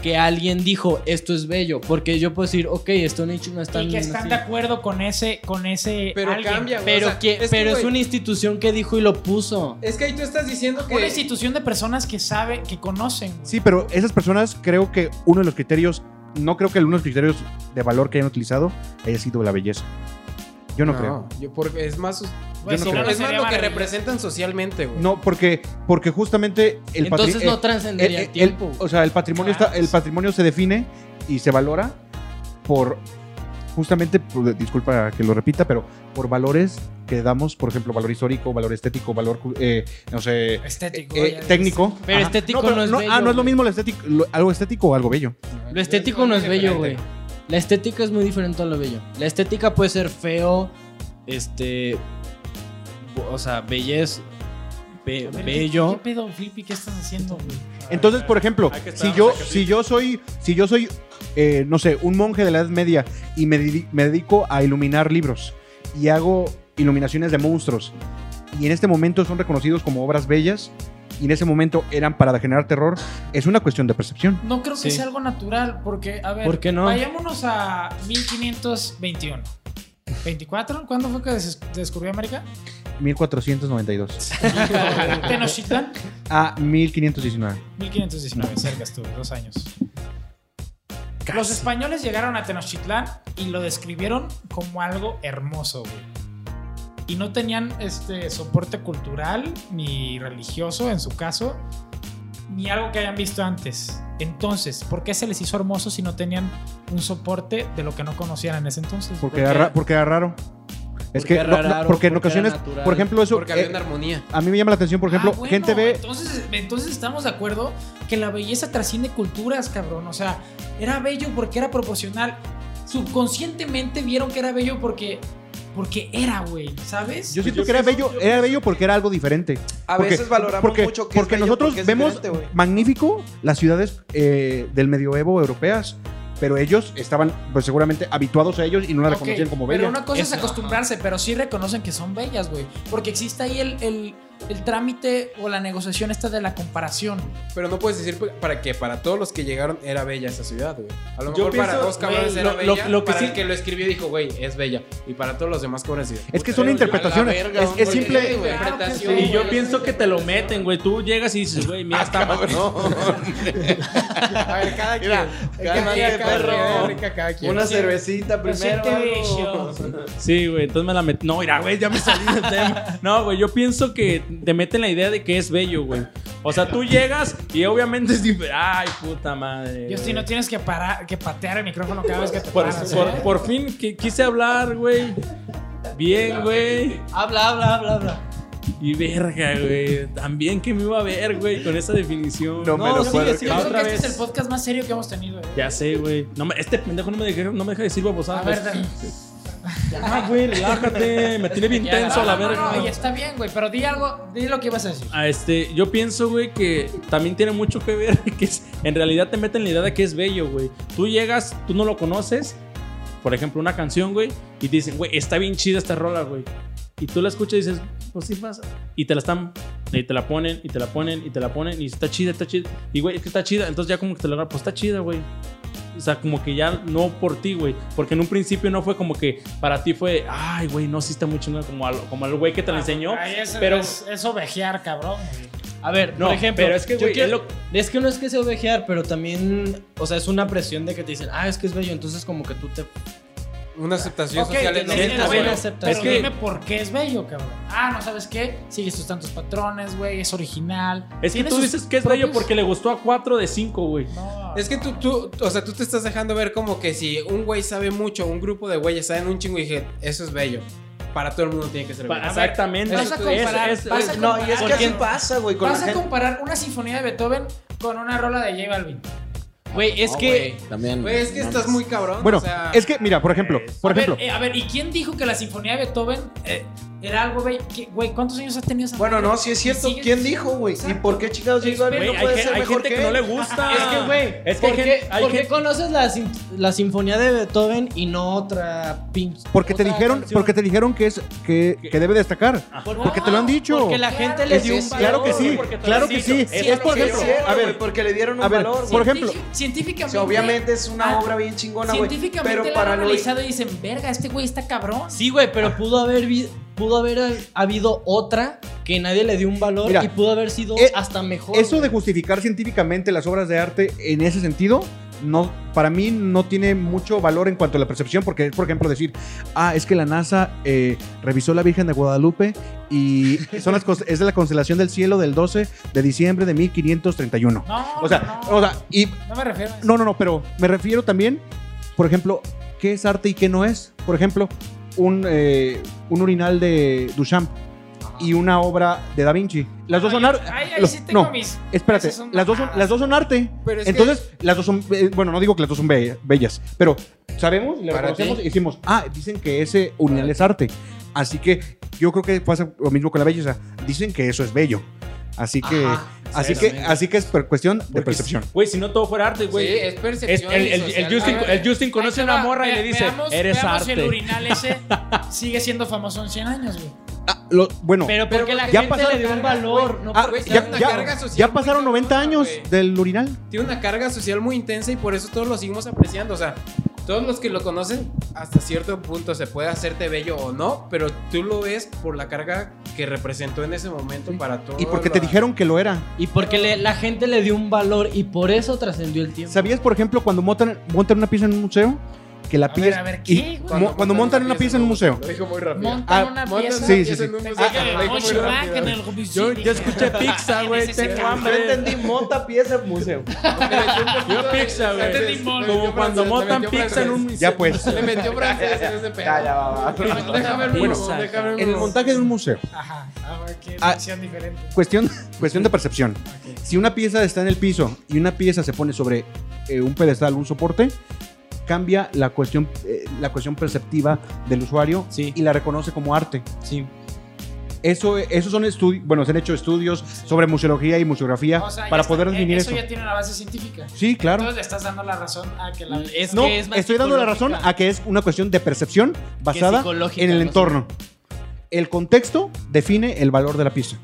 [SPEAKER 5] Que alguien dijo, esto es bello. Porque yo puedo decir, ok, Stonehenge no está
[SPEAKER 3] y que están de acuerdo con ese con ese
[SPEAKER 7] Pero
[SPEAKER 3] alguien.
[SPEAKER 7] cambia, güey.
[SPEAKER 5] Pero,
[SPEAKER 7] o sea,
[SPEAKER 5] que-
[SPEAKER 7] es que,
[SPEAKER 5] pero es
[SPEAKER 7] güey,
[SPEAKER 5] una institución que dijo y lo puso.
[SPEAKER 7] Es que ahí tú estás diciendo
[SPEAKER 3] Una
[SPEAKER 7] que...
[SPEAKER 3] institución de personas que sabe, que conocen. güey.
[SPEAKER 4] Sí, pero esas personas creo que uno de los criterios, no creo que uno de los criterios de valor que hayan utilizado haya sido la belleza. Yo no, creo.
[SPEAKER 7] yo porque es más, sus-
[SPEAKER 3] Güey,
[SPEAKER 4] yo no
[SPEAKER 3] si
[SPEAKER 4] creo.
[SPEAKER 3] no
[SPEAKER 7] es más
[SPEAKER 3] sería
[SPEAKER 7] lo que
[SPEAKER 3] maravilloso.
[SPEAKER 7] representan socialmente, güey.
[SPEAKER 4] No, porque, porque justamente el patri-
[SPEAKER 5] Entonces no
[SPEAKER 4] eh, el-
[SPEAKER 5] trascendería
[SPEAKER 4] el-
[SPEAKER 5] el tiempo.
[SPEAKER 4] o sea, el patrimonio
[SPEAKER 3] Claro.
[SPEAKER 4] está, el patrimonio se define y se valora pues, por justamente, por- disculpa que lo repita, pero por valores que damos, por ejemplo, valor histórico, valor estético, valor, cu- eh, no sé, eh,
[SPEAKER 3] Estético.
[SPEAKER 4] eh,
[SPEAKER 3] ya
[SPEAKER 4] técnico.
[SPEAKER 5] Pero
[SPEAKER 4] Ajá.
[SPEAKER 5] estético
[SPEAKER 4] pero
[SPEAKER 5] no es bello,
[SPEAKER 4] Ah, no es lo
[SPEAKER 5] güey.
[SPEAKER 4] mismo lo estético, lo- algo estético o algo bello.
[SPEAKER 5] Lo estético no es bello, güey. La estética es muy diferente a lo bello. La estética puede ser feo, este. O sea, belleza, be-
[SPEAKER 3] A ver, ¿qué- ¿Qué,
[SPEAKER 5] bello.
[SPEAKER 3] pedo, Flippy? ¿Qué estás haciendo, güey?
[SPEAKER 4] Entonces, por ejemplo,
[SPEAKER 1] Hay que estar
[SPEAKER 4] si yo,
[SPEAKER 1] más acá,
[SPEAKER 4] si yo soy, si yo soy, eh, no sé, un monje de la Edad Media y me, dedi- me dedico a iluminar libros y hago iluminaciones de monstruos y en este momento son reconocidos como obras bellas y en ese momento eran para generar terror, es una cuestión de percepción.
[SPEAKER 3] No creo que
[SPEAKER 5] Sí.
[SPEAKER 3] sea algo natural, porque, a ver,
[SPEAKER 5] ¿Por qué no?
[SPEAKER 3] vayámonos a 1521. ¿24? ¿Cuándo fue que des- descubrió América?
[SPEAKER 4] 1492
[SPEAKER 3] Tenochtitlan.
[SPEAKER 4] a 1519.
[SPEAKER 3] 1519, cerca estuve, dos años. Los españoles llegaron a Tenochtitlán y lo describieron como algo hermoso, güey. Y no tenían este soporte cultural ni religioso, en su caso, ni algo que hayan visto antes. Entonces, ¿por qué se les hizo hermoso si no tenían un soporte de lo que no conocían en ese entonces?
[SPEAKER 4] Porque, era, ra- porque era raro. Es
[SPEAKER 5] Porque
[SPEAKER 4] que
[SPEAKER 5] era
[SPEAKER 4] no- no,
[SPEAKER 5] raro,
[SPEAKER 4] porque en
[SPEAKER 5] porque era
[SPEAKER 4] ocasiones,
[SPEAKER 5] natural.
[SPEAKER 4] por ejemplo, eso
[SPEAKER 7] Porque había
[SPEAKER 4] eh,
[SPEAKER 7] una armonía.
[SPEAKER 4] a mí me llama la atención, por ejemplo,
[SPEAKER 3] Ah, bueno,
[SPEAKER 4] gente ve
[SPEAKER 3] Entonces, entonces estamos de acuerdo que la belleza trasciende culturas, cabrón. O sea, era bello porque era proporcional. Subconscientemente vieron que era bello porque. Porque era, güey, ¿sabes?
[SPEAKER 4] Yo siento que era bello, era bello porque era algo diferente.
[SPEAKER 2] A
[SPEAKER 4] Porque-
[SPEAKER 2] veces valoramos
[SPEAKER 4] porque-
[SPEAKER 2] mucho que
[SPEAKER 4] porque nosotros vemos magnífico las ciudades eh, del medioevo europeas, pero ellos estaban pues seguramente habituados a ellos y no las
[SPEAKER 3] Ok,
[SPEAKER 4] reconocían como
[SPEAKER 3] Pero
[SPEAKER 4] bellas.
[SPEAKER 3] una cosa es,
[SPEAKER 5] Es-
[SPEAKER 3] acostumbrarse, pero sí reconocen que son bellas, güey. Porque existe ahí el, el- el trámite o la negociación esta de la comparación.
[SPEAKER 7] Pero no puedes decir para que para todos los que llegaron era bella esa ciudad, güey. A lo
[SPEAKER 1] Yo
[SPEAKER 7] mejor para
[SPEAKER 1] pienso,
[SPEAKER 7] dos cabrones
[SPEAKER 1] güey,
[SPEAKER 7] era
[SPEAKER 1] lo- lo-
[SPEAKER 7] bella,
[SPEAKER 1] lo que
[SPEAKER 7] para
[SPEAKER 1] sí-
[SPEAKER 7] el que lo escribió dijo, güey, es bella. Y para todos los demás cabrones dijo,
[SPEAKER 2] Pues,
[SPEAKER 4] Es que son interpretaciones. es, es simple.
[SPEAKER 3] Sí,
[SPEAKER 1] Y yo
[SPEAKER 3] güey,
[SPEAKER 1] pienso que te lo meten, güey. Tú llegas y dices, güey, mira, está mal.
[SPEAKER 7] A ver, cada quien.
[SPEAKER 2] cada
[SPEAKER 7] quien,
[SPEAKER 2] quien,
[SPEAKER 7] cada
[SPEAKER 2] perro.
[SPEAKER 7] quien, rica cada quien.
[SPEAKER 2] Una cervecita
[SPEAKER 5] Pues
[SPEAKER 2] primero.
[SPEAKER 3] Siente
[SPEAKER 2] algo.
[SPEAKER 3] bello.
[SPEAKER 1] Sí, güey, entonces me la met... No, mira, güey, ya me salí del tema. No, güey, yo pienso que te meten la idea de que es bello, güey. O sea, tú llegas y obviamente es diferente. Ay, puta
[SPEAKER 4] Eh,
[SPEAKER 1] madre.
[SPEAKER 3] Justin, no
[SPEAKER 1] güey.
[SPEAKER 3] tienes que, parar, que patear el micrófono cada vez que te
[SPEAKER 1] por,
[SPEAKER 3] paras,
[SPEAKER 1] por-
[SPEAKER 3] ¿eh?
[SPEAKER 1] por fin que quise hablar, güey. Bien, güey.
[SPEAKER 5] Habla, habla, habla, habla.
[SPEAKER 1] Y verga, güey. También que me iba a ver, güey, con esa definición.
[SPEAKER 4] No me lo
[SPEAKER 5] sigue,
[SPEAKER 4] puedo
[SPEAKER 5] sigue.
[SPEAKER 3] Yo
[SPEAKER 1] La
[SPEAKER 3] creo que
[SPEAKER 1] otra
[SPEAKER 3] este es
[SPEAKER 1] vez.
[SPEAKER 3] el podcast más serio que hemos tenido. eh.
[SPEAKER 1] Ya sé, güey. No me- este pendejo no me deja, no me deja decir babosadas.
[SPEAKER 3] A
[SPEAKER 4] pues,
[SPEAKER 3] ver, Dan.
[SPEAKER 1] Ya, güey, relájate. Me tiene bien
[SPEAKER 3] Ya,
[SPEAKER 1] tenso
[SPEAKER 3] no,
[SPEAKER 1] la
[SPEAKER 3] no,
[SPEAKER 1] verga.
[SPEAKER 3] No, y está bien, güey, pero di algo, di lo que ibas a decir.
[SPEAKER 1] Ah, este, yo pienso, güey, que también tiene mucho que ver que es- en realidad te meten la idea de que es bello, güey. Tú llegas, tú no lo conoces, por ejemplo, una canción, güey, y te dicen, güey, está bien chida esta rola, güey. Y tú la escuchas y dices, pues sí pasa. Y te la están, y te la ponen, y te la ponen, y te la ponen, y está chida, está chida. Y, güey, es que está chida. Entonces ya como que te la agarra, pues está chida, güey. O sea, como que ya no por ti, güey. Porque en un principio no fue como que para ti fue, ay, güey, no, sí está muy chingona como al, como al güey que
[SPEAKER 5] Ah,
[SPEAKER 1] te la enseñó.
[SPEAKER 3] Ay, es,
[SPEAKER 1] pero-
[SPEAKER 3] es, es ovejear, cabrón. güey.
[SPEAKER 5] A ver,
[SPEAKER 1] No,
[SPEAKER 5] por ejemplo.
[SPEAKER 1] pero es que,
[SPEAKER 5] yo
[SPEAKER 1] güey,
[SPEAKER 5] quiero-
[SPEAKER 1] es
[SPEAKER 5] es que no es que sea ovejear, pero también. O sea, es una presión de que te dicen, ah, es que es bello. Entonces, como que tú te.
[SPEAKER 7] Una aceptación
[SPEAKER 3] Ok,
[SPEAKER 7] social en
[SPEAKER 3] te-
[SPEAKER 7] los
[SPEAKER 3] te-
[SPEAKER 5] sientas, güey.
[SPEAKER 7] ochentas,
[SPEAKER 3] bueno,
[SPEAKER 7] güey.
[SPEAKER 5] aceptas.
[SPEAKER 3] pero
[SPEAKER 1] Es que-
[SPEAKER 3] dime por qué es bello, cabrón. Ah, no sabes qué, sigue sus tantos patrones, güey, es original.
[SPEAKER 1] Es que
[SPEAKER 3] Tiene
[SPEAKER 1] tú
[SPEAKER 3] sus
[SPEAKER 1] dices que es bello
[SPEAKER 3] propios-
[SPEAKER 1] porque le gustó a 4 de 5, güey.
[SPEAKER 3] No,
[SPEAKER 7] Es que tú, tú, o sea, tú te estás dejando ver como que si un güey sabe mucho, un grupo de güeyes saben un chingo y dije, eso es bello. Para todo el mundo tiene que ser
[SPEAKER 1] Pa-
[SPEAKER 7] bello.
[SPEAKER 1] Exactamente.
[SPEAKER 3] vas a comparar, vas a
[SPEAKER 1] no,
[SPEAKER 2] eh, No, y es que así
[SPEAKER 3] comparar-
[SPEAKER 2] pasa, güey. Con la
[SPEAKER 3] Vas a
[SPEAKER 2] gente.
[SPEAKER 3] comparar una sinfonía de Beethoven con una rola de J Balvin.
[SPEAKER 5] Güey, es
[SPEAKER 2] Ah, No,
[SPEAKER 5] que.
[SPEAKER 2] güey, También.
[SPEAKER 7] Güey, es que
[SPEAKER 2] no
[SPEAKER 7] estás
[SPEAKER 2] mames.
[SPEAKER 7] muy cabrón.
[SPEAKER 4] Bueno,
[SPEAKER 7] o sea,
[SPEAKER 4] es que mira, por ejemplo, por
[SPEAKER 3] a ver,
[SPEAKER 4] ejemplo,
[SPEAKER 3] eh, a ver, ¿y quién dijo que la sinfonía de Beethoven eh, era algo bello? ¿Qué- Güey, ¿cuántos años has tenido esa
[SPEAKER 2] Bueno,
[SPEAKER 3] madre?
[SPEAKER 2] no, si es cierto.
[SPEAKER 3] Y sigues-
[SPEAKER 2] ¿Quién dijo, güey? ¿Y
[SPEAKER 3] Exacto.
[SPEAKER 2] por qué chingados J Balvin
[SPEAKER 1] Güey,
[SPEAKER 2] no
[SPEAKER 1] hay,
[SPEAKER 2] puede
[SPEAKER 1] gen-
[SPEAKER 2] ser
[SPEAKER 1] hay
[SPEAKER 2] mejor
[SPEAKER 1] gente que,
[SPEAKER 2] que
[SPEAKER 1] no
[SPEAKER 2] él?
[SPEAKER 1] le gusta.
[SPEAKER 3] Es que,
[SPEAKER 5] güey,
[SPEAKER 1] Es que
[SPEAKER 5] ¿Por
[SPEAKER 1] hay
[SPEAKER 5] qué,
[SPEAKER 1] gen- hay
[SPEAKER 5] por qué
[SPEAKER 1] gen-
[SPEAKER 5] conoces la, sin- la sinfonía de Beethoven y no otra pin-
[SPEAKER 4] porque te
[SPEAKER 5] otra
[SPEAKER 4] dijeron,
[SPEAKER 5] canción?
[SPEAKER 4] porque te dijeron que es que, que debe destacar. Porque te lo han dicho.
[SPEAKER 5] Porque la gente le
[SPEAKER 4] Es-
[SPEAKER 5] dio un
[SPEAKER 2] es-
[SPEAKER 4] claro que sí,
[SPEAKER 1] porque te
[SPEAKER 4] claro
[SPEAKER 1] lo
[SPEAKER 4] que
[SPEAKER 1] han
[SPEAKER 4] sí.
[SPEAKER 1] dicho.
[SPEAKER 4] Es por
[SPEAKER 2] Sí,
[SPEAKER 4] ejemplo,
[SPEAKER 2] sí,
[SPEAKER 4] a
[SPEAKER 2] güey,
[SPEAKER 4] ver,
[SPEAKER 2] porque le dieron un
[SPEAKER 4] a ver,
[SPEAKER 2] valor,
[SPEAKER 4] por
[SPEAKER 2] güey.
[SPEAKER 4] ejemplo,
[SPEAKER 3] Científic-
[SPEAKER 2] O
[SPEAKER 3] científicamente.
[SPEAKER 2] sea, obviamente es una
[SPEAKER 3] Ah,
[SPEAKER 2] obra bien chingona, güey.
[SPEAKER 3] Científicamente
[SPEAKER 2] Pero
[SPEAKER 3] la
[SPEAKER 2] para
[SPEAKER 3] han
[SPEAKER 2] lo
[SPEAKER 3] analizado y dicen, verga, este güey está cabrón.
[SPEAKER 5] Sí, güey, pero pudo haber vi- pudo haber habido otra que nadie le dio un valor
[SPEAKER 4] Mira,
[SPEAKER 5] y pudo haber sido
[SPEAKER 4] eh,
[SPEAKER 5] hasta mejor.
[SPEAKER 4] eso de
[SPEAKER 5] güey.
[SPEAKER 4] justificar científicamente las obras de arte en ese sentido, no, para mí no tiene mucho valor en cuanto a la percepción, porque es, por ejemplo, decir, ah, es que la NASA eh, revisó la Virgen de Guadalupe y son las cons- es de la constelación del cielo del 12 de diciembre de 1531.
[SPEAKER 3] No,
[SPEAKER 4] O sea,
[SPEAKER 3] no,
[SPEAKER 4] o sea, y
[SPEAKER 3] no me refiero a eso.
[SPEAKER 4] no, no, no, pero me refiero también, por ejemplo, qué es arte y qué no es. Por ejemplo, un, eh, un urinal de Duchamp y una obra de Da Vinci. Las dos son
[SPEAKER 3] Ay,
[SPEAKER 4] arte.
[SPEAKER 3] Ahí, ahí
[SPEAKER 4] lo-
[SPEAKER 3] sí tengo
[SPEAKER 4] no.
[SPEAKER 3] mis.
[SPEAKER 4] Espérate,
[SPEAKER 3] esas son
[SPEAKER 4] las dos, son,
[SPEAKER 3] mamadas.
[SPEAKER 4] las dos son arte.
[SPEAKER 7] Pero es que-
[SPEAKER 4] Entonces, las dos son. eh, Bueno, no digo que las dos son be- bellas, pero sabemos, le
[SPEAKER 7] Para
[SPEAKER 4] reconocemos
[SPEAKER 7] ti.
[SPEAKER 4] y decimos, ah, dicen que ese urinal es arte. Así que yo creo que pasa lo mismo con la belleza. Dicen que eso es bello. Así que, así que,
[SPEAKER 7] exactamente.
[SPEAKER 4] así que es per- cuestión de
[SPEAKER 1] Porque
[SPEAKER 4] percepción.
[SPEAKER 1] si- Güey, si no todo fuera arte, güey.
[SPEAKER 7] Sí, es
[SPEAKER 1] Es-
[SPEAKER 7] percepción.
[SPEAKER 1] el, el- el
[SPEAKER 7] social.
[SPEAKER 1] Justin,
[SPEAKER 7] A ver,
[SPEAKER 1] el Justin conoce
[SPEAKER 3] Ahí
[SPEAKER 1] a
[SPEAKER 3] te va.
[SPEAKER 1] una morra y
[SPEAKER 3] Ve-
[SPEAKER 1] le dice,
[SPEAKER 3] veamos-
[SPEAKER 1] eres
[SPEAKER 3] veamos si el
[SPEAKER 1] arte.
[SPEAKER 3] urinal ese sigue siendo famoso en 100 años, güey.
[SPEAKER 4] Ah, lo- bueno,
[SPEAKER 7] pero porque la
[SPEAKER 4] ya gente pasaron-
[SPEAKER 7] le dio un valor,
[SPEAKER 3] no
[SPEAKER 4] ah,
[SPEAKER 7] porque
[SPEAKER 4] ya,
[SPEAKER 7] tiene una
[SPEAKER 4] ya-
[SPEAKER 7] carga social
[SPEAKER 4] ya
[SPEAKER 7] muy
[SPEAKER 4] pasaron 90
[SPEAKER 7] cabrona,
[SPEAKER 4] años
[SPEAKER 7] güey.
[SPEAKER 4] del urinal.
[SPEAKER 7] tiene una carga social muy intensa y por eso todos lo seguimos apreciando. O sea, todos los que lo conocen, hasta cierto punto se puede hacerte bello o no, pero tú lo ves por la carga que representó en ese momento para todos.
[SPEAKER 4] Y porque te dijeron que lo era.
[SPEAKER 5] Y porque le- la gente le dio un valor y por eso trascendió el tiempo.
[SPEAKER 4] ¿Sabías, por ejemplo, cuando montan, montan una pieza en un museo? Que la
[SPEAKER 3] A ver,
[SPEAKER 4] pieza.
[SPEAKER 3] a ver,
[SPEAKER 4] y-
[SPEAKER 3] ¿qué, güey?
[SPEAKER 4] mo- Cuando, montan una pieza en un museo.
[SPEAKER 7] Lo dijo muy rápido.
[SPEAKER 3] Montan
[SPEAKER 4] ah,
[SPEAKER 3] una
[SPEAKER 7] Montan
[SPEAKER 3] pieza.
[SPEAKER 7] una
[SPEAKER 4] sí,
[SPEAKER 7] pieza
[SPEAKER 4] sí,
[SPEAKER 7] en un
[SPEAKER 4] sí.
[SPEAKER 7] museo, Ah,
[SPEAKER 3] Pensé que
[SPEAKER 7] lo
[SPEAKER 3] era
[SPEAKER 7] dijo muy
[SPEAKER 3] Monchi Back
[SPEAKER 7] rápido.
[SPEAKER 3] en el Rubik's
[SPEAKER 1] Yo
[SPEAKER 3] City,
[SPEAKER 1] ya
[SPEAKER 3] güey.
[SPEAKER 1] escuché pizza, güey.
[SPEAKER 3] Ese
[SPEAKER 1] Tengo
[SPEAKER 3] cabrón.
[SPEAKER 1] hambre.
[SPEAKER 2] monta pieza museo.
[SPEAKER 1] Yo pizza, güey.
[SPEAKER 3] Te di mol.
[SPEAKER 1] Como cuando
[SPEAKER 7] Le
[SPEAKER 1] montan
[SPEAKER 7] metió
[SPEAKER 1] pizza
[SPEAKER 7] francés.
[SPEAKER 1] en un...
[SPEAKER 4] Ya pues.
[SPEAKER 7] Le metió francés en ese pedo.
[SPEAKER 2] Ya, ya, va, Eh, va.
[SPEAKER 7] Déjame ver,
[SPEAKER 1] Bueno,
[SPEAKER 7] bueno, déjame ver.
[SPEAKER 4] En el
[SPEAKER 7] uno.
[SPEAKER 4] montaje de un museo.
[SPEAKER 3] Ajá. Ah, güey, qué
[SPEAKER 4] Ah.
[SPEAKER 3] versión diferente.
[SPEAKER 4] Cuestión, cuestión de percepción. Si una pieza está en el piso y una pieza se pone sobre eh, un pedestal, un soporte, cambia la cuestión, eh, la cuestión perceptiva del usuario
[SPEAKER 5] Sí.
[SPEAKER 4] y la reconoce como arte.
[SPEAKER 5] Sí.
[SPEAKER 4] Eso, esos son estudios, bueno, se han hecho estudios sobre museología y museografía
[SPEAKER 3] O sea, ya
[SPEAKER 4] para
[SPEAKER 3] está-
[SPEAKER 4] poder
[SPEAKER 3] eh,
[SPEAKER 4] definir eso.
[SPEAKER 3] Eso ya tiene una base científica.
[SPEAKER 4] Sí, claro. Mm,
[SPEAKER 3] Entonces le estás dando la razón a que la
[SPEAKER 5] Es
[SPEAKER 4] No,
[SPEAKER 5] que es más
[SPEAKER 4] estoy dando la razón
[SPEAKER 5] psicológica.
[SPEAKER 4] a que es una cuestión de percepción basada
[SPEAKER 5] psicológica,
[SPEAKER 4] en el
[SPEAKER 5] no sé.
[SPEAKER 4] entorno. El contexto define el valor de la pieza.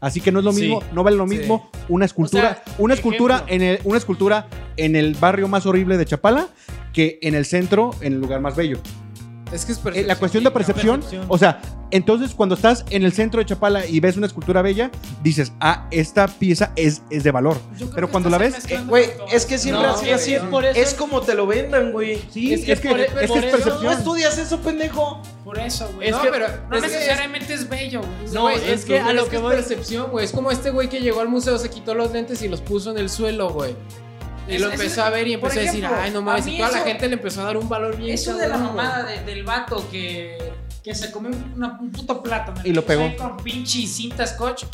[SPEAKER 4] Así que no es lo mismo, no vale lo mismo una escultura, una escultura en el, una escultura en el barrio más horrible de Chapala que en el centro, en el lugar más bello.
[SPEAKER 7] Es que es
[SPEAKER 4] Eh,
[SPEAKER 7] percepción.
[SPEAKER 4] La cuestión de percepción,
[SPEAKER 5] percepción.
[SPEAKER 4] o sea, entonces cuando estás en el centro de Chapala y ves una escultura bella, dices, ah, esta pieza es, es de valor.
[SPEAKER 3] Yo creo
[SPEAKER 4] Pero
[SPEAKER 3] que
[SPEAKER 4] cuando la
[SPEAKER 3] estás
[SPEAKER 4] ves,
[SPEAKER 3] mezclando
[SPEAKER 2] Güey,
[SPEAKER 3] todo.
[SPEAKER 2] es que siempre
[SPEAKER 5] No,
[SPEAKER 2] ha sido
[SPEAKER 5] es
[SPEAKER 2] así.
[SPEAKER 5] que es por eso-
[SPEAKER 2] Es como te lo vendan, güey.
[SPEAKER 5] Sí,
[SPEAKER 4] es, es que,
[SPEAKER 5] por- e-
[SPEAKER 4] es que
[SPEAKER 5] por
[SPEAKER 4] es
[SPEAKER 5] eso-
[SPEAKER 2] No
[SPEAKER 4] percepción.
[SPEAKER 2] estudias eso, pendejo.
[SPEAKER 3] Por eso, güey.
[SPEAKER 5] Es
[SPEAKER 3] no,
[SPEAKER 5] que-
[SPEAKER 7] pero
[SPEAKER 3] no
[SPEAKER 7] es que-
[SPEAKER 3] necesariamente es bello, güey.
[SPEAKER 5] No,
[SPEAKER 7] Güey,
[SPEAKER 5] es que a lo
[SPEAKER 7] es
[SPEAKER 5] que
[SPEAKER 7] es
[SPEAKER 5] voy-
[SPEAKER 7] percepción, güey. Es como este güey que llegó al museo, se quitó los lentes y los puso en el suelo, güey. Y
[SPEAKER 3] Es-
[SPEAKER 7] lo
[SPEAKER 3] es-
[SPEAKER 7] empezó a ver y
[SPEAKER 3] por
[SPEAKER 7] empezó a
[SPEAKER 3] ejemplo,
[SPEAKER 7] decir, ay, no
[SPEAKER 3] a
[SPEAKER 7] mames.
[SPEAKER 3] mí
[SPEAKER 7] Y toda la
[SPEAKER 3] eso-
[SPEAKER 7] gente le empezó a dar un valor bien.
[SPEAKER 3] Eso de la
[SPEAKER 7] cabrón, güey.
[SPEAKER 3] mamada de- del vato que, que se comió una- un puto plátano.
[SPEAKER 4] Y lo
[SPEAKER 3] que usó
[SPEAKER 4] pegó.
[SPEAKER 3] ahí Con pinche cinta scotch.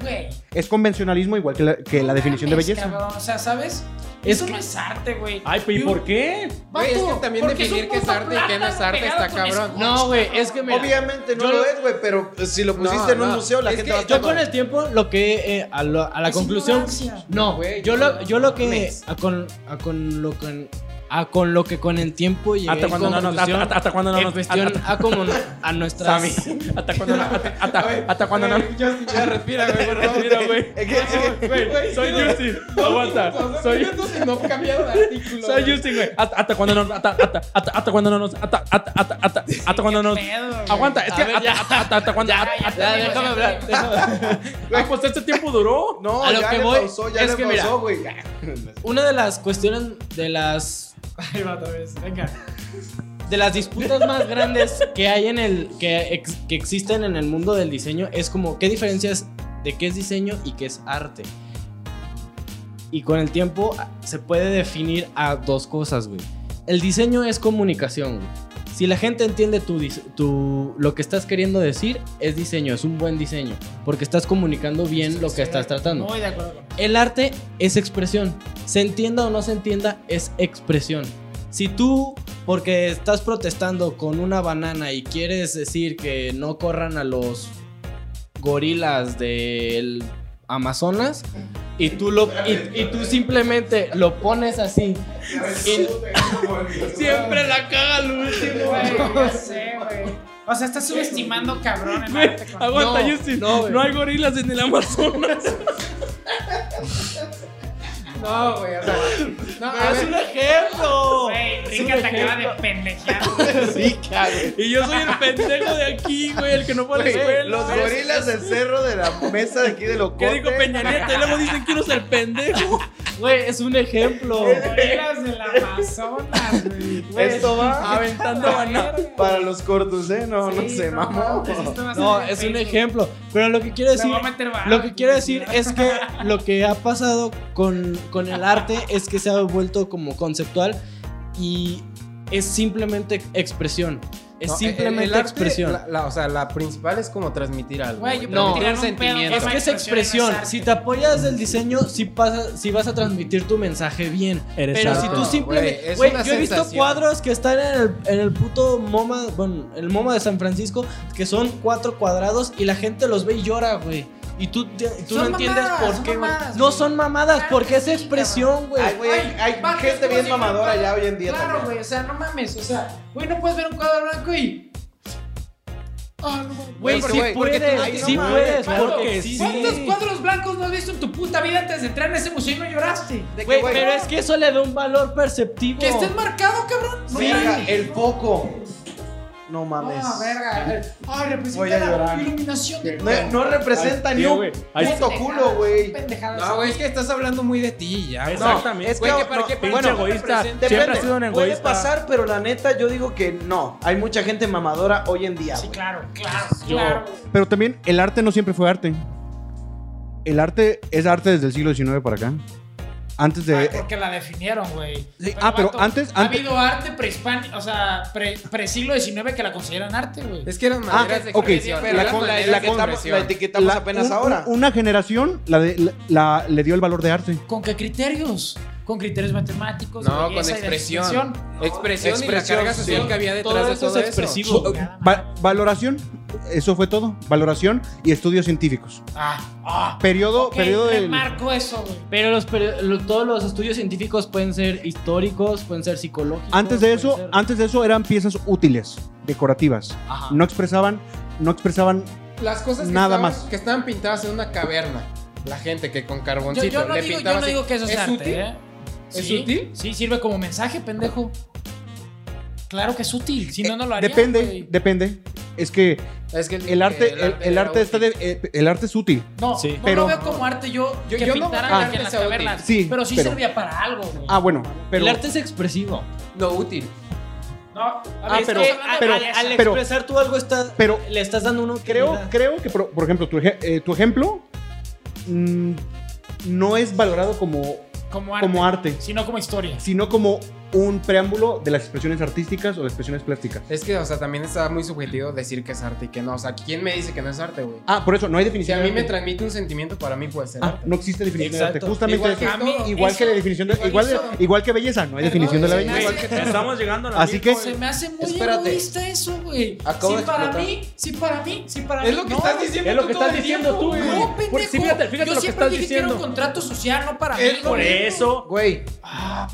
[SPEAKER 3] Güey.
[SPEAKER 4] Es convencionalismo igual que la, que la
[SPEAKER 3] no
[SPEAKER 4] definición de
[SPEAKER 3] mames,
[SPEAKER 4] belleza.
[SPEAKER 3] cabrón, o sea, ¿sabes?
[SPEAKER 5] Es
[SPEAKER 3] Eso
[SPEAKER 5] que-
[SPEAKER 3] no es arte, güey.
[SPEAKER 1] Ay, ¿y por qué?
[SPEAKER 7] Güey, es que también
[SPEAKER 3] porque
[SPEAKER 7] definir
[SPEAKER 3] un
[SPEAKER 7] qué es
[SPEAKER 3] puto
[SPEAKER 7] arte y qué no es arte
[SPEAKER 3] plátano pegado
[SPEAKER 7] está
[SPEAKER 3] con
[SPEAKER 7] cabrón.
[SPEAKER 3] scotch,
[SPEAKER 5] No, güey, es que mira,
[SPEAKER 2] Obviamente no
[SPEAKER 5] yo-
[SPEAKER 2] lo es, güey, pero si lo pusiste
[SPEAKER 7] No,
[SPEAKER 2] en un
[SPEAKER 7] no.
[SPEAKER 2] museo, la
[SPEAKER 7] Es
[SPEAKER 2] gente
[SPEAKER 7] que
[SPEAKER 2] va a
[SPEAKER 5] yo
[SPEAKER 2] tomar.
[SPEAKER 5] con el tiempo lo que eh, a, lo- a la
[SPEAKER 3] Es
[SPEAKER 5] conclusión
[SPEAKER 3] ignorancia.
[SPEAKER 5] no,
[SPEAKER 7] Güey,
[SPEAKER 5] yo lo yo lo que
[SPEAKER 7] mames.
[SPEAKER 5] a con a con lo que a con lo que con el tiempo llegué
[SPEAKER 1] Hasta
[SPEAKER 5] en
[SPEAKER 1] cuando no nos...
[SPEAKER 5] conclusión,
[SPEAKER 1] Hasta hasta cuando no
[SPEAKER 5] en
[SPEAKER 1] nos...
[SPEAKER 5] cuestión
[SPEAKER 1] hasta-
[SPEAKER 5] a como no- a nuestras
[SPEAKER 1] hasta- Hasta cuando no... hasta- hasta- Hasta cuando no...
[SPEAKER 7] Justin, ya respira, güey. por favor.
[SPEAKER 1] Mira, güey.
[SPEAKER 2] Es que- es que-
[SPEAKER 1] Güey, soy Justin. Aguanta. Soy...
[SPEAKER 7] Entonces, no cambiaron de artículo.
[SPEAKER 1] Soy
[SPEAKER 7] güey.
[SPEAKER 1] Justin, güey. Hasta, hasta cuando no, hasta, hasta, hasta, hasta cuando no nos, hasta, hasta, hasta, hasta, hasta cuando no nos.
[SPEAKER 3] pedo, güey.
[SPEAKER 1] Aguanta, es que
[SPEAKER 5] A ver,
[SPEAKER 1] hasta,
[SPEAKER 5] ya.
[SPEAKER 1] hasta, hasta, hasta cuando. hasta- hasta-
[SPEAKER 5] Ya, déjame hablar. déjame-
[SPEAKER 1] Ah, pues este tiempo duró.
[SPEAKER 2] No,
[SPEAKER 5] A lo
[SPEAKER 2] ya
[SPEAKER 5] que
[SPEAKER 2] le
[SPEAKER 5] voy
[SPEAKER 2] pausó, ya
[SPEAKER 5] es
[SPEAKER 2] le
[SPEAKER 5] que mira.
[SPEAKER 2] pausó, güey.
[SPEAKER 5] Una de las cuestiones de las
[SPEAKER 3] Ahí va otra vez. Venga.
[SPEAKER 5] de las disputas más grandes que hay en el que, ex- que existen en el mundo del diseño es como qué diferencias de qué es diseño y qué es arte. Y con el tiempo a- se puede definir a dos cosas, güey. El diseño es comunicación, güey. Si la gente entiende tu, dis- tu- lo que estás queriendo decir, es diseño, es un buen diseño, porque estás comunicando bien lo que estás tratando.
[SPEAKER 3] Muy de acuerdo con
[SPEAKER 5] El arte es expresión. Se entienda o no se entienda, es expresión. Si tú, porque estás protestando con una banana y quieres decir que no corran a los gorilas del Amazonas, y tú, lo, y, y tú simplemente lo pones así.
[SPEAKER 7] Siempre la caga al último, güey.
[SPEAKER 3] Güey, ya sé, güey. O sea, estás subestimando cabrón en
[SPEAKER 1] Güey,
[SPEAKER 3] arte con-
[SPEAKER 1] aguanta,
[SPEAKER 5] No,
[SPEAKER 1] Justin.
[SPEAKER 5] no,
[SPEAKER 1] No,
[SPEAKER 5] güey.
[SPEAKER 1] hay gorilas en el Amazonas.
[SPEAKER 7] No, güey. o sea, No, a
[SPEAKER 5] ¡Es
[SPEAKER 7] ver,
[SPEAKER 5] un ejemplo!
[SPEAKER 3] Güey, Rica te acaba de pendejear.
[SPEAKER 7] Sí, cabrón.
[SPEAKER 1] Y yo soy el pendejo de aquí, güey, el que no fue a la
[SPEAKER 2] Güey,
[SPEAKER 5] Pues,
[SPEAKER 1] escuela.
[SPEAKER 2] los gorilas del cerro de la mesa de aquí de los
[SPEAKER 1] ¿Qué dijo Peña Nieto? Y luego dicen que uno es el pendejo.
[SPEAKER 5] Güey, es un ejemplo.
[SPEAKER 3] Gorilas del Amazonas, güey. Güey,
[SPEAKER 2] Esto
[SPEAKER 5] Ah.
[SPEAKER 2] va
[SPEAKER 1] Aventando banana.
[SPEAKER 2] para los cortos, ¿eh? No,
[SPEAKER 3] Sí,
[SPEAKER 2] no se
[SPEAKER 3] no,
[SPEAKER 2] mamó.
[SPEAKER 3] pues esto va a
[SPEAKER 5] No,
[SPEAKER 3] ser en
[SPEAKER 5] es un
[SPEAKER 3] Facebook.
[SPEAKER 5] ejemplo. Pero lo que quiero
[SPEAKER 3] Le
[SPEAKER 5] decir
[SPEAKER 3] voy a meter vara,
[SPEAKER 5] Lo que quiero
[SPEAKER 3] güey.
[SPEAKER 5] decir es que lo que ha pasado con, con el arte es que se ha vuelto como conceptual y es simplemente expresión. Es
[SPEAKER 7] No, eh,
[SPEAKER 5] simplemente
[SPEAKER 7] el arte,
[SPEAKER 5] expresión.
[SPEAKER 7] la- la- o sea, la principal es como transmitir algo.
[SPEAKER 3] Güey, yo
[SPEAKER 7] ¿no?
[SPEAKER 3] puedo
[SPEAKER 6] No,
[SPEAKER 3] tirar
[SPEAKER 6] un
[SPEAKER 3] un sentimiento.
[SPEAKER 6] sentimiento.
[SPEAKER 5] Es que es expresión. Si te apoyas del diseño, si, pasa, si vas a transmitir tu mensaje bien.
[SPEAKER 1] Eres
[SPEAKER 5] Pero
[SPEAKER 1] arte.
[SPEAKER 5] si tú
[SPEAKER 7] No,
[SPEAKER 5] simplemente.
[SPEAKER 7] güey, es
[SPEAKER 5] Güey,
[SPEAKER 7] una
[SPEAKER 5] yo he visto
[SPEAKER 7] sensación.
[SPEAKER 5] cuadros que están en el, en el puto MoMA. Bueno, el MoMA de San Francisco, que son cuatro cuadrados y la gente los ve y llora, güey. Y tú, te- tú no
[SPEAKER 3] Son
[SPEAKER 5] entiendes
[SPEAKER 3] mamadas,
[SPEAKER 5] por
[SPEAKER 3] son
[SPEAKER 5] qué, güey.
[SPEAKER 3] mamadas,
[SPEAKER 5] No
[SPEAKER 3] güey.
[SPEAKER 5] son mamadas,
[SPEAKER 3] Claro
[SPEAKER 5] porque
[SPEAKER 3] que
[SPEAKER 5] es
[SPEAKER 3] sí,
[SPEAKER 5] expresión, güey.
[SPEAKER 2] Ay, güey, hay, hay
[SPEAKER 3] Vázquez,
[SPEAKER 2] gente
[SPEAKER 3] como
[SPEAKER 2] bien
[SPEAKER 3] si
[SPEAKER 2] mamadora
[SPEAKER 3] fuera-
[SPEAKER 2] ya hoy en día
[SPEAKER 3] Claro,
[SPEAKER 2] también.
[SPEAKER 3] güey, o sea, no mames, o sea, güey, no puedes ver un cuadro blanco y... Ah, no mames.
[SPEAKER 5] Güey,
[SPEAKER 7] Pero,
[SPEAKER 5] sí
[SPEAKER 7] güey, porque tú- ay,
[SPEAKER 5] puedes,
[SPEAKER 7] no
[SPEAKER 5] sí
[SPEAKER 7] mames,
[SPEAKER 5] puedes,
[SPEAKER 3] Pato,
[SPEAKER 5] porque sí.
[SPEAKER 3] ¿Cuántos cuadros blancos no has visto en tu puta vida antes de entrar en ese museo y no lloraste?
[SPEAKER 2] De que,
[SPEAKER 5] Güey,
[SPEAKER 2] güey,
[SPEAKER 5] pero es que eso le da un valor perceptivo.
[SPEAKER 3] Que estés marcado, cabrón. No
[SPEAKER 2] verga,
[SPEAKER 3] mames.
[SPEAKER 2] el foco. No mames.
[SPEAKER 3] Ah, verga. Ay,
[SPEAKER 2] Voy a
[SPEAKER 3] representa
[SPEAKER 2] llorar.
[SPEAKER 3] la iluminación de
[SPEAKER 2] No, no representa
[SPEAKER 1] Ay,
[SPEAKER 2] ni
[SPEAKER 1] sí,
[SPEAKER 2] un
[SPEAKER 1] güey. Ay,
[SPEAKER 2] puto culo, güey.
[SPEAKER 3] Pendejadas.
[SPEAKER 7] No, güey, es que estás hablando muy de ti ya. güey.
[SPEAKER 1] Exactamente.
[SPEAKER 2] es que
[SPEAKER 7] Güey,
[SPEAKER 2] no,
[SPEAKER 7] ¿qué para
[SPEAKER 2] no,
[SPEAKER 7] qué-
[SPEAKER 1] pinche
[SPEAKER 7] bueno,
[SPEAKER 1] egoísta.
[SPEAKER 7] representa-
[SPEAKER 1] Siempre
[SPEAKER 2] Depende,
[SPEAKER 1] ha sido un
[SPEAKER 2] puede
[SPEAKER 1] egoísta.
[SPEAKER 2] pasar, pero la neta yo digo que no. Hay mucha gente mamadora hoy en día.
[SPEAKER 3] Sí,
[SPEAKER 2] güey.
[SPEAKER 3] claro, claro, claro.
[SPEAKER 4] Pero también el arte no siempre fue arte. El arte es arte desde el siglo XIX para acá. Antes de...
[SPEAKER 2] Ah,
[SPEAKER 3] Ay, porque la definieron, güey.
[SPEAKER 4] Este, ah, pero
[SPEAKER 3] vato,
[SPEAKER 4] antes-
[SPEAKER 3] Ha
[SPEAKER 4] antes-
[SPEAKER 3] habido arte prehispánico, o sea, pre- pre-siglo XIX que la consideran arte, güey.
[SPEAKER 7] Es que eran
[SPEAKER 4] Ah,
[SPEAKER 7] maneras de
[SPEAKER 4] ok.
[SPEAKER 7] expresión.
[SPEAKER 2] Pero
[SPEAKER 7] eran
[SPEAKER 2] la, con- la
[SPEAKER 7] maneras de
[SPEAKER 2] etiquetamos, la
[SPEAKER 7] expresión.
[SPEAKER 2] etiquetamos
[SPEAKER 4] eh, la-
[SPEAKER 2] apenas
[SPEAKER 4] un-
[SPEAKER 2] ahora.
[SPEAKER 4] un- Una generación la de- la- la- le dio el valor de arte.
[SPEAKER 3] ¿Con qué criterios? Con criterios matemáticos,
[SPEAKER 7] No, con
[SPEAKER 3] belleza y de
[SPEAKER 7] expresión. Expresión,
[SPEAKER 2] Expresión,
[SPEAKER 7] y la carga social
[SPEAKER 2] sí.
[SPEAKER 7] que había detrás
[SPEAKER 5] Todo
[SPEAKER 7] de
[SPEAKER 5] eso
[SPEAKER 7] todo
[SPEAKER 5] es expresivo.
[SPEAKER 7] eso.
[SPEAKER 3] Nada más.
[SPEAKER 4] Va- valoración, eso fue todo. Valoración y estudios científicos.
[SPEAKER 3] Ah, ah.
[SPEAKER 4] Periodo,
[SPEAKER 3] ok,
[SPEAKER 4] periodo del...
[SPEAKER 3] remarco eso, güey.
[SPEAKER 5] Pero los peri- lo- todos los estudios científicos pueden ser históricos, pueden ser psicológicos.
[SPEAKER 4] Antes de
[SPEAKER 5] pueden
[SPEAKER 4] eso, ah,
[SPEAKER 5] ser-
[SPEAKER 4] antes de eso eran piezas útiles, decorativas.
[SPEAKER 5] Ajá.
[SPEAKER 4] No expresaban, no expresaban
[SPEAKER 7] Las cosas que,
[SPEAKER 4] Nada
[SPEAKER 7] estaban,
[SPEAKER 4] más.
[SPEAKER 7] que estaban pintadas en una caverna. La gente que con
[SPEAKER 3] Yo,
[SPEAKER 7] carboncito
[SPEAKER 3] yo no
[SPEAKER 7] le
[SPEAKER 3] digo, yo
[SPEAKER 7] pintaba
[SPEAKER 3] no
[SPEAKER 7] así.
[SPEAKER 3] digo que eso sea
[SPEAKER 7] ¿Es
[SPEAKER 3] arte,
[SPEAKER 7] útil?
[SPEAKER 3] ¿eh?
[SPEAKER 7] ¿Es
[SPEAKER 3] Sí,
[SPEAKER 7] útil?
[SPEAKER 3] Sí, sirve como mensaje, pendejo. Claro que es útil, si no, no lo haría.
[SPEAKER 4] eh, Depende,
[SPEAKER 3] güey.
[SPEAKER 4] depende. Es que
[SPEAKER 7] Es que
[SPEAKER 4] el arte,
[SPEAKER 7] que
[SPEAKER 4] el, el
[SPEAKER 7] era
[SPEAKER 4] arte está
[SPEAKER 7] útil.
[SPEAKER 4] de- eh, el arte es útil.
[SPEAKER 3] No,
[SPEAKER 1] Sí.
[SPEAKER 3] no
[SPEAKER 4] Pero-
[SPEAKER 3] lo veo como arte yo,
[SPEAKER 7] Yo-
[SPEAKER 3] que
[SPEAKER 7] yo no ah, veo
[SPEAKER 3] pintaran
[SPEAKER 7] que
[SPEAKER 3] aquí
[SPEAKER 7] arte
[SPEAKER 3] en las
[SPEAKER 7] sea útil.
[SPEAKER 3] tabernas.
[SPEAKER 4] Sí,
[SPEAKER 3] pero sí
[SPEAKER 4] pero-
[SPEAKER 3] servía para algo, güey.
[SPEAKER 4] Ah, bueno, pero
[SPEAKER 5] el arte es expresivo.
[SPEAKER 7] Lo útil.
[SPEAKER 3] No, a ver,
[SPEAKER 4] Ah, pero-
[SPEAKER 3] estamos hablando de
[SPEAKER 4] pero-
[SPEAKER 3] belleza.
[SPEAKER 5] Al
[SPEAKER 4] pero-
[SPEAKER 5] expresar tú algo, estás,
[SPEAKER 4] pero-
[SPEAKER 5] le estás dando uno.
[SPEAKER 4] creo, creo que por, por ejemplo tu, eje- eh, tu ejemplo mm, no es valorado como
[SPEAKER 3] como arte,
[SPEAKER 4] como arte,
[SPEAKER 3] sino como historia.
[SPEAKER 4] sino como un preámbulo de las expresiones artísticas o de expresiones plásticas.
[SPEAKER 7] Es que, o sea, también está muy subjetivo decir que es arte y que no. O sea, ¿quién me dice que no es arte, güey?
[SPEAKER 4] Ah, por eso no hay
[SPEAKER 7] Si
[SPEAKER 4] definición.
[SPEAKER 7] a mí
[SPEAKER 4] de
[SPEAKER 7] me
[SPEAKER 4] arte.
[SPEAKER 7] transmite un sentimiento, para mí puede ser
[SPEAKER 4] Ah,
[SPEAKER 7] arte.
[SPEAKER 4] no existe definición de arte.
[SPEAKER 5] Exacto.
[SPEAKER 4] Justamente
[SPEAKER 7] Igual
[SPEAKER 4] igual,
[SPEAKER 7] que
[SPEAKER 4] que,
[SPEAKER 3] a mí
[SPEAKER 7] todo.
[SPEAKER 4] igual que la
[SPEAKER 3] eso-
[SPEAKER 4] definición de,
[SPEAKER 7] igual
[SPEAKER 4] igual, de-
[SPEAKER 7] eso.
[SPEAKER 4] igual que belleza, no hay definición de la
[SPEAKER 7] se
[SPEAKER 4] belleza.
[SPEAKER 7] me
[SPEAKER 3] Igual
[SPEAKER 7] hace-
[SPEAKER 3] que-
[SPEAKER 1] Estamos llegando a la
[SPEAKER 4] Así que
[SPEAKER 1] misma-
[SPEAKER 3] Se me hace muy
[SPEAKER 7] Espérate.
[SPEAKER 3] egoísta eso, güey.
[SPEAKER 2] Acabo
[SPEAKER 3] si
[SPEAKER 2] de
[SPEAKER 3] para
[SPEAKER 2] explotar.
[SPEAKER 3] mí, si para mí, si para mí.
[SPEAKER 7] Es lo que
[SPEAKER 3] no,
[SPEAKER 7] estás diciendo
[SPEAKER 1] Es lo
[SPEAKER 7] tú
[SPEAKER 1] que
[SPEAKER 7] todo
[SPEAKER 1] estás
[SPEAKER 7] el
[SPEAKER 1] diciendo
[SPEAKER 7] tiempo,
[SPEAKER 1] tú, güey.
[SPEAKER 3] No, pendejo.
[SPEAKER 1] Porque sí, fíjate, fíjate
[SPEAKER 3] Yo
[SPEAKER 1] lo que
[SPEAKER 3] siempre
[SPEAKER 1] estás
[SPEAKER 3] dije que
[SPEAKER 1] diciendo.
[SPEAKER 3] era un contrato social, no para
[SPEAKER 7] Es
[SPEAKER 3] mí.
[SPEAKER 7] lo
[SPEAKER 1] Por
[SPEAKER 3] güey.
[SPEAKER 1] eso.
[SPEAKER 2] Güey,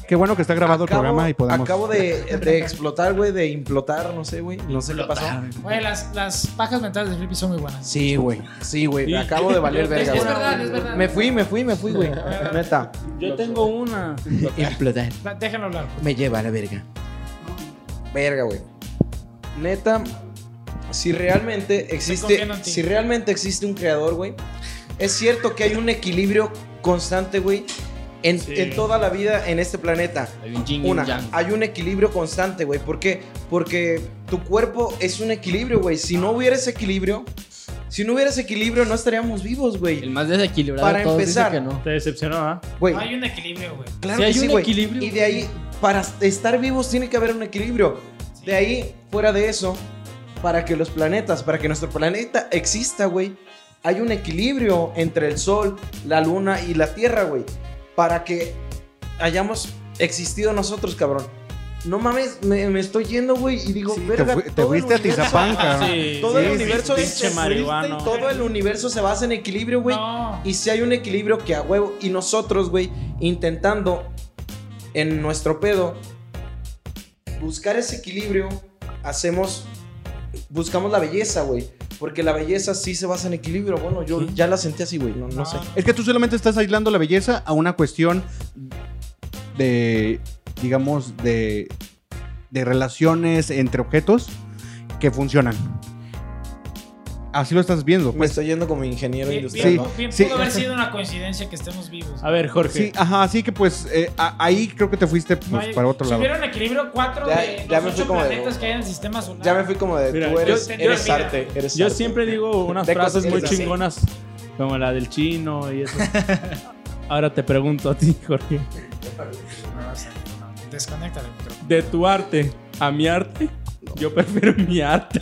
[SPEAKER 4] Qué bueno que está grabado
[SPEAKER 2] acabo,
[SPEAKER 4] el programa y podemos.
[SPEAKER 2] acabo de, de explotar, güey, de implotar, no sé, güey. No sé qué pasó.
[SPEAKER 3] Güey, las, las pajas mentales de Flippy son muy buenas.
[SPEAKER 2] Sí, güey. Sí, güey.
[SPEAKER 1] Sí.
[SPEAKER 2] Acabo de valer
[SPEAKER 3] Es
[SPEAKER 2] verga, güey.
[SPEAKER 3] verdad, es verdad.
[SPEAKER 2] Me fui, me fui, me fui, güey. Neta.
[SPEAKER 1] Yo tengo una.
[SPEAKER 2] Implotar.
[SPEAKER 3] Da- Déjenlo hablar.
[SPEAKER 2] Me lleva a la verga. Verga, güey. Neta, si realmente existe.
[SPEAKER 3] confiando en ti.
[SPEAKER 2] Si realmente existe un creador, güey. Es cierto que hay un equilibrio constante, güey. En,
[SPEAKER 1] Sí.
[SPEAKER 2] en toda la vida en este planeta.
[SPEAKER 5] Hay un yin y un
[SPEAKER 2] Una,
[SPEAKER 5] yang.
[SPEAKER 2] hay un equilibrio constante, güey. ¿Por qué? Porque tu cuerpo es un equilibrio, güey. Si no hubiera ese equilibrio, si no hubiera ese equilibrio, no estaríamos vivos,
[SPEAKER 5] El
[SPEAKER 2] güey.
[SPEAKER 5] más desequilibrado
[SPEAKER 2] Para
[SPEAKER 5] de todos dice
[SPEAKER 2] empezar,
[SPEAKER 5] que no.
[SPEAKER 1] Te decepcionó, ¿ah?
[SPEAKER 2] Güey,
[SPEAKER 3] No hay un equilibrio, güey.
[SPEAKER 2] claro
[SPEAKER 5] si hay
[SPEAKER 2] que sí,
[SPEAKER 5] un
[SPEAKER 2] güey.
[SPEAKER 5] equilibrio-
[SPEAKER 2] Y de ahí, para estar vivos tiene que haber un equilibrio. De ahí, fuera de eso, para que los planetas, para que nuestro planeta exista, güey, hay un equilibrio entre el Sol, la Luna y la Tierra, güey. Para que hayamos existido nosotros, cabrón. No mames, me, me estoy yendo, güey, y digo,
[SPEAKER 4] Sí, te
[SPEAKER 2] verga,
[SPEAKER 4] fui- te
[SPEAKER 2] todo el
[SPEAKER 4] fuiste a
[SPEAKER 2] universo-
[SPEAKER 4] Tizapán, cabrón.
[SPEAKER 1] Sí,
[SPEAKER 2] Todo
[SPEAKER 4] sí,
[SPEAKER 2] el
[SPEAKER 4] sí,
[SPEAKER 2] universo
[SPEAKER 1] pinche
[SPEAKER 2] es
[SPEAKER 1] marihuano.
[SPEAKER 2] y todo el universo se basa en equilibrio, güey.
[SPEAKER 3] No.
[SPEAKER 2] Y si hay un equilibrio que a huevo, y nosotros, güey, intentando en nuestro pedo buscar ese equilibrio, hacemos, buscamos la belleza, güey. Porque la belleza sí se basa en equilibrio. Bueno, yo ya la sentí así, güey, no, no sé.
[SPEAKER 4] Es que tú solamente estás aislando la belleza a una cuestión de, digamos, de, de relaciones entre objetos que funcionan. Así lo estás viendo.
[SPEAKER 2] Me
[SPEAKER 4] Pues,
[SPEAKER 2] estoy yendo como ingeniero
[SPEAKER 3] Bien,
[SPEAKER 2] industrial.
[SPEAKER 3] bien-
[SPEAKER 2] ¿no?
[SPEAKER 3] bien
[SPEAKER 4] sí.
[SPEAKER 3] pudo haber sido una coincidencia que estemos vivos.
[SPEAKER 1] A ver, Jorge.
[SPEAKER 4] sí, ajá, así que pues eh, a- ahí creo que te fuiste pues,
[SPEAKER 3] No hay-
[SPEAKER 4] para otro
[SPEAKER 3] si
[SPEAKER 4] lado.
[SPEAKER 3] hubiera un equilibrio, cuatro
[SPEAKER 2] Ya-
[SPEAKER 3] de
[SPEAKER 2] ya
[SPEAKER 3] los
[SPEAKER 2] me fui
[SPEAKER 3] ocho
[SPEAKER 2] como de-
[SPEAKER 3] planetas que hay en el sistema solar.
[SPEAKER 2] Ya me fui como de
[SPEAKER 1] Mira,
[SPEAKER 2] tú
[SPEAKER 1] yo-
[SPEAKER 2] eres,
[SPEAKER 3] yo-
[SPEAKER 2] eres
[SPEAKER 3] mira,
[SPEAKER 2] arte. eres
[SPEAKER 1] Yo
[SPEAKER 2] arte.
[SPEAKER 1] siempre digo unas
[SPEAKER 2] De cosas
[SPEAKER 1] frases muy
[SPEAKER 2] eres así.
[SPEAKER 1] chingonas, como la del chino y eso. Ahora te pregunto a ti, Jorge.
[SPEAKER 3] Desconecta el micrófono.
[SPEAKER 1] De tu arte a mi arte, Yo prefiero mi arte.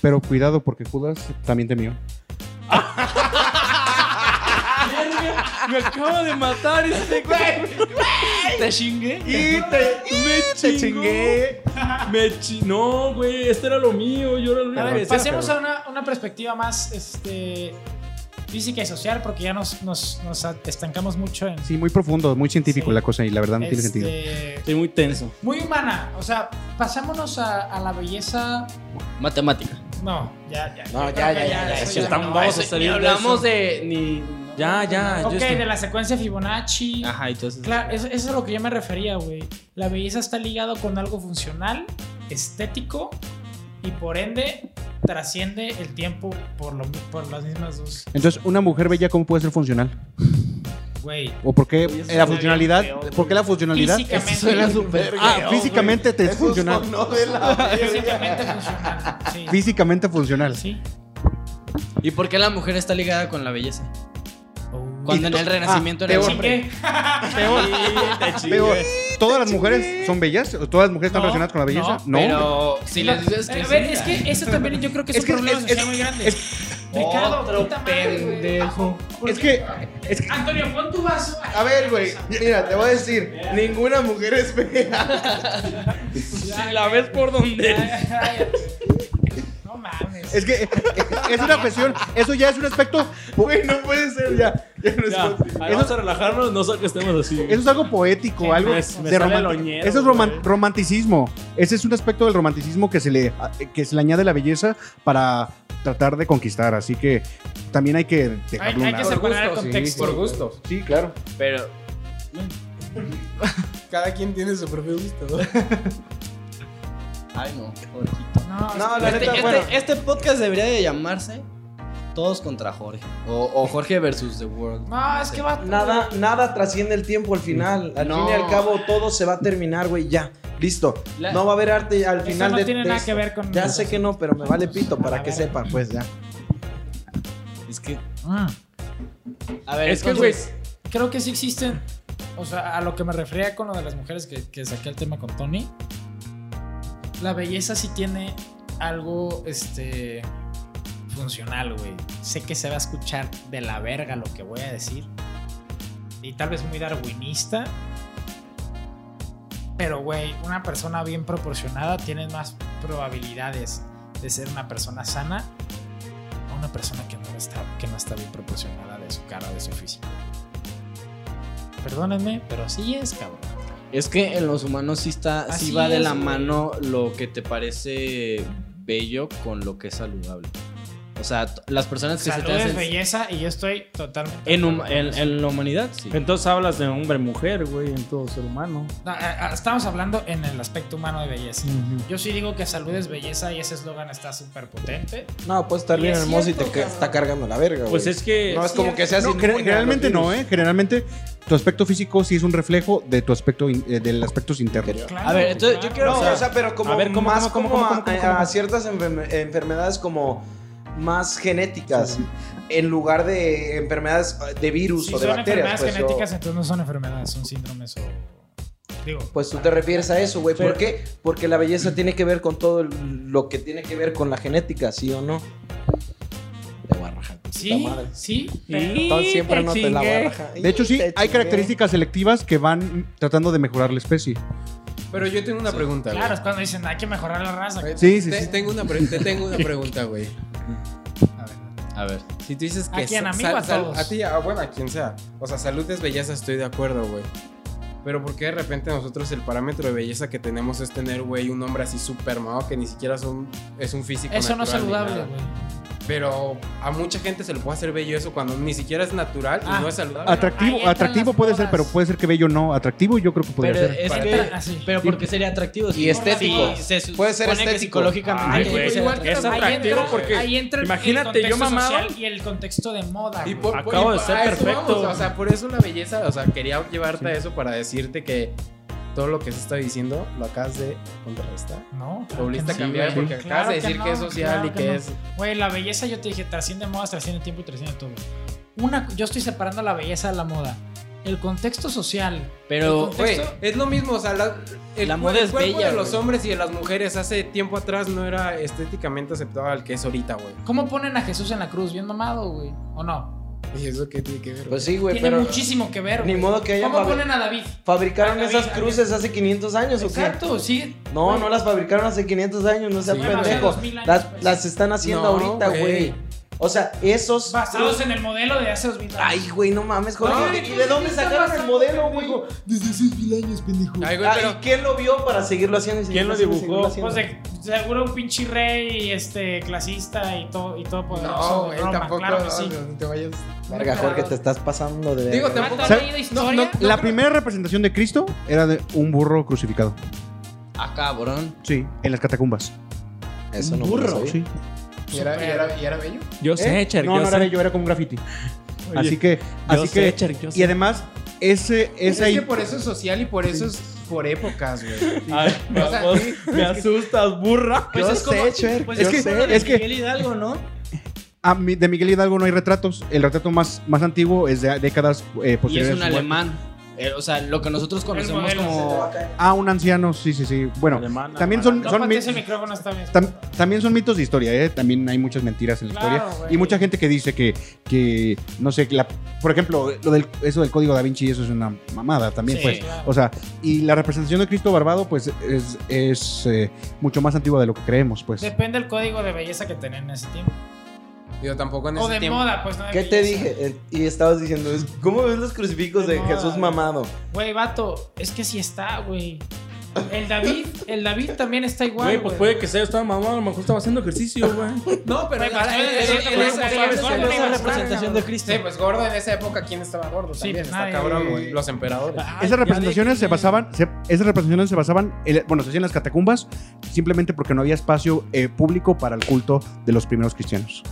[SPEAKER 4] Pero cuidado porque Judas también temió.
[SPEAKER 1] Me acabo de matar este
[SPEAKER 5] Te chingué.
[SPEAKER 4] Y te,
[SPEAKER 1] Me Me chi- No, güey, este era lo mío. Yo era lo
[SPEAKER 4] Perdón.
[SPEAKER 1] único.
[SPEAKER 3] Pasemos a una, una perspectiva más este, física y social, porque ya nos, nos, nos estancamos mucho en.
[SPEAKER 4] Sí, muy profundo, muy científico
[SPEAKER 3] Sí.
[SPEAKER 4] la cosa y la verdad no tiene
[SPEAKER 3] este,
[SPEAKER 4] sentido.
[SPEAKER 1] Estoy muy tenso.
[SPEAKER 3] Muy humana. O sea, pasámonos a, a la belleza.
[SPEAKER 5] Matemática.
[SPEAKER 3] No, ya, ya.
[SPEAKER 2] No,
[SPEAKER 3] yo
[SPEAKER 2] ya,
[SPEAKER 3] creo
[SPEAKER 2] ya,
[SPEAKER 3] que
[SPEAKER 2] ya, ya,
[SPEAKER 3] eso
[SPEAKER 2] ya
[SPEAKER 1] estamos-
[SPEAKER 3] no.
[SPEAKER 1] vamos a
[SPEAKER 3] Eso-
[SPEAKER 1] salir
[SPEAKER 5] Ni
[SPEAKER 1] de
[SPEAKER 5] hablamos
[SPEAKER 1] eso.
[SPEAKER 5] de. Ni.
[SPEAKER 1] Ya, ya. yo
[SPEAKER 3] Ok,
[SPEAKER 1] estoy-
[SPEAKER 3] de la secuencia Fibonacci.
[SPEAKER 5] Ajá, entonces.
[SPEAKER 3] Claro, eso, eso es a lo que yo me refería, güey. La belleza está ligado con algo funcional, estético y por ende trasciende el tiempo por, lo, mi- por las mismas dos.
[SPEAKER 4] Entonces, una mujer bella, ¿cómo puede ser funcional?
[SPEAKER 3] Güey.
[SPEAKER 4] ¿O por qué
[SPEAKER 2] Oye, eso
[SPEAKER 4] la
[SPEAKER 2] suena
[SPEAKER 4] funcionalidad?
[SPEAKER 3] bien feo,
[SPEAKER 4] ¿Por qué la funcionalidad?
[SPEAKER 3] Físicamente.
[SPEAKER 4] Ah, físicamente te es funcional.
[SPEAKER 3] Físicamente funcional. Sí.
[SPEAKER 4] Físicamente funcional.
[SPEAKER 3] Sí.
[SPEAKER 5] ¿Y por qué la mujer está ligada con la belleza? Oh.
[SPEAKER 1] oh,
[SPEAKER 3] ¿Y
[SPEAKER 5] Cuando en el renacimiento
[SPEAKER 4] ah,
[SPEAKER 5] era el
[SPEAKER 4] peor.
[SPEAKER 5] hombre.
[SPEAKER 3] qué?
[SPEAKER 4] Veo, ¿Todas las mujeres son bellas? ¿O ¿Todas las mujeres están
[SPEAKER 3] No,
[SPEAKER 4] relacionadas con la belleza?
[SPEAKER 3] no,
[SPEAKER 4] No.
[SPEAKER 5] Pero si
[SPEAKER 3] No,
[SPEAKER 5] les dices que.
[SPEAKER 3] a ver,
[SPEAKER 5] sí,
[SPEAKER 3] es que eso también yo creo que es,
[SPEAKER 4] Es
[SPEAKER 3] un
[SPEAKER 4] que-
[SPEAKER 3] problema
[SPEAKER 4] es-
[SPEAKER 3] social
[SPEAKER 4] es-
[SPEAKER 3] muy grande. Ricardo, puta madre, güey. ¿Por
[SPEAKER 4] Es
[SPEAKER 3] qué?
[SPEAKER 4] que, es que-
[SPEAKER 3] Antonio, pon tu vaso.
[SPEAKER 4] a ver, güey, mira, te voy a decir, ninguna mujer es bella.
[SPEAKER 1] Si la ves por donde.
[SPEAKER 3] No mames.
[SPEAKER 4] Es que es una presión, eso ya es un aspecto, güey, no puede ser ya. ya no es
[SPEAKER 1] Ya, ahí
[SPEAKER 4] posible.
[SPEAKER 1] vamos
[SPEAKER 4] eso,
[SPEAKER 1] a relajarnos, no sé que estemos así.
[SPEAKER 4] eso es algo poético, algo
[SPEAKER 1] Me- me
[SPEAKER 4] de
[SPEAKER 1] sale
[SPEAKER 4] roman-
[SPEAKER 1] el oñero,
[SPEAKER 4] Eso es roman-
[SPEAKER 1] güey.
[SPEAKER 4] romanticismo. Ese es un aspecto del romanticismo que se le que se le añade la belleza para tratar de conquistar, así que también hay que
[SPEAKER 3] Hay,
[SPEAKER 4] dejarlo a
[SPEAKER 3] hay
[SPEAKER 4] un
[SPEAKER 3] que
[SPEAKER 4] lado.
[SPEAKER 3] separar el
[SPEAKER 4] sí,
[SPEAKER 3] contexto.
[SPEAKER 7] Por gustos.
[SPEAKER 4] Sí, claro.
[SPEAKER 5] Pero.
[SPEAKER 7] Cada quien tiene su propio gusto.
[SPEAKER 5] Ay, no, pobrecito.
[SPEAKER 3] No,
[SPEAKER 2] No, la
[SPEAKER 5] Este,
[SPEAKER 2] neta,
[SPEAKER 5] este-
[SPEAKER 2] bueno.
[SPEAKER 5] este podcast debería de llamarse Todos contra Jorge. O, o Jorge versus The World.
[SPEAKER 3] No, es que va.
[SPEAKER 2] Nada, nada trasciende el tiempo al final. Al
[SPEAKER 5] No.
[SPEAKER 2] fin y al cabo, todo se va a terminar, güey. Ya, listo.
[SPEAKER 5] La-
[SPEAKER 2] No va a haber arte al
[SPEAKER 3] Eso
[SPEAKER 2] final
[SPEAKER 3] no
[SPEAKER 2] de.
[SPEAKER 3] tiene
[SPEAKER 2] de
[SPEAKER 3] nada
[SPEAKER 2] esto.
[SPEAKER 3] que ver con.
[SPEAKER 2] Ya sé que no, pero me vale pito
[SPEAKER 3] A
[SPEAKER 2] para que
[SPEAKER 3] ver.
[SPEAKER 2] sepan, pues ya.
[SPEAKER 5] Es que.
[SPEAKER 3] Ah.
[SPEAKER 5] A ver,
[SPEAKER 1] Es que, güey,
[SPEAKER 5] entonces,
[SPEAKER 3] Creo que sí existen. O sea, a lo que me refería con lo de las mujeres que, que saqué el tema con Tony. La belleza sí tiene algo este funcional, güey. Sé que se va a escuchar de la verga lo que voy a decir. Y tal vez muy darwinista. Pero, güey, una persona bien proporcionada tiene más probabilidades de ser una persona sana a una persona que no está, que no está bien proporcionada de su cara o de su físico. Perdónenme, pero así es, cabrón.
[SPEAKER 5] es que en los humanos sí, está, sí
[SPEAKER 3] Así
[SPEAKER 5] va de
[SPEAKER 3] es,
[SPEAKER 5] la
[SPEAKER 3] güey.
[SPEAKER 5] mano lo que te parece bello con lo que es saludable. O sea, t- las personas que
[SPEAKER 3] Salud
[SPEAKER 5] se te
[SPEAKER 3] es
[SPEAKER 5] hacen.
[SPEAKER 3] belleza y yo estoy totalmente.
[SPEAKER 5] En, hum- en- en la humanidad, sí.
[SPEAKER 1] Entonces hablas de hombre-mujer, güey, en todo ser humano.
[SPEAKER 3] No, a- a- estamos hablando en el aspecto humano de belleza. Yo sí digo que salud es belleza y ese eslogan está súper potente.
[SPEAKER 2] No, puedes estar
[SPEAKER 3] Y
[SPEAKER 2] bien
[SPEAKER 3] es
[SPEAKER 2] hermoso
[SPEAKER 3] cierto,
[SPEAKER 2] y te ca-
[SPEAKER 3] cabrón.
[SPEAKER 2] está cargando la verga, güey.
[SPEAKER 1] Pues es que.
[SPEAKER 2] No es como que seas.
[SPEAKER 4] No,
[SPEAKER 2] inmune
[SPEAKER 4] gener-
[SPEAKER 2] a los
[SPEAKER 4] generalmente no,
[SPEAKER 2] virus.
[SPEAKER 4] ¿eh? Generalmente tu aspecto físico sí es un reflejo de tu aspecto in- eh, del aspecto interno.
[SPEAKER 3] Claro,
[SPEAKER 5] A ver, entonces yo
[SPEAKER 3] claro.
[SPEAKER 5] quiero.
[SPEAKER 2] No,
[SPEAKER 5] o sea,
[SPEAKER 2] o sea, pero como
[SPEAKER 1] a ver, ¿cómo,
[SPEAKER 2] más como
[SPEAKER 1] cómo, cómo,
[SPEAKER 2] a,
[SPEAKER 1] cómo, cómo, cómo?
[SPEAKER 2] a ciertas enferme- enfermedades como más genéticas en lugar de enfermedades eh, de virus
[SPEAKER 3] Si
[SPEAKER 2] o de
[SPEAKER 3] son
[SPEAKER 2] bacterias.
[SPEAKER 3] enfermedades
[SPEAKER 2] Pues, o-
[SPEAKER 3] genéticas, entonces no son enfermedades, son síndromes o. Digo.
[SPEAKER 2] pues tú te refieres a eso, güey. ¿Por qué? Porque la belleza tiene que ver con todo el- lo que tiene que ver con la genética, ¿sí o no? Te voy a rajar, tu
[SPEAKER 3] Sí,
[SPEAKER 2] puta madre.
[SPEAKER 3] sí.
[SPEAKER 2] Entonces siempre no te la voy a rajar.
[SPEAKER 4] De hecho, sí,
[SPEAKER 2] Te
[SPEAKER 4] hay
[SPEAKER 2] chingué.
[SPEAKER 4] características selectivas que van tratando de mejorar la especie.
[SPEAKER 7] Pero yo tengo una pregunta, güey.
[SPEAKER 3] Claro, es cuando dicen hay que mejorar la raza.
[SPEAKER 7] Eh,
[SPEAKER 4] Sí, sí,
[SPEAKER 7] te-
[SPEAKER 4] sí.
[SPEAKER 7] Tengo una pre- te tengo una pregunta, güey.
[SPEAKER 5] a ver.
[SPEAKER 7] Si tú dices
[SPEAKER 3] ¿A
[SPEAKER 7] que...
[SPEAKER 3] quién?
[SPEAKER 7] sa-
[SPEAKER 3] ¿A mí o
[SPEAKER 7] sal-
[SPEAKER 3] a
[SPEAKER 7] sal-
[SPEAKER 3] todos?
[SPEAKER 7] A ti, a, bueno, a quien sea. O sea, salud es belleza, estoy de acuerdo, güey. Pero ¿por qué de repente nosotros el parámetro de belleza que tenemos es tener, güey, un hombre así súper mamado que ni siquiera son, es un físico
[SPEAKER 3] Eso no es
[SPEAKER 7] natural ni
[SPEAKER 3] saludable,
[SPEAKER 7] nada?
[SPEAKER 3] güey.
[SPEAKER 7] Pero a mucha gente se le puede hacer bello eso cuando ni siquiera es natural y
[SPEAKER 3] Ah.
[SPEAKER 7] no es saludable.
[SPEAKER 3] Ahí
[SPEAKER 4] Atractivo,
[SPEAKER 3] entran
[SPEAKER 4] atractivo
[SPEAKER 3] las eh,
[SPEAKER 4] puede ser,
[SPEAKER 3] modas.
[SPEAKER 4] pero puede ser que bello no. Atractivo yo creo que podría
[SPEAKER 5] Pero
[SPEAKER 4] ser.
[SPEAKER 5] es
[SPEAKER 7] Para
[SPEAKER 5] que.
[SPEAKER 7] ti.
[SPEAKER 3] Así.
[SPEAKER 5] Pero porque sería atractivo. sí.
[SPEAKER 2] estético.
[SPEAKER 5] Sí, se su-
[SPEAKER 2] Puede ser
[SPEAKER 5] supone que
[SPEAKER 2] estético.
[SPEAKER 5] Psicológicamente.
[SPEAKER 1] Ay,
[SPEAKER 5] tiene
[SPEAKER 1] güey,
[SPEAKER 5] que ser
[SPEAKER 1] igual
[SPEAKER 5] atractivo.
[SPEAKER 1] Es atractivo porque-
[SPEAKER 3] ahí entra el-
[SPEAKER 1] imagínate, yo
[SPEAKER 3] el contexto
[SPEAKER 1] mamado.
[SPEAKER 3] social y el contexto de moda.
[SPEAKER 7] Y
[SPEAKER 3] güey.
[SPEAKER 7] por- por-
[SPEAKER 1] Acabo
[SPEAKER 7] y
[SPEAKER 1] de
[SPEAKER 7] por-
[SPEAKER 1] ser
[SPEAKER 7] a eso
[SPEAKER 1] perfecto.
[SPEAKER 7] vamos, o sea, por eso la belleza, o sea, quería llevarte a eso para decirte que todo lo que se está diciendo lo acabas de contrarrestar.
[SPEAKER 3] No, claro
[SPEAKER 7] Volviste a
[SPEAKER 3] que no,
[SPEAKER 7] cambiar
[SPEAKER 3] güey.
[SPEAKER 7] porque acabas
[SPEAKER 3] Claro
[SPEAKER 7] de decir que,
[SPEAKER 3] no,
[SPEAKER 7] es social
[SPEAKER 3] claro
[SPEAKER 7] y que,
[SPEAKER 3] no.
[SPEAKER 7] es.
[SPEAKER 3] Güey, la belleza, yo te dije, trasciende modas, trasciende tiempo y trasciende todo. Una, yo estoy separando la belleza de la moda. el contexto social.
[SPEAKER 6] Pero,
[SPEAKER 3] El
[SPEAKER 7] Güey,
[SPEAKER 3] contexto-
[SPEAKER 7] es lo mismo, o sea, la, el,
[SPEAKER 6] La
[SPEAKER 7] cu-
[SPEAKER 6] moda
[SPEAKER 7] el
[SPEAKER 6] es
[SPEAKER 7] cuerpo
[SPEAKER 6] bella,
[SPEAKER 7] de los
[SPEAKER 6] güey.
[SPEAKER 7] hombres y de las mujeres hace tiempo atrás no era estéticamente aceptado al que es ahorita, güey.
[SPEAKER 3] ¿Cómo ponen a Jesús en la cruz? Bien mamado, güey. ¿O no?
[SPEAKER 7] ¿Y eso qué tiene que ver?
[SPEAKER 2] Pues sí, güey,
[SPEAKER 3] Tiene
[SPEAKER 2] pero
[SPEAKER 3] muchísimo que ver,
[SPEAKER 2] ni
[SPEAKER 3] güey.
[SPEAKER 2] modo que haya
[SPEAKER 3] ¿Cómo
[SPEAKER 2] fabri-
[SPEAKER 3] ponen a David?
[SPEAKER 2] fabricaron
[SPEAKER 3] Ay, David,
[SPEAKER 2] esas
[SPEAKER 3] David.
[SPEAKER 2] cruces hace 500 años, ¿o qué?
[SPEAKER 3] Exacto, sí.
[SPEAKER 2] No, no las fabricaron hace 500 años, no sea
[SPEAKER 7] Sí. Bueno, hace
[SPEAKER 2] pendejo.
[SPEAKER 3] 2000 años,
[SPEAKER 2] las,
[SPEAKER 3] pues.
[SPEAKER 2] las están haciendo
[SPEAKER 7] No,
[SPEAKER 2] ahorita,
[SPEAKER 7] güey.
[SPEAKER 2] güey. O sea, esos.
[SPEAKER 3] Basados en el modelo de hace 2000 años.
[SPEAKER 2] Ay, güey, no mames, Jorge.
[SPEAKER 3] No,
[SPEAKER 2] ¿Y de dónde
[SPEAKER 3] estás
[SPEAKER 2] sacaron el
[SPEAKER 3] basando,
[SPEAKER 2] modelo, güey?
[SPEAKER 3] pendejo.
[SPEAKER 5] Desde hace mil años, pendejo.
[SPEAKER 7] Ay, güey,
[SPEAKER 2] Ah,
[SPEAKER 7] pero
[SPEAKER 2] ¿y ¿Quién lo vio para seguirlo haciendo? y
[SPEAKER 1] ¿Quién
[SPEAKER 2] seguirlo
[SPEAKER 1] lo
[SPEAKER 2] haciendo y
[SPEAKER 1] dibujó?
[SPEAKER 2] seguirlo haciendo?
[SPEAKER 3] Pues de- seguro un pinche rey este, clasista y todo, y todo poderoso.
[SPEAKER 7] No,
[SPEAKER 3] de
[SPEAKER 7] güey,
[SPEAKER 3] Roma,
[SPEAKER 7] tampoco.
[SPEAKER 3] Claro que sí.
[SPEAKER 7] no te vayas.
[SPEAKER 2] Verga, Jorge, te estás pasando de.
[SPEAKER 7] Digo,
[SPEAKER 2] verga.
[SPEAKER 7] tampoco.
[SPEAKER 3] ¿Has
[SPEAKER 4] ¿Sabe-
[SPEAKER 3] leído
[SPEAKER 7] no,
[SPEAKER 3] historia?
[SPEAKER 7] no.
[SPEAKER 4] La primera representación de Cristo era de un burro crucificado.
[SPEAKER 5] Ah, cabrón.
[SPEAKER 4] Sí, en las catacumbas.
[SPEAKER 2] Eso no ¿eh? me lo
[SPEAKER 5] burro.
[SPEAKER 2] sabía.
[SPEAKER 4] Sí.
[SPEAKER 7] ¿Y era, y era- y era bello?
[SPEAKER 1] Yo sé,
[SPEAKER 4] ¿Eh?
[SPEAKER 1] Cher,
[SPEAKER 4] no,
[SPEAKER 1] yo
[SPEAKER 4] no
[SPEAKER 1] sé.
[SPEAKER 4] era yo, era como un graffiti.
[SPEAKER 1] Oye,
[SPEAKER 4] así que,
[SPEAKER 1] yo
[SPEAKER 4] así
[SPEAKER 1] sé,
[SPEAKER 4] que,
[SPEAKER 1] Cher, yo
[SPEAKER 4] y
[SPEAKER 1] sé.
[SPEAKER 4] además ese,
[SPEAKER 7] Pues Es,
[SPEAKER 4] ese
[SPEAKER 7] que por eso es social y por eso es por épocas, güey.
[SPEAKER 1] Ay,
[SPEAKER 7] O sea,
[SPEAKER 1] vamos, me asustas, burra.
[SPEAKER 5] Pues
[SPEAKER 2] Yo
[SPEAKER 5] es como-
[SPEAKER 2] sé, Cher,
[SPEAKER 5] pues
[SPEAKER 4] yo
[SPEAKER 5] es que,
[SPEAKER 4] sé,
[SPEAKER 5] es
[SPEAKER 4] es que-
[SPEAKER 5] Miguel Hidalgo, ¿no?
[SPEAKER 4] a mi- de Miguel Hidalgo no hay retratos. El retrato más, más antiguo es de décadas eh,
[SPEAKER 5] Y es
[SPEAKER 4] posteriores.
[SPEAKER 5] un
[SPEAKER 4] a su muerte.
[SPEAKER 5] alemán. Eh, o sea, lo que nosotros conocemos
[SPEAKER 3] modelo
[SPEAKER 5] como.
[SPEAKER 4] Ah, un anciano, sí, sí, sí. Bueno, también son,
[SPEAKER 3] No,
[SPEAKER 4] son
[SPEAKER 3] patees
[SPEAKER 4] mi-
[SPEAKER 3] el micrófono está bien.
[SPEAKER 4] Tam- también son mitos de historia, ¿eh? También hay muchas mentiras en la
[SPEAKER 3] Claro,
[SPEAKER 4] historia.
[SPEAKER 3] güey.
[SPEAKER 4] Y mucha gente que dice que, que no sé, que la- por ejemplo, lo del, eso del código da Vinci, eso es una mamada también,
[SPEAKER 5] Sí,
[SPEAKER 4] pues.
[SPEAKER 3] claro.
[SPEAKER 4] O sea, y la representación de Cristo Barbado, pues, es, es, eh, mucho más antigua de lo que creemos, pues.
[SPEAKER 3] Depende del código de belleza que tenían en ese tiempo.
[SPEAKER 7] Digo, tampoco en
[SPEAKER 3] O
[SPEAKER 7] ese
[SPEAKER 3] de
[SPEAKER 7] tiempo.
[SPEAKER 3] moda, pues no de
[SPEAKER 2] ¿Qué te
[SPEAKER 3] belleza.
[SPEAKER 2] dije? Eh, Y estabas diciendo, es- ¿cómo ves los crucifijos de
[SPEAKER 3] No,
[SPEAKER 2] Jesús
[SPEAKER 3] güey.
[SPEAKER 2] mamado?
[SPEAKER 3] Güey, vato, es que sí está, güey. El David, el David también está igual.
[SPEAKER 1] Güey, pues puede que sea, estaba mamado, a lo mejor estaba haciendo ejercicio, güey.
[SPEAKER 7] No, pero
[SPEAKER 3] Güey, pues,
[SPEAKER 7] ahora, en-
[SPEAKER 3] sí,
[SPEAKER 7] en- en
[SPEAKER 3] pero
[SPEAKER 7] esa-
[SPEAKER 3] ¿cómo sabes
[SPEAKER 7] en
[SPEAKER 3] cuál
[SPEAKER 7] esa- en
[SPEAKER 3] es
[SPEAKER 7] esa
[SPEAKER 3] la
[SPEAKER 7] época,
[SPEAKER 5] representación de Cristo?
[SPEAKER 7] Sí, pues gordo en esa época, ¿quién estaba gordo?
[SPEAKER 3] Sí,
[SPEAKER 7] También
[SPEAKER 3] pues,
[SPEAKER 7] está
[SPEAKER 3] nadie.
[SPEAKER 7] cabrón, güey. Los emperadores.
[SPEAKER 3] Ay,
[SPEAKER 4] Esas
[SPEAKER 3] ya
[SPEAKER 4] representaciones
[SPEAKER 3] de-
[SPEAKER 4] se basaban, se- esas representaciones se basaban, en- bueno, se hacían en las catacumbas simplemente porque no había espacio eh, público para el culto de los primeros cristianos.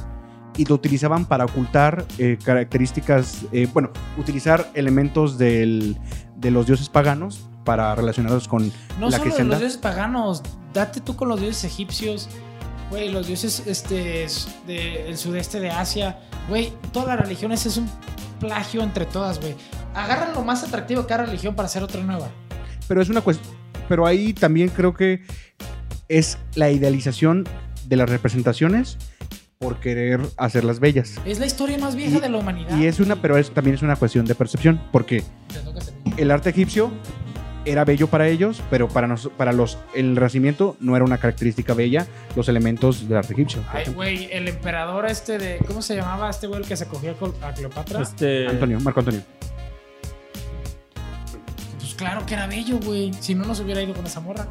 [SPEAKER 4] Y lo utilizaban para ocultar eh, características, eh, bueno, utilizar elementos del- de los dioses paganos para relacionarlos con
[SPEAKER 3] No solo
[SPEAKER 4] la
[SPEAKER 3] de los
[SPEAKER 4] cristiandad.
[SPEAKER 3] dioses paganos, date tú con los dioses egipcios, güey, los dioses este, s- de- del sudeste de Asia, güey, todas las religiones es un plagio entre todas, güey. Agarran lo más atractivo de cada religión para hacer otra nueva.
[SPEAKER 4] Pero es una cuestión, pero ahí también creo que es la idealización de las representaciones por querer hacerlas bellas.
[SPEAKER 3] Es la historia más vieja
[SPEAKER 4] Y-
[SPEAKER 3] de la humanidad.
[SPEAKER 4] Y es una, pero es, también es una cuestión de percepción, porque
[SPEAKER 3] Te toca terminar.
[SPEAKER 4] el arte egipcio era bello para ellos, pero para, nos, para los el Renacimiento no era una característica bella los elementos del arte egipcio. por
[SPEAKER 3] Ay,
[SPEAKER 4] ejemplo.
[SPEAKER 3] güey, el emperador este de. ¿Cómo se llamaba este güey el que se cogió a Col- a Cleopatra?
[SPEAKER 4] Pues,
[SPEAKER 1] Este.
[SPEAKER 4] Antonio, Marco Antonio.
[SPEAKER 3] Pues claro que era bello, güey. Si no nos hubiera ido con esa morra.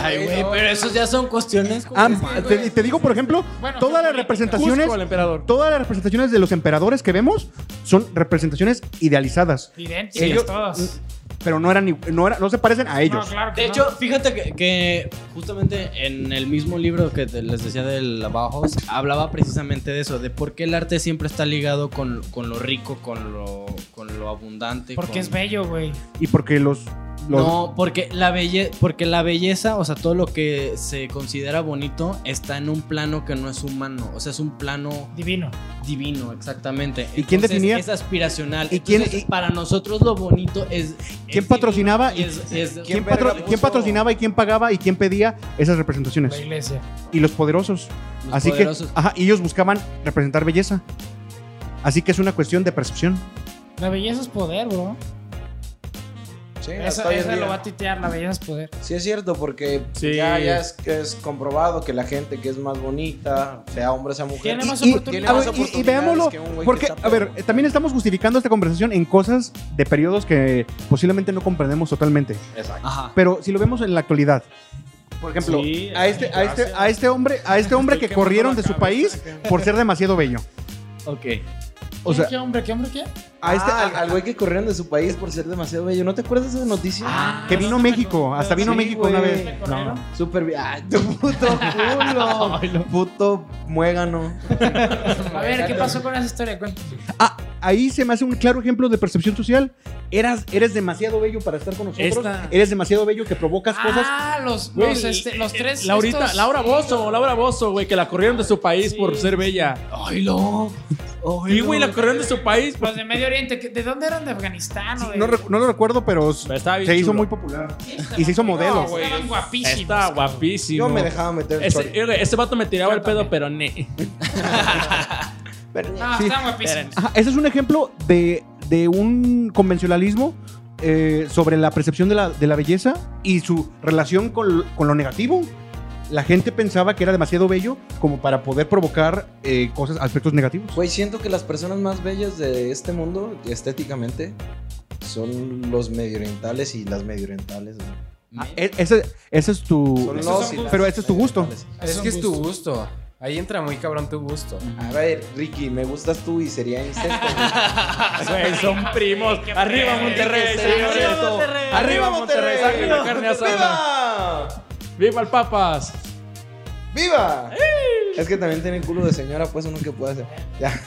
[SPEAKER 5] Ay, güey, pero esos ya son cuestiones.
[SPEAKER 4] Ah, te, te digo, por ejemplo,
[SPEAKER 3] Bueno,
[SPEAKER 4] todas
[SPEAKER 3] sí,
[SPEAKER 4] las
[SPEAKER 3] política.
[SPEAKER 4] representaciones,
[SPEAKER 1] Cusco, el emperador.
[SPEAKER 4] todas las representaciones de los emperadores que vemos son representaciones idealizadas,
[SPEAKER 3] Idénticas
[SPEAKER 4] Ellos-
[SPEAKER 3] todas.
[SPEAKER 4] pero no eran, i- no, era- no se parecen a ellos.
[SPEAKER 3] No, claro que
[SPEAKER 5] De
[SPEAKER 3] no.
[SPEAKER 5] hecho, fíjate que, que justamente en el mismo libro que te- les decía del Bauhaus, hablaba precisamente de eso, de por qué el arte siempre está ligado con, con lo rico, con lo, con lo abundante.
[SPEAKER 3] Porque
[SPEAKER 5] con-
[SPEAKER 3] es bello, güey.
[SPEAKER 4] Y porque los, los-
[SPEAKER 5] No, porque la, belle- porque la belleza, o sea, todo lo que se considera bonito está en un plano que no es humano, o sea, es un plano
[SPEAKER 3] Divino.
[SPEAKER 5] divino, exactamente.
[SPEAKER 4] ¿Y quién
[SPEAKER 5] Entonces,
[SPEAKER 4] definía?
[SPEAKER 5] Es aspiracional.
[SPEAKER 4] ¿Y quién-
[SPEAKER 5] Entonces,
[SPEAKER 4] y-
[SPEAKER 5] para nosotros lo bonito es...
[SPEAKER 4] ¿Quién
[SPEAKER 5] es
[SPEAKER 4] patrocinaba
[SPEAKER 5] divino y es- es-
[SPEAKER 4] ¿quién,
[SPEAKER 2] ¿Quién verga
[SPEAKER 4] patro-
[SPEAKER 2] puso?
[SPEAKER 4] quién patrocinaba y quién pagaba y quién pedía esas
[SPEAKER 3] La
[SPEAKER 4] representaciones?
[SPEAKER 3] iglesia.
[SPEAKER 4] Y los poderosos.
[SPEAKER 5] los
[SPEAKER 4] Así
[SPEAKER 5] poderosos.
[SPEAKER 4] que, ajá, y ellos buscaban representar belleza. Así que es una cuestión de percepción.
[SPEAKER 3] La belleza es poder, bro.
[SPEAKER 2] Sí,
[SPEAKER 3] Eso,
[SPEAKER 2] hasta hoy en
[SPEAKER 3] eso
[SPEAKER 2] día.
[SPEAKER 3] lo va a tuitear, la belleza es poder.
[SPEAKER 2] Sí, es cierto, porque
[SPEAKER 1] Sí.
[SPEAKER 2] ya, ya es, es comprobado que la gente que es más bonita, sea hombre o sea mujer,
[SPEAKER 3] Tiene más
[SPEAKER 4] Y- y-
[SPEAKER 3] oportunidades.
[SPEAKER 4] a ver, y- y,
[SPEAKER 2] oportunidades
[SPEAKER 4] veámoslo,
[SPEAKER 2] que un güey
[SPEAKER 4] porque,
[SPEAKER 2] que está
[SPEAKER 4] a ver,
[SPEAKER 2] peor.
[SPEAKER 4] eh, también estamos justificando esta conversación en cosas de periodos que posiblemente no comprendemos totalmente.
[SPEAKER 2] Exacto.
[SPEAKER 5] Ajá.
[SPEAKER 4] Pero si lo vemos en la actualidad, por ejemplo,
[SPEAKER 1] Sí,
[SPEAKER 4] a, este, a, este,
[SPEAKER 1] gracias.
[SPEAKER 4] a este hombre, a este hombre
[SPEAKER 1] Estoy
[SPEAKER 4] que
[SPEAKER 1] quemando
[SPEAKER 4] corrieron
[SPEAKER 1] la
[SPEAKER 4] de su
[SPEAKER 1] cabeza,
[SPEAKER 4] país
[SPEAKER 1] que-
[SPEAKER 4] por ser demasiado bello.
[SPEAKER 5] Ok.
[SPEAKER 4] O sea,
[SPEAKER 3] ¿Qué hombre, qué hombre, qué?
[SPEAKER 4] a este,
[SPEAKER 2] Ah,
[SPEAKER 4] a-
[SPEAKER 2] al- al güey que corrieron de su país por ser demasiado bello. ¿No te acuerdas de esa noticia?
[SPEAKER 4] que vino
[SPEAKER 3] Ah,
[SPEAKER 4] México, hasta vino
[SPEAKER 2] Ah, Sí,
[SPEAKER 4] México
[SPEAKER 2] güey.
[SPEAKER 4] una vez.
[SPEAKER 3] No.
[SPEAKER 2] Súper bien. ¡Ay, tu puto culo! puto muégano.
[SPEAKER 3] A ver, ¿qué pasó con esa historia? Cuéntame.
[SPEAKER 4] Ah, ahí se me hace un claro ejemplo de percepción social. Eras, eres demasiado bello para estar con nosotros.
[SPEAKER 1] Esta-
[SPEAKER 4] Eres demasiado bello que provocas cosas.
[SPEAKER 3] Ah, los,
[SPEAKER 1] Güey,
[SPEAKER 3] los, este, los
[SPEAKER 1] eh,
[SPEAKER 3] tres.
[SPEAKER 1] Laurita,
[SPEAKER 3] estos-
[SPEAKER 1] Laura Bozo, Laura Bozo, güey, que la corrieron de su país
[SPEAKER 3] Sí.
[SPEAKER 1] por ser bella.
[SPEAKER 5] Ay, no.
[SPEAKER 1] Y, güey, la corrieron de su país.
[SPEAKER 3] Los de Medio Oriente. que- ¿De dónde eran? ¿De Afganistán? o de-
[SPEAKER 4] No, recu- no lo recuerdo, pero s-
[SPEAKER 1] eh. Pero estaba
[SPEAKER 4] se
[SPEAKER 1] bien
[SPEAKER 4] hizo
[SPEAKER 1] chulo.
[SPEAKER 4] muy popular.
[SPEAKER 3] Sí, estaban-
[SPEAKER 4] y se hizo
[SPEAKER 3] no,
[SPEAKER 4] modelo.
[SPEAKER 3] Estaban guapísimos.
[SPEAKER 1] Está guapísimo.
[SPEAKER 2] Yo me dejaba meter.
[SPEAKER 1] Ese,
[SPEAKER 2] chorizo.
[SPEAKER 1] mira, ese vato me tiraba el pedo, pero ne.
[SPEAKER 2] Pero-
[SPEAKER 3] No,
[SPEAKER 4] Sí.
[SPEAKER 3] estaban guapísimos.
[SPEAKER 4] Ajá, ese es un ejemplo de, de un convencionalismo eh, sobre la percepción de la, de la belleza y su relación con, lo- con lo negativo. La gente pensaba que era demasiado bello como para poder provocar eh, cosas, aspectos negativos.
[SPEAKER 2] Güey, siento que las personas más bellas de este mundo, estéticamente, son los medioorientales y las medioorientales. güey.
[SPEAKER 1] Mm.
[SPEAKER 4] Ah, e- ese, ese es tu...
[SPEAKER 2] Son
[SPEAKER 4] ese
[SPEAKER 2] los
[SPEAKER 4] es-
[SPEAKER 2] y las
[SPEAKER 4] pero ese es tu gusto.
[SPEAKER 2] medioorientales.
[SPEAKER 7] Es que es tu gusto. Ahí entra muy cabrón tu gusto.
[SPEAKER 2] A ver, Ricky, me gustas tú y sería incesto. güey.
[SPEAKER 1] Güey, son primos. Arriba Monterrey, señores.
[SPEAKER 2] Arriba Monterrey.
[SPEAKER 1] Arriba Monterrey. Saquen la carne asada.
[SPEAKER 2] ¡Viva!
[SPEAKER 1] Viva el papas.
[SPEAKER 2] ¡Viva! Es que también tienen culo de señora, pues uno que puede hacer. Ya.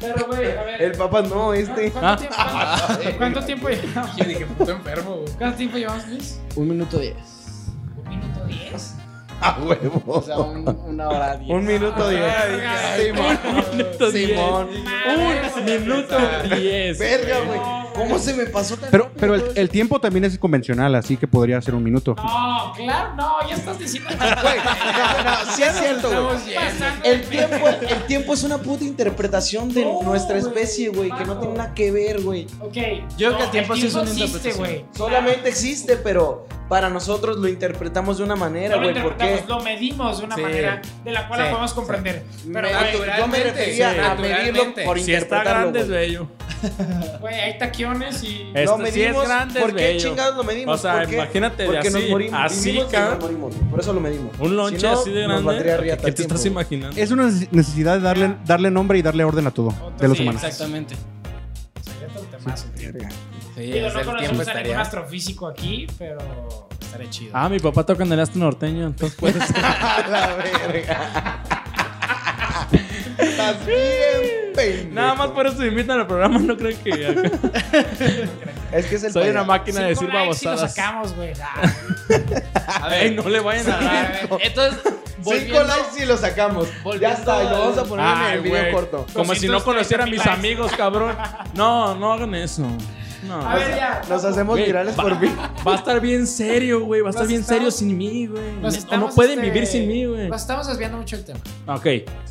[SPEAKER 3] Pero, güey, a ver.
[SPEAKER 2] El papá no, este.
[SPEAKER 3] ¿Cuánto tiempo, ¿cuánto tiempo llevamos?
[SPEAKER 7] Yo dije, puto enfermo, güey.
[SPEAKER 3] ¿Cuánto tiempo llevamos, Luis?
[SPEAKER 6] Un minuto diez.
[SPEAKER 3] Un minuto diez.
[SPEAKER 2] A huevo.
[SPEAKER 6] O sea, un- una hora diez.
[SPEAKER 2] Un minuto diez.
[SPEAKER 1] Un minuto diez. Un minuto diez.
[SPEAKER 2] Verga, güey. ¿Cómo se me pasó tan
[SPEAKER 4] Pero,
[SPEAKER 2] rápido
[SPEAKER 4] pero el,
[SPEAKER 2] todo
[SPEAKER 4] el tiempo también es convencional, así que podría ser un minuto.
[SPEAKER 3] No, claro, no, ya estás diciendo.
[SPEAKER 2] Güey, no, no, no, sí es cierto, güey.
[SPEAKER 3] Pasando
[SPEAKER 2] El
[SPEAKER 3] de-
[SPEAKER 2] tiempo, el tiempo es una puta interpretación de
[SPEAKER 3] No,
[SPEAKER 2] nuestra
[SPEAKER 3] güey,
[SPEAKER 2] especie, güey, que no
[SPEAKER 3] vato.
[SPEAKER 2] tiene nada que ver, güey.
[SPEAKER 3] Ok.
[SPEAKER 6] Yo creo
[SPEAKER 3] no,
[SPEAKER 6] que el tiempo sí es una
[SPEAKER 3] existe,
[SPEAKER 6] interpretación.
[SPEAKER 3] güey.
[SPEAKER 2] Solamente existe, pero para nosotros lo interpretamos de una manera,
[SPEAKER 3] No lo
[SPEAKER 2] güey, porque
[SPEAKER 3] interpretamos, lo medimos de una
[SPEAKER 7] Sí.
[SPEAKER 3] manera de la cual la
[SPEAKER 7] Sí.
[SPEAKER 3] podemos comprender. Pero,
[SPEAKER 7] Me-
[SPEAKER 3] güey,
[SPEAKER 2] yo me refería
[SPEAKER 7] Sí,
[SPEAKER 2] a medirlo
[SPEAKER 7] naturalmente.
[SPEAKER 2] por
[SPEAKER 1] Si está
[SPEAKER 2] interpretarlo,
[SPEAKER 1] grande es
[SPEAKER 2] güey.
[SPEAKER 1] bello.
[SPEAKER 3] güey, hay taquiones y.
[SPEAKER 1] Eh,
[SPEAKER 2] Lo
[SPEAKER 1] Esto sí es
[SPEAKER 2] medimos,
[SPEAKER 1] grande, es
[SPEAKER 2] ¿por qué
[SPEAKER 1] bello.
[SPEAKER 2] chingados lo medimos?
[SPEAKER 1] O sea,
[SPEAKER 2] ¿Por qué?
[SPEAKER 1] imagínate de
[SPEAKER 2] porque nos
[SPEAKER 1] así,
[SPEAKER 2] morimos,
[SPEAKER 1] así,
[SPEAKER 2] vivimos y
[SPEAKER 1] cabrón.
[SPEAKER 2] nos morimos, por eso lo medimos.
[SPEAKER 1] Un lonche
[SPEAKER 2] Si no,
[SPEAKER 1] así de
[SPEAKER 2] nos valdría
[SPEAKER 1] grande.
[SPEAKER 2] riata
[SPEAKER 1] ¿Qué
[SPEAKER 2] el
[SPEAKER 1] te
[SPEAKER 2] tiempo,
[SPEAKER 1] estás
[SPEAKER 2] güey.
[SPEAKER 1] imaginando?
[SPEAKER 4] Es una necesidad de darle, darle nombre y darle orden a todo de los
[SPEAKER 3] Sí,
[SPEAKER 4] humanos.
[SPEAKER 6] Exactamente.
[SPEAKER 7] Sí,
[SPEAKER 3] Digo,
[SPEAKER 7] es
[SPEAKER 3] no
[SPEAKER 7] el tiempo
[SPEAKER 3] conocemos a ningún
[SPEAKER 7] estaría.
[SPEAKER 3] astrofísico aquí, pero.
[SPEAKER 6] Estaré chido.
[SPEAKER 1] Ah, mi papá toca en el astro norteño, entonces puede ser.
[SPEAKER 2] A la verga. Estás bien pendejo.
[SPEAKER 1] Nada más por eso me invitan al programa, no creo que.
[SPEAKER 2] Es que es el
[SPEAKER 1] Soy una
[SPEAKER 2] payaso.
[SPEAKER 1] máquina de
[SPEAKER 3] Cinco
[SPEAKER 1] decir
[SPEAKER 3] likes y lo
[SPEAKER 1] babosadas.
[SPEAKER 3] sacamos, güey. Ah,
[SPEAKER 1] A ver, no le vayan a dar.
[SPEAKER 6] Entonces,
[SPEAKER 2] Cinco
[SPEAKER 6] volviendo-
[SPEAKER 2] likes y lo sacamos. Ya
[SPEAKER 6] volviendo
[SPEAKER 2] está, lo vamos a poner en
[SPEAKER 1] Ay,
[SPEAKER 2] el video
[SPEAKER 1] güey.
[SPEAKER 2] corto.
[SPEAKER 1] Como si no
[SPEAKER 3] 230
[SPEAKER 1] conociera a
[SPEAKER 3] mil
[SPEAKER 1] mis
[SPEAKER 3] likes.
[SPEAKER 1] amigos, cabrón. No, no hagan eso. No.
[SPEAKER 3] A ver, ya.
[SPEAKER 2] Nos hacemos
[SPEAKER 1] Güey,
[SPEAKER 2] virales
[SPEAKER 1] va-
[SPEAKER 2] por mí.
[SPEAKER 1] Va a estar bien serio, güey. Va a estar
[SPEAKER 3] Nos
[SPEAKER 1] bien serio
[SPEAKER 3] estamos-
[SPEAKER 1] sin mí, güey.
[SPEAKER 3] Nos
[SPEAKER 1] No,
[SPEAKER 3] estamos,
[SPEAKER 1] no pueden
[SPEAKER 3] este,
[SPEAKER 1] vivir sin mí, güey.
[SPEAKER 3] Nos estamos desviando mucho el tema.
[SPEAKER 1] Ok,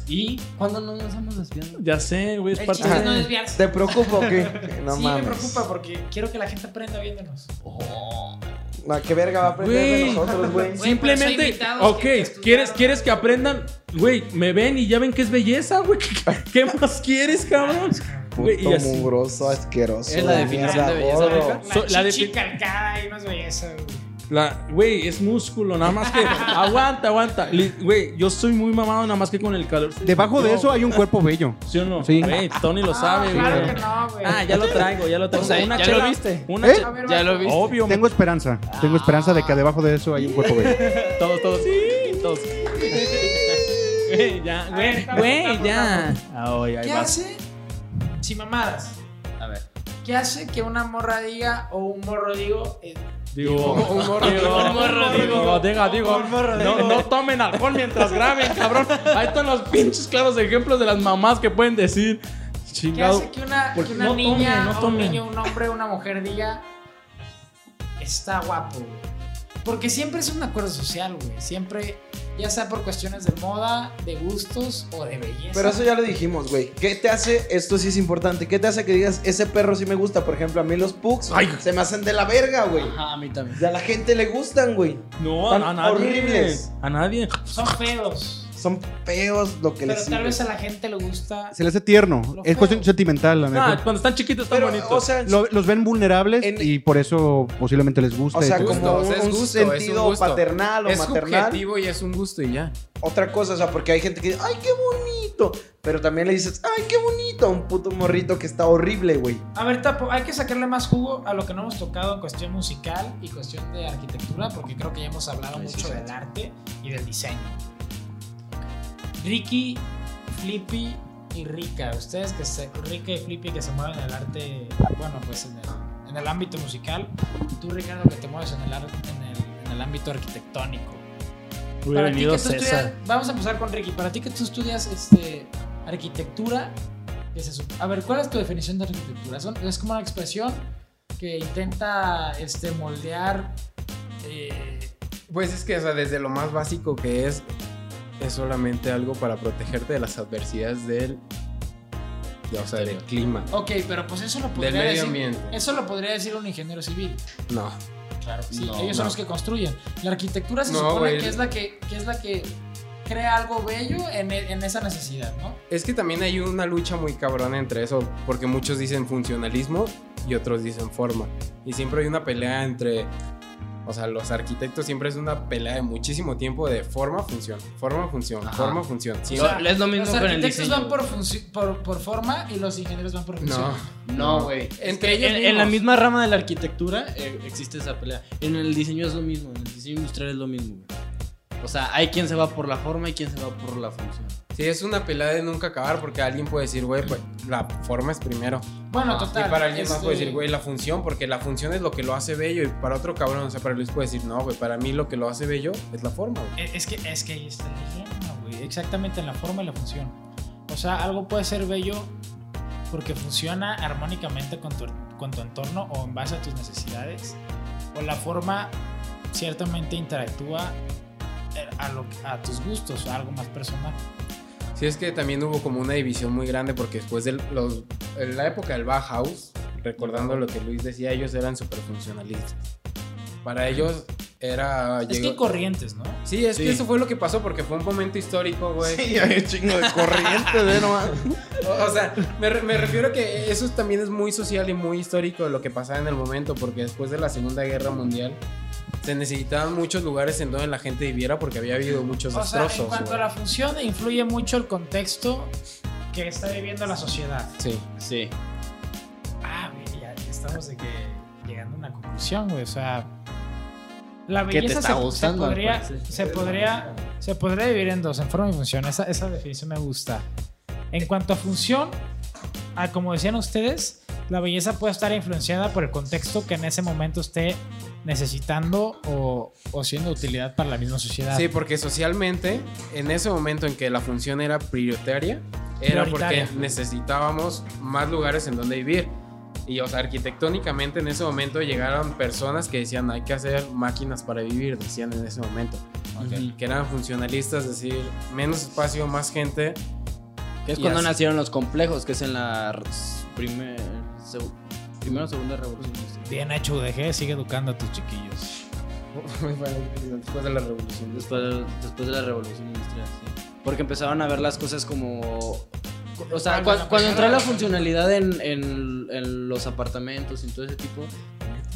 [SPEAKER 6] ¿Y cuándo no nos estamos desviando?
[SPEAKER 1] ya sé, güey. Es
[SPEAKER 3] El
[SPEAKER 1] parte
[SPEAKER 3] chiste es no
[SPEAKER 1] de.
[SPEAKER 3] desviarse.
[SPEAKER 2] ¿Te preocupa o qué? No
[SPEAKER 3] sí,
[SPEAKER 2] mames.
[SPEAKER 3] me preocupa porque quiero que la gente aprenda viéndonos.
[SPEAKER 2] No, qué verga va a aprender de
[SPEAKER 1] Güey.
[SPEAKER 2] nosotros, güey.
[SPEAKER 3] Güey, pero soy
[SPEAKER 1] Simplemente,
[SPEAKER 3] invitados
[SPEAKER 1] ok,
[SPEAKER 3] que- que estudiaron.
[SPEAKER 1] ¿quieres, ¿quieres que aprendan? Güey, me ven y ya ven que es belleza, güey. ¿Qué- ¿Qué más quieres, cabrón? Güey, y
[SPEAKER 2] Puto
[SPEAKER 1] así.
[SPEAKER 2] mugroso, asqueroso.
[SPEAKER 6] Es la
[SPEAKER 2] de
[SPEAKER 6] definición
[SPEAKER 2] mierda,
[SPEAKER 6] de belleza,
[SPEAKER 2] gordo.
[SPEAKER 6] vieja.
[SPEAKER 1] So-
[SPEAKER 3] la
[SPEAKER 1] la
[SPEAKER 3] chichi
[SPEAKER 1] defi-
[SPEAKER 3] calcada y unas bellezas, güey.
[SPEAKER 1] La, güey, es músculo, nada más que. aguanta, aguanta. Li- Güey, yo soy muy mamado, nada más que con el calor.
[SPEAKER 4] Debajo de eso hay un cuerpo bello.
[SPEAKER 1] ¿Sí o no?
[SPEAKER 4] Sí.
[SPEAKER 1] Güey, Tony lo sabe, güey.
[SPEAKER 3] Ah, Claro que no, güey.
[SPEAKER 1] Ah, ya lo traigo, ya lo traigo.
[SPEAKER 6] O sea,
[SPEAKER 1] una
[SPEAKER 6] ¿ya
[SPEAKER 1] chela-
[SPEAKER 6] lo viste?
[SPEAKER 1] Una
[SPEAKER 4] ¿Eh?
[SPEAKER 1] chela-
[SPEAKER 3] A ver,
[SPEAKER 6] Ya
[SPEAKER 3] vato.
[SPEAKER 6] lo vi.
[SPEAKER 7] Oh.
[SPEAKER 1] Obvio,
[SPEAKER 4] Tengo esperanza. Tengo esperanza de que debajo de eso hay un cuerpo bello.
[SPEAKER 1] todos, todos. todos. Güey, ya,
[SPEAKER 3] A ver,
[SPEAKER 1] güey,
[SPEAKER 3] estamos,
[SPEAKER 1] güey,
[SPEAKER 3] estamos,
[SPEAKER 1] ya. Ah, oye, ahí
[SPEAKER 3] ¿Qué
[SPEAKER 1] vas.
[SPEAKER 3] hace? Sin mamadas.
[SPEAKER 6] A ver.
[SPEAKER 3] ¿Qué hace que una morra diga o un morro digo? eh,
[SPEAKER 1] Digo, un morro,
[SPEAKER 6] un morro,
[SPEAKER 1] digo,
[SPEAKER 6] digo.
[SPEAKER 1] digo, digo, no, no tomen alcohol mientras graben, cabrón. Ahí están los pinches claros ejemplos de las mamás que pueden decir.
[SPEAKER 3] ¿Qué
[SPEAKER 1] Chingado.
[SPEAKER 3] hace que una,
[SPEAKER 1] Porque
[SPEAKER 3] que una
[SPEAKER 1] pues, no tome,
[SPEAKER 3] niña,
[SPEAKER 1] no
[SPEAKER 3] o un
[SPEAKER 1] tome.
[SPEAKER 3] niño, un hombre, una mujer diga está guapo? güey"? Porque siempre es un acuerdo social, güey. Siempre, ya sea por cuestiones de moda, de gustos o de belleza.
[SPEAKER 2] Pero eso ya lo dijimos, güey. ¿Qué te hace? Esto sí es importante. ¿Qué te hace que digas, ese perro sí me gusta? Por ejemplo, a mí los pugs se me hacen de la verga, güey.
[SPEAKER 6] Ajá, a mí también.
[SPEAKER 2] Y a la gente le gustan, güey.
[SPEAKER 1] No,
[SPEAKER 2] Tan
[SPEAKER 1] a nadie.
[SPEAKER 2] horribles.
[SPEAKER 1] A nadie.
[SPEAKER 3] Son feos.
[SPEAKER 2] Son feos lo que
[SPEAKER 3] Pero
[SPEAKER 2] les
[SPEAKER 3] tal vez a la gente le gusta.
[SPEAKER 4] Se le hace tierno.
[SPEAKER 3] Lo
[SPEAKER 4] Es cuestión
[SPEAKER 3] feo.
[SPEAKER 4] sentimental, la
[SPEAKER 1] Nah,
[SPEAKER 4] neta.
[SPEAKER 1] Ah, cuando están chiquitos están
[SPEAKER 2] Pero,
[SPEAKER 1] bonitos.
[SPEAKER 2] o sea,
[SPEAKER 4] Lo- los ven vulnerables
[SPEAKER 2] En-
[SPEAKER 4] y por eso posiblemente les gusta.
[SPEAKER 2] o sea,
[SPEAKER 4] y-
[SPEAKER 7] gusto,
[SPEAKER 2] como
[SPEAKER 7] o sea, es
[SPEAKER 2] un, un
[SPEAKER 7] gusto, es un
[SPEAKER 2] sentido
[SPEAKER 7] gusto.
[SPEAKER 2] paternal o
[SPEAKER 7] Es
[SPEAKER 2] maternal.
[SPEAKER 7] subjetivo y es un gusto y ya.
[SPEAKER 2] Otra cosa, o sea, porque hay gente que dice, ay, qué bonito. Pero también le dices, ay, qué bonito a un puto morrito que está horrible, güey.
[SPEAKER 3] A ver, Tapo, hay que sacarle más jugo a lo que no hemos tocado en cuestión musical y cuestión de arquitectura, porque creo que ya hemos hablado
[SPEAKER 2] Ay, sí,
[SPEAKER 3] mucho
[SPEAKER 2] sí.
[SPEAKER 3] del arte y del diseño. Ricky, Flippy y Rica. Ustedes que se, Rica y Flippy que se mueven en el arte, bueno, pues en el, en el ámbito musical. Tú, Ricardo, que te mueves en el, ar- en el, en el ámbito arquitectónico.
[SPEAKER 1] Hubiera
[SPEAKER 3] Para ti
[SPEAKER 1] venido
[SPEAKER 3] que tú estudias-
[SPEAKER 1] César.
[SPEAKER 3] vamos a empezar con Ricky. Para ti que tú estudias este, arquitectura, ¿qué es eso? A ver, ¿cuál es tu definición de arquitectura? Son- Es como una expresión que intenta este, moldear. eh,
[SPEAKER 7] Pues es que, o sea, desde lo más básico que es, es solamente algo para protegerte de las adversidades del, o sea, del clima,
[SPEAKER 3] ok, pero pues eso lo
[SPEAKER 7] del
[SPEAKER 3] podría
[SPEAKER 7] medio
[SPEAKER 3] decir.
[SPEAKER 7] ambiente.
[SPEAKER 3] Eso lo podría decir un ingeniero civil.
[SPEAKER 7] No,
[SPEAKER 3] Claro que sí.
[SPEAKER 7] No,
[SPEAKER 3] Ellos son
[SPEAKER 7] no.
[SPEAKER 3] los que construyen. La arquitectura se
[SPEAKER 7] No,
[SPEAKER 3] supone
[SPEAKER 7] güey.
[SPEAKER 3] que es, la que, que es la que crea algo bello en, e- en esa necesidad, ¿no?
[SPEAKER 7] es que también hay una lucha muy cabrona entre eso, porque muchos dicen funcionalismo y otros dicen forma. Y siempre hay una pelea entre, o sea, los arquitectos siempre es una pelea de muchísimo tiempo de forma, función, forma, función,
[SPEAKER 5] Ajá.
[SPEAKER 7] forma, función.
[SPEAKER 3] O
[SPEAKER 7] Siempre-
[SPEAKER 3] sea,
[SPEAKER 5] es lo mismo
[SPEAKER 3] Los
[SPEAKER 5] con el
[SPEAKER 3] arquitectos
[SPEAKER 5] diseño.
[SPEAKER 3] van por, funci- por, por forma y los ingenieros van por función.
[SPEAKER 7] no,
[SPEAKER 5] No, güey.
[SPEAKER 7] Entre ellos
[SPEAKER 5] en, en la
[SPEAKER 7] mismos.
[SPEAKER 5] misma rama de la arquitectura eh, existe esa pelea. En el diseño es lo mismo, en el diseño industrial es lo mismo, güey. O sea, hay quien se va por la forma y quien se va por la función.
[SPEAKER 7] Sí, es una pelea de nunca acabar porque alguien puede decir, güey, pues la forma es primero.
[SPEAKER 3] Bueno, total.
[SPEAKER 7] Ah, y para alguien más
[SPEAKER 3] este,
[SPEAKER 7] puede decir, güey, la función, porque la función es lo que lo hace bello. Y para otro cabrón, o sea, para Luis puede decir, no, güey, para mí lo que lo hace bello es la forma,
[SPEAKER 3] e,
[SPEAKER 7] güey.
[SPEAKER 3] Es es que, es que ahí está el ingenio, güey. Exactamente en la forma y la función. O sea, algo puede ser bello porque funciona armónicamente con tu, con tu entorno o en base a tus necesidades. O la forma ciertamente interactúa eh, a, lo- a tus gustos, a algo más personal.
[SPEAKER 7] Sí, es que también hubo como una división muy grande porque después de los, en la época del Bauhaus, recordando lo que Luis decía, ellos eran súper funcionalistas. Para ellos era...
[SPEAKER 3] Es que
[SPEAKER 7] llegó-
[SPEAKER 3] hay corrientes, ¿no?
[SPEAKER 7] sí, es que eso fue lo que pasó porque fue un momento histórico, güey.
[SPEAKER 2] Sí, hay un chingo de corriente, ve nomás.
[SPEAKER 7] O, o sea, me, re- me refiero que eso también es muy social y muy histórico lo que pasaba en el momento, porque después de la Segunda Guerra Mundial se necesitaban muchos lugares en donde la gente viviera porque había habido muchos
[SPEAKER 3] O sea, en
[SPEAKER 7] destrozos.
[SPEAKER 3] cuanto a
[SPEAKER 7] güey.
[SPEAKER 3] la función, influye mucho el contexto que está viviendo la sociedad.
[SPEAKER 7] Sí.
[SPEAKER 5] Sí.
[SPEAKER 3] Ah, güey, ya ya estamos de que llegando a una conclusión, güey. O sea, la
[SPEAKER 5] ¿Qué te
[SPEAKER 3] belleza
[SPEAKER 5] está
[SPEAKER 3] se,
[SPEAKER 5] gustando,
[SPEAKER 3] se podría,
[SPEAKER 5] al parecer?
[SPEAKER 3] se podría, se podría dividir en dos, en forma y función. Esa, esa definición me gusta. En cuanto a función, a como decían ustedes, la belleza puede estar influenciada por el contexto que en ese momento esté necesitando o, o siendo de utilidad para la misma sociedad.
[SPEAKER 7] Sí, porque socialmente, en ese momento en que la función era prioritaria, era porque
[SPEAKER 3] Prioritaria.
[SPEAKER 7] necesitábamos más lugares en donde vivir. Y, o sea, arquitectónicamente en ese momento llegaron personas que decían hay que hacer máquinas para vivir, decían en ese momento.
[SPEAKER 5] Ujú.
[SPEAKER 7] Que eran funcionalistas, es decir, menos espacio, más gente,
[SPEAKER 5] Que es
[SPEAKER 7] Y
[SPEAKER 5] cuando
[SPEAKER 7] así.
[SPEAKER 5] nacieron los complejos, que es en la r- primer, seg- primera o segunda revolución. industrial.
[SPEAKER 3] Bien hecho UDG, sigue educando a tus chiquillos.
[SPEAKER 7] después de la revolución.
[SPEAKER 5] Después, después de la revolución industrial, sí. Porque empezaron a ver las cosas como... O sea, cua- cuando, entró la funcionalidad en, en- en los apartamentos y en todo ese tipo,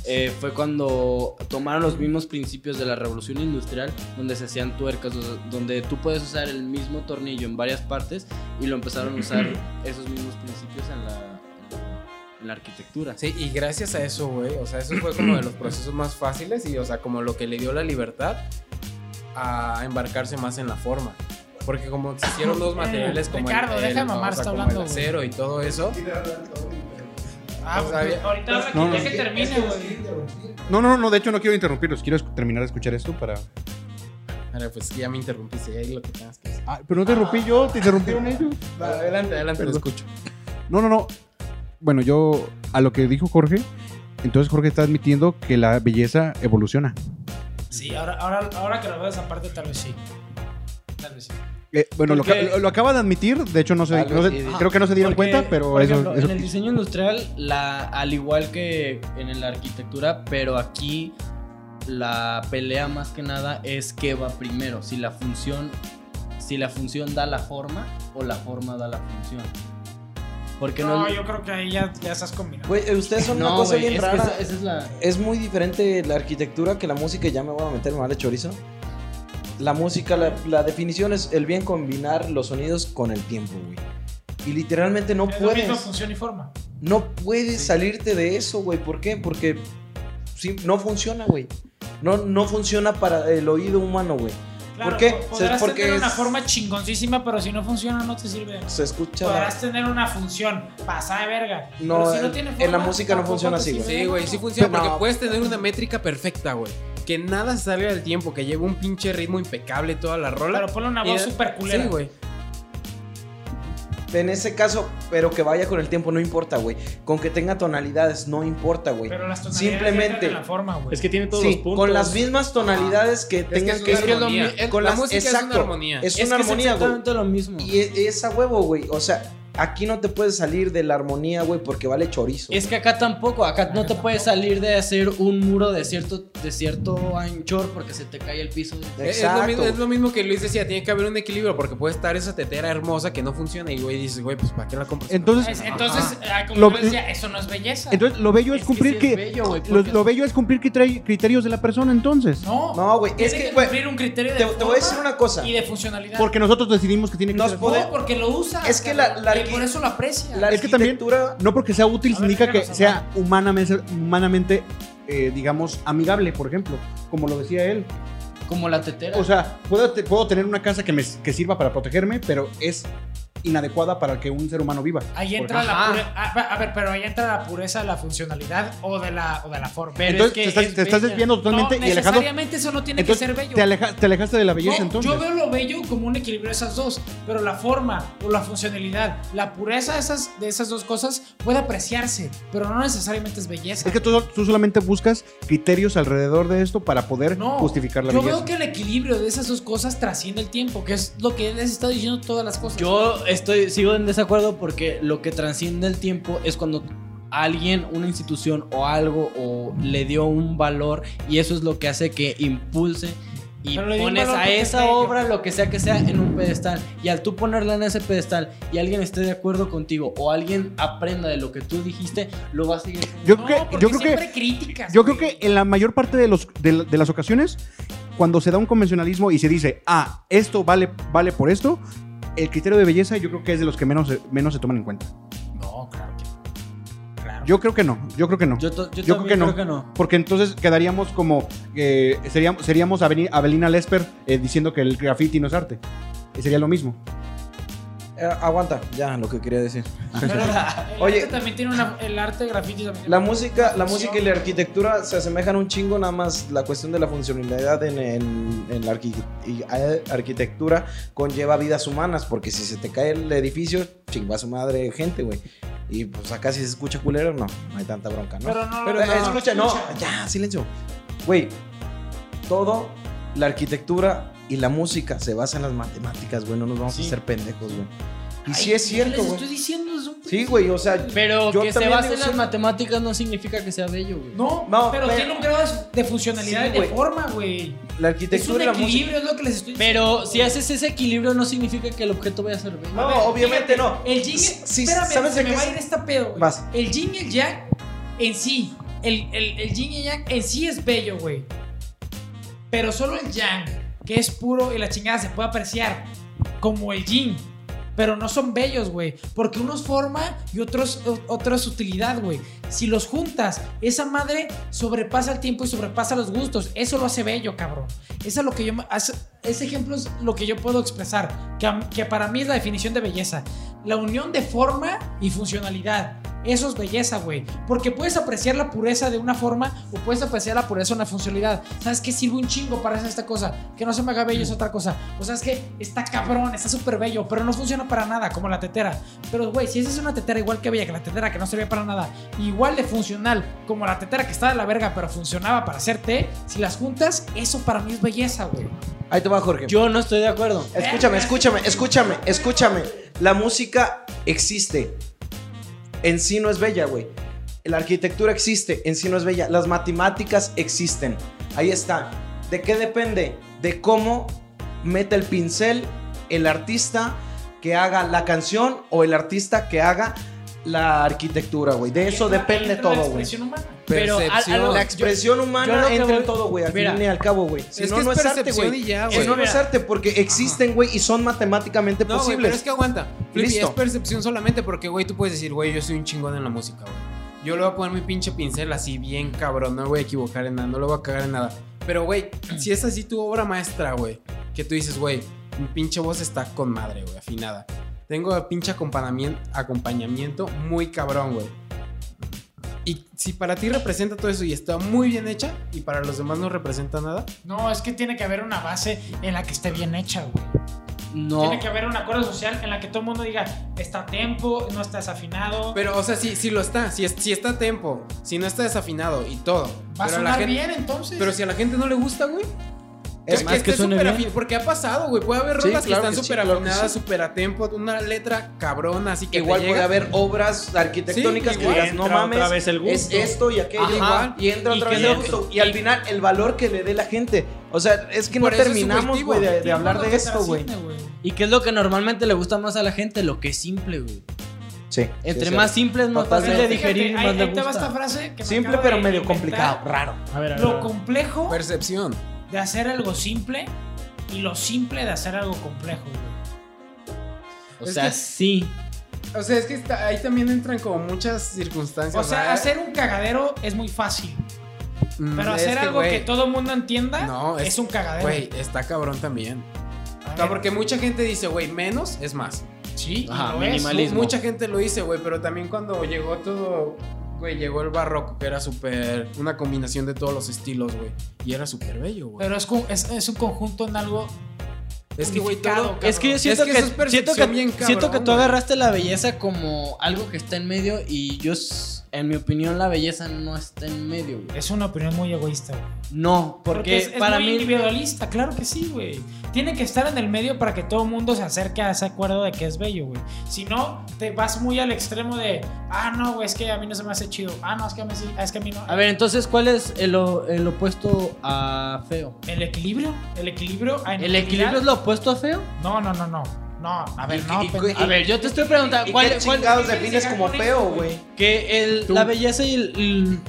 [SPEAKER 5] eh, fue cuando tomaron los mismos principios de la revolución industrial, donde se hacían tuercas, o sea, donde tú puedes usar el mismo tornillo en varias partes y lo empezaron a usar esos mismos principios en la, en la arquitectura.
[SPEAKER 7] Sí, y gracias a eso, güey, o sea, eso fue como de los procesos más fáciles y, o sea, como lo que le dio la libertad a embarcarse más en la forma. Porque como existieron dos materiales como
[SPEAKER 3] Ricardo, deja de mamar, está
[SPEAKER 7] como
[SPEAKER 3] hablando,
[SPEAKER 7] el
[SPEAKER 3] güey.
[SPEAKER 7] acero y todo eso.
[SPEAKER 3] Ah,
[SPEAKER 7] O sea,
[SPEAKER 3] pues,
[SPEAKER 7] había-
[SPEAKER 3] ahorita habla que-
[SPEAKER 4] No, no.
[SPEAKER 3] ya que termine, güey.
[SPEAKER 4] No, no, no, de hecho no quiero interrumpirlos. Quiero esc- terminar de escuchar esto para.
[SPEAKER 7] Ahora, pues ya me interrumpiste, ya di lo que tengas que decir.
[SPEAKER 4] Ah, pero no te interrumpí yo, te interrumpieron ellos.
[SPEAKER 7] adelante, adelante, lo
[SPEAKER 4] Perdón.
[SPEAKER 7] escucho.
[SPEAKER 4] No, no, no. Bueno, yo a lo que dijo Jorge, entonces Jorge está admitiendo que la belleza evoluciona.
[SPEAKER 3] Sí, ahora, ahora, ahora que lo veo esa parte, tal vez sí. Tal vez sí.
[SPEAKER 4] Eh, bueno, lo,
[SPEAKER 5] Porque-
[SPEAKER 4] ca- lo- lo acaba de admitir, de hecho no se,
[SPEAKER 2] Algo
[SPEAKER 4] no se-
[SPEAKER 2] sí, sí.
[SPEAKER 4] creo que no se dieron
[SPEAKER 5] Porque,
[SPEAKER 4] cuenta, pero
[SPEAKER 5] por
[SPEAKER 4] eso,
[SPEAKER 5] ejemplo,
[SPEAKER 4] eso-
[SPEAKER 5] en el diseño industrial, la, al igual que en la arquitectura, pero aquí la pelea más que nada es qué va primero, si la función, si la función da la forma o la forma da la función. Porque no,
[SPEAKER 3] No, yo creo que ahí ya, ya estás combinando.
[SPEAKER 2] Güey, eh, ustedes son una
[SPEAKER 5] No,
[SPEAKER 2] cosa
[SPEAKER 5] güey,
[SPEAKER 2] bien
[SPEAKER 5] es que
[SPEAKER 2] rara.
[SPEAKER 5] esa, esa es la
[SPEAKER 2] Es muy diferente la arquitectura que la música. y Ya me voy a meter, me vale chorizo. La música, la, la definición es el bien combinar los sonidos con el tiempo, güey. Y literalmente no
[SPEAKER 3] es lo mismo
[SPEAKER 2] puedes.
[SPEAKER 3] función y forma.
[SPEAKER 2] No puedes salirte de eso, güey. ¿Por qué? Porque sí, no funciona, güey. No, no funciona para el oído humano, güey.
[SPEAKER 3] Claro,
[SPEAKER 2] ¿Por qué?
[SPEAKER 3] po-
[SPEAKER 2] Se-
[SPEAKER 3] Podrás
[SPEAKER 2] porque
[SPEAKER 3] tener una
[SPEAKER 2] es-
[SPEAKER 3] forma chingoncísima, pero si no funciona, no te sirve.
[SPEAKER 2] Se escucha.
[SPEAKER 3] Podrás tener una función pasada de verga.
[SPEAKER 2] No,
[SPEAKER 3] pero si
[SPEAKER 2] en-
[SPEAKER 3] tiene
[SPEAKER 2] en
[SPEAKER 3] forma,
[SPEAKER 2] la música no
[SPEAKER 3] tampoco
[SPEAKER 2] funciona
[SPEAKER 3] te
[SPEAKER 2] así,
[SPEAKER 3] sirve
[SPEAKER 2] güey.
[SPEAKER 3] de
[SPEAKER 7] Sí, güey,
[SPEAKER 3] nada.
[SPEAKER 7] sí funciona
[SPEAKER 2] No.
[SPEAKER 7] porque puedes tener una métrica perfecta, güey. Que nada salga del tiempo, que lleve un pinche ritmo impecable toda la rola.
[SPEAKER 3] Pero ponle una voz
[SPEAKER 7] Y-
[SPEAKER 3] súper culera.
[SPEAKER 7] Sí, güey.
[SPEAKER 2] En ese caso, pero que vaya con el tiempo, no importa, güey. Con que tenga tonalidades, no importa, güey.
[SPEAKER 3] Pero las tonalidades
[SPEAKER 2] Simplemente-
[SPEAKER 3] ya entran en la forma, güey.
[SPEAKER 1] Es que tiene todos los
[SPEAKER 2] Sí,
[SPEAKER 1] puntos.
[SPEAKER 2] con las mismas tonalidades que tengan
[SPEAKER 7] es
[SPEAKER 2] que,
[SPEAKER 7] que es
[SPEAKER 2] ver
[SPEAKER 7] lo
[SPEAKER 2] con-
[SPEAKER 7] mi- es-
[SPEAKER 2] con
[SPEAKER 7] la
[SPEAKER 2] las-
[SPEAKER 7] música es una
[SPEAKER 2] exacto,
[SPEAKER 7] armonía.
[SPEAKER 2] Es
[SPEAKER 5] Es
[SPEAKER 2] una
[SPEAKER 5] que es
[SPEAKER 2] armonía, güey.
[SPEAKER 5] exactamente lo mismo.
[SPEAKER 2] Y e- esa huevo, güey. O sea, aquí no te puedes salir de la armonía, güey, porque vale chorizo.
[SPEAKER 5] Es que acá tampoco, acá no te puedes salir de hacer un muro de cierto, de cierto anchor porque se te cae el piso.
[SPEAKER 2] güey.
[SPEAKER 7] Eh, Es- Es lo, mismo,
[SPEAKER 2] güey.
[SPEAKER 7] es lo mismo que Luis decía, tiene que haber un equilibrio porque puede estar esa tetera hermosa que no funciona y güey dices, güey, pues ¿para qué la compras?
[SPEAKER 4] Entonces,
[SPEAKER 3] Es- Entonces, ah, como
[SPEAKER 4] Lo-
[SPEAKER 3] yo decía, eso no es belleza.
[SPEAKER 4] entonces lo bello es, cumplir
[SPEAKER 5] sí
[SPEAKER 4] que,
[SPEAKER 5] es bello, güey,
[SPEAKER 4] lo,
[SPEAKER 5] porque-
[SPEAKER 4] lo bello es cumplir criteri- criterios de la persona entonces.
[SPEAKER 3] no,
[SPEAKER 2] No, güey,
[SPEAKER 3] tiene
[SPEAKER 2] es que,
[SPEAKER 3] que
[SPEAKER 2] güey,
[SPEAKER 3] cumplir un criterio de
[SPEAKER 2] te, te voy a decir
[SPEAKER 3] forma
[SPEAKER 2] una cosa.
[SPEAKER 3] y de funcionalidad.
[SPEAKER 4] Porque nosotros decidimos que tiene que
[SPEAKER 2] Nos
[SPEAKER 4] ser.
[SPEAKER 2] poder-
[SPEAKER 3] no, porque lo usa.
[SPEAKER 2] Es que la- la
[SPEAKER 3] y por
[SPEAKER 2] arqui-
[SPEAKER 3] eso lo aprecia.
[SPEAKER 2] La
[SPEAKER 4] Es que también-
[SPEAKER 2] arquitectura
[SPEAKER 4] No porque sea útil
[SPEAKER 3] A ver,
[SPEAKER 4] significa que
[SPEAKER 3] déjanos
[SPEAKER 4] sea humanamente, humanamente eh, digamos, amigable, por ejemplo, como lo decía él.
[SPEAKER 5] Como la tetera.
[SPEAKER 4] O sea, puedo, te- puedo tener una casa que, me, que sirva para protegerme, pero es inadecuada para que un ser humano viva.
[SPEAKER 3] Ahí
[SPEAKER 4] por
[SPEAKER 3] entra
[SPEAKER 4] ejemplo.
[SPEAKER 3] la pureza. A ver, pero ahí entra la pureza de la funcionalidad o de la, o de la forma.
[SPEAKER 5] Pero
[SPEAKER 4] Entonces
[SPEAKER 5] es que
[SPEAKER 4] te estás,
[SPEAKER 5] es
[SPEAKER 4] te estás
[SPEAKER 5] bella.
[SPEAKER 4] desviando totalmente
[SPEAKER 3] no,
[SPEAKER 4] y alejando.
[SPEAKER 3] necesariamente eso no tiene
[SPEAKER 4] Entonces,
[SPEAKER 3] que ser bello.
[SPEAKER 4] Te, aleja- te alejaste de la belleza
[SPEAKER 3] No,
[SPEAKER 4] entonces.
[SPEAKER 3] Yo veo lo bello como un equilibrio de esas dos, pero la forma o la funcionalidad, la pureza de esas, de esas dos cosas puede apreciarse, pero no necesariamente es belleza.
[SPEAKER 4] Es que tú, tú solamente buscas criterios alrededor de esto para poder
[SPEAKER 3] No,
[SPEAKER 4] justificar la
[SPEAKER 3] yo
[SPEAKER 4] belleza.
[SPEAKER 3] veo que el equilibrio de esas dos cosas trasciende el tiempo, que es lo que él les está diciendo todas las cosas.
[SPEAKER 5] Yo estoy, sigo en desacuerdo porque lo que trasciende el tiempo es cuando alguien, una institución o algo o le dio un valor y eso es lo que hace que impulse y
[SPEAKER 3] Pero le dio un
[SPEAKER 5] pones
[SPEAKER 3] valor
[SPEAKER 5] a
[SPEAKER 3] porque es
[SPEAKER 5] esa
[SPEAKER 3] bello.
[SPEAKER 5] obra lo que sea que sea en un pedestal y al tú ponerla en ese pedestal y alguien esté de acuerdo contigo o alguien aprenda de lo que tú dijiste, lo va a seguir.
[SPEAKER 4] Yo
[SPEAKER 3] No,
[SPEAKER 4] creo que,
[SPEAKER 3] porque
[SPEAKER 4] yo creo que,
[SPEAKER 3] siempre críticas,
[SPEAKER 4] yo creo
[SPEAKER 3] güey.
[SPEAKER 4] que en la mayor parte de, los, de, la- de las ocasiones, cuando se da un convencionalismo y se dice, ah, esto vale, vale por esto, el criterio de belleza yo creo que es de los que menos, se- menos se toman en cuenta.
[SPEAKER 3] No, claro que no. Claro.
[SPEAKER 4] Yo creo que no, yo creo que no.
[SPEAKER 5] Yo, to-
[SPEAKER 4] Yo
[SPEAKER 5] yo
[SPEAKER 4] creo
[SPEAKER 5] también
[SPEAKER 4] que no.
[SPEAKER 5] creo que no.
[SPEAKER 4] Porque entonces quedaríamos como, eh, seríamos, seríamos Aveni- Avelina Lesper eh, diciendo que el graffiti no es arte. Eh, Sería lo mismo.
[SPEAKER 2] Eh, aguanta, ya lo que quería decir.
[SPEAKER 3] Pero el
[SPEAKER 2] Oye.
[SPEAKER 3] arte también tiene una, el arte graffiti también.
[SPEAKER 2] La
[SPEAKER 3] tiene-
[SPEAKER 2] música, la música y la arquitectura se asemejan un chingo, nada más la cuestión de la funcionalidad en, en- en la arqui- y- eh, arquitectura conlleva vidas humanas, porque si se te cae el edificio, chinga su madre gente, güey. Y pues acá si se escucha culero, no, no hay tanta bronca, ¿no?
[SPEAKER 3] Pero no,
[SPEAKER 2] Pero
[SPEAKER 3] no,
[SPEAKER 2] eh, escucha, no, ya, silencio. Güey, todo, la arquitectura y la música se basa en las matemáticas, güey, no nos vamos a hacer pendejos, güey. Y
[SPEAKER 3] Ay,
[SPEAKER 2] sí es
[SPEAKER 3] les
[SPEAKER 2] cierto,
[SPEAKER 3] estoy
[SPEAKER 2] güey.
[SPEAKER 3] diciendo es un
[SPEAKER 2] Sí, güey, o sea,
[SPEAKER 5] Pero
[SPEAKER 2] Yo
[SPEAKER 5] que se
[SPEAKER 2] también
[SPEAKER 5] base
[SPEAKER 2] digo,
[SPEAKER 5] en las
[SPEAKER 2] sí.
[SPEAKER 5] matemáticas no significa que sea bello, güey.
[SPEAKER 3] No,
[SPEAKER 2] No,
[SPEAKER 3] pero,
[SPEAKER 2] pero-
[SPEAKER 3] tiene un grado de funcionalidad
[SPEAKER 2] Sí,
[SPEAKER 3] y de
[SPEAKER 2] güey.
[SPEAKER 3] forma, güey.
[SPEAKER 2] la
[SPEAKER 3] Es un
[SPEAKER 2] arquitectura y la música
[SPEAKER 3] equilibrio, es lo que les estoy diciendo.
[SPEAKER 5] Pero si haces ese equilibrio no significa que el objeto vaya a ser bello.
[SPEAKER 2] No,
[SPEAKER 3] A ver,
[SPEAKER 2] obviamente
[SPEAKER 3] fíjate,
[SPEAKER 2] no.
[SPEAKER 3] El yin,
[SPEAKER 2] Sí,
[SPEAKER 3] espérame,
[SPEAKER 2] ¿sabes
[SPEAKER 3] se
[SPEAKER 2] de
[SPEAKER 3] me
[SPEAKER 2] qué
[SPEAKER 3] va a
[SPEAKER 2] es?
[SPEAKER 3] ir este pedo. güey.
[SPEAKER 2] Vas.
[SPEAKER 3] El yin y el yang en sí, el, el, el yin y el yang en sí es bello, güey. Pero solo el yang, que es puro y la chingada se puede apreciar como el yin. Pero no son bellos, güey. Porque unos forma y otros, o- otros utilidad, güey. Si los juntas, esa madre sobrepasa el tiempo y sobrepasa los gustos. Eso lo hace bello, cabrón. Eso es lo que yo, me- hace- ese ejemplo es lo que yo puedo expresar. Que, a- que para mí es la definición de belleza. La unión de forma y funcionalidad. Eso es belleza, güey. Porque puedes apreciar la pureza de una forma o puedes apreciar la pureza de una funcionalidad. ¿Sabes qué? Sirve un chingo para hacer esta cosa. Que no se me haga bello es otra cosa. O sabes que está cabrón, está súper bello, pero no funciona para nada, como la tetera. Pero, güey, si esa es una tetera igual que bella que la tetera que no servía para nada, igual de funcional como la tetera que está de la verga, pero funcionaba para hacer té, si las juntas, eso para mí es belleza, güey.
[SPEAKER 2] Ahí te va, Jorge.
[SPEAKER 5] Yo no estoy de acuerdo.
[SPEAKER 2] Escúchame, escúchame, escúchame, escúchame. La música existe. En sí no es bella, güey. La arquitectura existe, en sí no es bella. Las matemáticas existen. Ahí está. ¿De qué depende? De cómo meta el pincel el artista que haga la canción o el artista que haga la arquitectura, güey. De eso
[SPEAKER 3] Ahí entra-
[SPEAKER 2] depende
[SPEAKER 3] ahí entra la
[SPEAKER 2] todo, güey.
[SPEAKER 3] expresión humana.
[SPEAKER 5] Pero a- a
[SPEAKER 7] Percepción.
[SPEAKER 5] lo-
[SPEAKER 2] La expresión
[SPEAKER 5] yo lo
[SPEAKER 2] humana
[SPEAKER 5] que
[SPEAKER 2] entra en
[SPEAKER 5] voy-
[SPEAKER 2] todo, güey. Al
[SPEAKER 5] Mira.
[SPEAKER 2] fin y al cabo, güey. Si
[SPEAKER 7] es
[SPEAKER 2] no,
[SPEAKER 7] que
[SPEAKER 2] no
[SPEAKER 7] es
[SPEAKER 2] es arte,
[SPEAKER 7] percepción
[SPEAKER 2] güey.
[SPEAKER 7] y ya,
[SPEAKER 2] Si
[SPEAKER 7] güey.
[SPEAKER 2] no, no es arte porque existen, güey, y son matemáticamente
[SPEAKER 7] No, güey,
[SPEAKER 2] posibles.
[SPEAKER 7] pero es que aguanta. Flippy,
[SPEAKER 2] Listo.
[SPEAKER 7] es percepción solamente porque, güey, tú puedes decir, güey, yo soy un chingón en la música, güey. Yo le voy a poner mi pinche pincel así bien cabrón, no me voy a equivocar en nada, no lo voy a cagar en nada. Pero, güey, si es así tu obra maestra, güey, que tú dices, güey, mi pinche voz está con madre, güey, afinada. Tengo pinche acompañamien- acompañamiento muy cabrón, güey. Y si para ti representa todo eso y está muy bien hecha y para los demás no representa nada,
[SPEAKER 3] No, es que tiene que haber una base en la que esté bien hecha, güey.
[SPEAKER 5] No.
[SPEAKER 3] Tiene que haber un acuerdo social en la que todo el mundo diga, está a tiempo, no está desafinado.
[SPEAKER 7] pero o sea, sí, sí lo está, si, es- si está a tempo, si no está desafinado y todo.
[SPEAKER 3] Va a
[SPEAKER 7] pero a la
[SPEAKER 3] sonar
[SPEAKER 7] gente-
[SPEAKER 3] bien entonces.
[SPEAKER 7] Pero si a la gente no le gusta, güey.
[SPEAKER 5] Es más que
[SPEAKER 7] esté
[SPEAKER 5] suene
[SPEAKER 7] súper
[SPEAKER 5] bien.
[SPEAKER 7] afin- Porque ha pasado, güey. Puede haber
[SPEAKER 2] Sí, claro
[SPEAKER 7] rolas que
[SPEAKER 2] que
[SPEAKER 7] están
[SPEAKER 2] sí,
[SPEAKER 7] súper
[SPEAKER 2] claro que
[SPEAKER 7] afinadas,
[SPEAKER 2] sí.
[SPEAKER 7] súper a tempo, una letra cabrona, así que. te
[SPEAKER 2] igual
[SPEAKER 7] llega.
[SPEAKER 2] puede haber obras arquitectónicas
[SPEAKER 7] Sí,
[SPEAKER 2] que
[SPEAKER 7] igual.
[SPEAKER 2] digas, no
[SPEAKER 1] Entra
[SPEAKER 2] mames,
[SPEAKER 1] otra vez el gusto".
[SPEAKER 2] es esto y aquello,
[SPEAKER 7] Ajá.
[SPEAKER 2] y entra
[SPEAKER 7] Y
[SPEAKER 2] otra
[SPEAKER 7] que
[SPEAKER 2] vez el
[SPEAKER 7] no-
[SPEAKER 2] gusto. Y, al final, el valor que le dé la gente. O sea, es que no
[SPEAKER 7] Por eso es
[SPEAKER 2] terminamos,
[SPEAKER 7] subjetivo.
[SPEAKER 2] güey, de, de
[SPEAKER 3] Tiene
[SPEAKER 2] hablar
[SPEAKER 3] algo
[SPEAKER 2] de
[SPEAKER 3] que
[SPEAKER 2] esto, güey.
[SPEAKER 3] trasciende,
[SPEAKER 5] ¿Y qué es lo que normalmente le gusta más a la gente? Lo que es simple, güey.
[SPEAKER 2] Sí.
[SPEAKER 5] Entre más simple es más fácil de
[SPEAKER 2] Totalmente.
[SPEAKER 5] digerir y
[SPEAKER 3] Fíjate, ahí-
[SPEAKER 5] más le
[SPEAKER 3] ahí te va esta
[SPEAKER 5] gusta.
[SPEAKER 3] frase que me
[SPEAKER 2] Simple,
[SPEAKER 3] acabo
[SPEAKER 2] pero
[SPEAKER 3] de
[SPEAKER 2] medio
[SPEAKER 3] inventar.
[SPEAKER 2] complicado, raro.
[SPEAKER 1] A ver, a ver, a
[SPEAKER 3] Lo
[SPEAKER 1] ver.
[SPEAKER 3] complejo
[SPEAKER 7] Percepción.
[SPEAKER 3] de hacer algo simple y lo simple de hacer algo complejo, güey.
[SPEAKER 5] O
[SPEAKER 7] Es
[SPEAKER 5] sea,
[SPEAKER 7] que-
[SPEAKER 5] sí.
[SPEAKER 7] O sea, es que está- ahí también entran como muchas circunstancias.
[SPEAKER 3] O sea,
[SPEAKER 7] ¿verdad?
[SPEAKER 3] hacer un cagadero es muy fácil,
[SPEAKER 7] Mm,
[SPEAKER 3] pero
[SPEAKER 7] es
[SPEAKER 3] hacer algo
[SPEAKER 7] güey,
[SPEAKER 3] que todo el mundo entienda
[SPEAKER 7] No,
[SPEAKER 3] es,
[SPEAKER 7] es-
[SPEAKER 3] un cagadero.
[SPEAKER 7] Güey, está cabrón también.
[SPEAKER 3] A
[SPEAKER 7] O
[SPEAKER 3] ver,
[SPEAKER 7] sea, porque mucha gente dice, güey, menos es más.
[SPEAKER 3] sí, y
[SPEAKER 5] Ajá,
[SPEAKER 3] lo es.
[SPEAKER 5] minimalismo.
[SPEAKER 7] Mucha gente lo dice, güey, pero también cuando llegó todo. Güey, llegó el barroco, que era súper. Una combinación de todos los estilos, güey. Y era súper bello, güey.
[SPEAKER 3] Pero es, con- es- es un conjunto en algo.
[SPEAKER 7] Es que, güey,
[SPEAKER 3] unificado,
[SPEAKER 7] todo.
[SPEAKER 3] cabrón.
[SPEAKER 5] Es que yo siento
[SPEAKER 7] que
[SPEAKER 5] que,
[SPEAKER 7] eso es
[SPEAKER 5] siento que,
[SPEAKER 7] percepción bien cabrón,
[SPEAKER 5] siento que tú
[SPEAKER 7] güey.
[SPEAKER 5] agarraste la belleza como algo que está en medio y yo, s- en mi opinión, la belleza no está en medio, güey.
[SPEAKER 3] Es una opinión muy egoísta, güey.
[SPEAKER 5] No, porque,
[SPEAKER 3] es, es
[SPEAKER 5] para
[SPEAKER 3] muy
[SPEAKER 5] mí...
[SPEAKER 3] individualista, claro que sí, güey. Tiene que estar en el medio para que todo el mundo se acerque a ese acuerdo de que es bello, güey. Si no, te vas muy al extremo de, ah, no, güey, es que a mí no se me hace chido. Ah, no, es que a mí sí, ah, es que a mí no.
[SPEAKER 5] A ver, entonces, ¿cuál es el, o- el opuesto a feo?
[SPEAKER 3] El equilibrio, el equilibrio. ah, en
[SPEAKER 5] ¿El
[SPEAKER 3] realidad-
[SPEAKER 5] equilibrio es lo opuesto a feo?
[SPEAKER 3] No, no, no, no. No, a ver, no.
[SPEAKER 2] y-
[SPEAKER 3] pendejo.
[SPEAKER 5] A ver, yo te estoy preguntando,
[SPEAKER 2] ¿Y
[SPEAKER 5] ¿cuál,
[SPEAKER 2] qué
[SPEAKER 5] cuál-
[SPEAKER 2] chingados
[SPEAKER 3] qué
[SPEAKER 2] defines
[SPEAKER 3] quieres
[SPEAKER 2] como
[SPEAKER 3] llegar con
[SPEAKER 2] feo,
[SPEAKER 3] eso,
[SPEAKER 2] güey?
[SPEAKER 5] que el- la belleza y el- el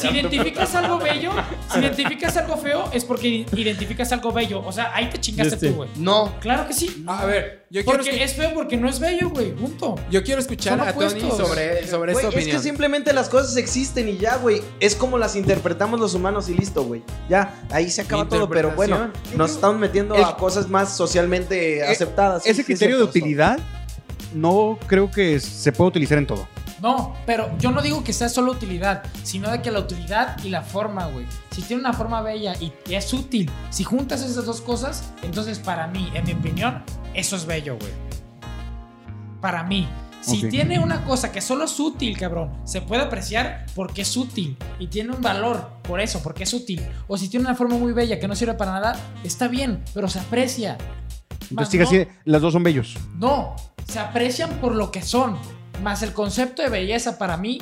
[SPEAKER 3] Si identificas algo bello, si identificas algo feo, es porque identificas algo bello. O sea, ahí te chingaste
[SPEAKER 1] Este.
[SPEAKER 3] tú, güey.
[SPEAKER 5] no,
[SPEAKER 3] Claro que sí.
[SPEAKER 7] A ver, yo quiero,
[SPEAKER 3] Porque
[SPEAKER 7] escu-
[SPEAKER 3] es feo porque no es bello, güey. Punto.
[SPEAKER 7] yo quiero escuchar
[SPEAKER 3] Son
[SPEAKER 7] a Tony
[SPEAKER 3] opuestos.
[SPEAKER 7] sobre, sobre
[SPEAKER 2] Güey,
[SPEAKER 7] esta
[SPEAKER 2] es
[SPEAKER 7] opinión.
[SPEAKER 2] que simplemente las cosas existen y ya, güey. Es como las interpretamos los humanos y listo, güey. Ya, ahí se acaba
[SPEAKER 7] Mi
[SPEAKER 2] todo. Pero bueno,
[SPEAKER 7] interpretación.
[SPEAKER 2] nos estamos metiendo
[SPEAKER 4] Es-
[SPEAKER 2] a cosas más socialmente aceptadas. sí, sí,
[SPEAKER 4] Ese
[SPEAKER 2] es
[SPEAKER 4] criterio de
[SPEAKER 2] cierto, eso.
[SPEAKER 4] utilidad no creo que se pueda utilizar en todo.
[SPEAKER 3] No, pero yo no digo que sea solo utilidad, sino de que la utilidad y la forma, güey. Si tiene una forma bella y te es útil, si juntas esas dos cosas, entonces para mí, en mi opinión, eso es bello, güey. Para mí. Si
[SPEAKER 4] Ok.
[SPEAKER 3] tiene una cosa que solo es útil, cabrón, se puede apreciar porque es útil y tiene un valor por eso, porque es útil. O si tiene una forma muy bella que no sirve para nada, está bien, pero se aprecia. Más
[SPEAKER 4] Entonces, sigue
[SPEAKER 3] no-
[SPEAKER 4] así, las dos son bellos.
[SPEAKER 3] no, se aprecian por lo que son. Más el concepto de belleza para mí,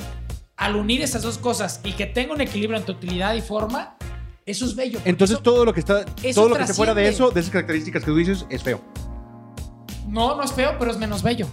[SPEAKER 3] al unir esas dos cosas y que tenga un equilibrio entre utilidad y forma, eso es bello.
[SPEAKER 4] Entonces,
[SPEAKER 3] Eso-
[SPEAKER 4] todo lo que está,
[SPEAKER 3] eso
[SPEAKER 4] todo lo que
[SPEAKER 3] trasciende.
[SPEAKER 4] se fuera de eso, de esas características que tú dices, es feo.
[SPEAKER 3] no, no es feo, pero es menos bello.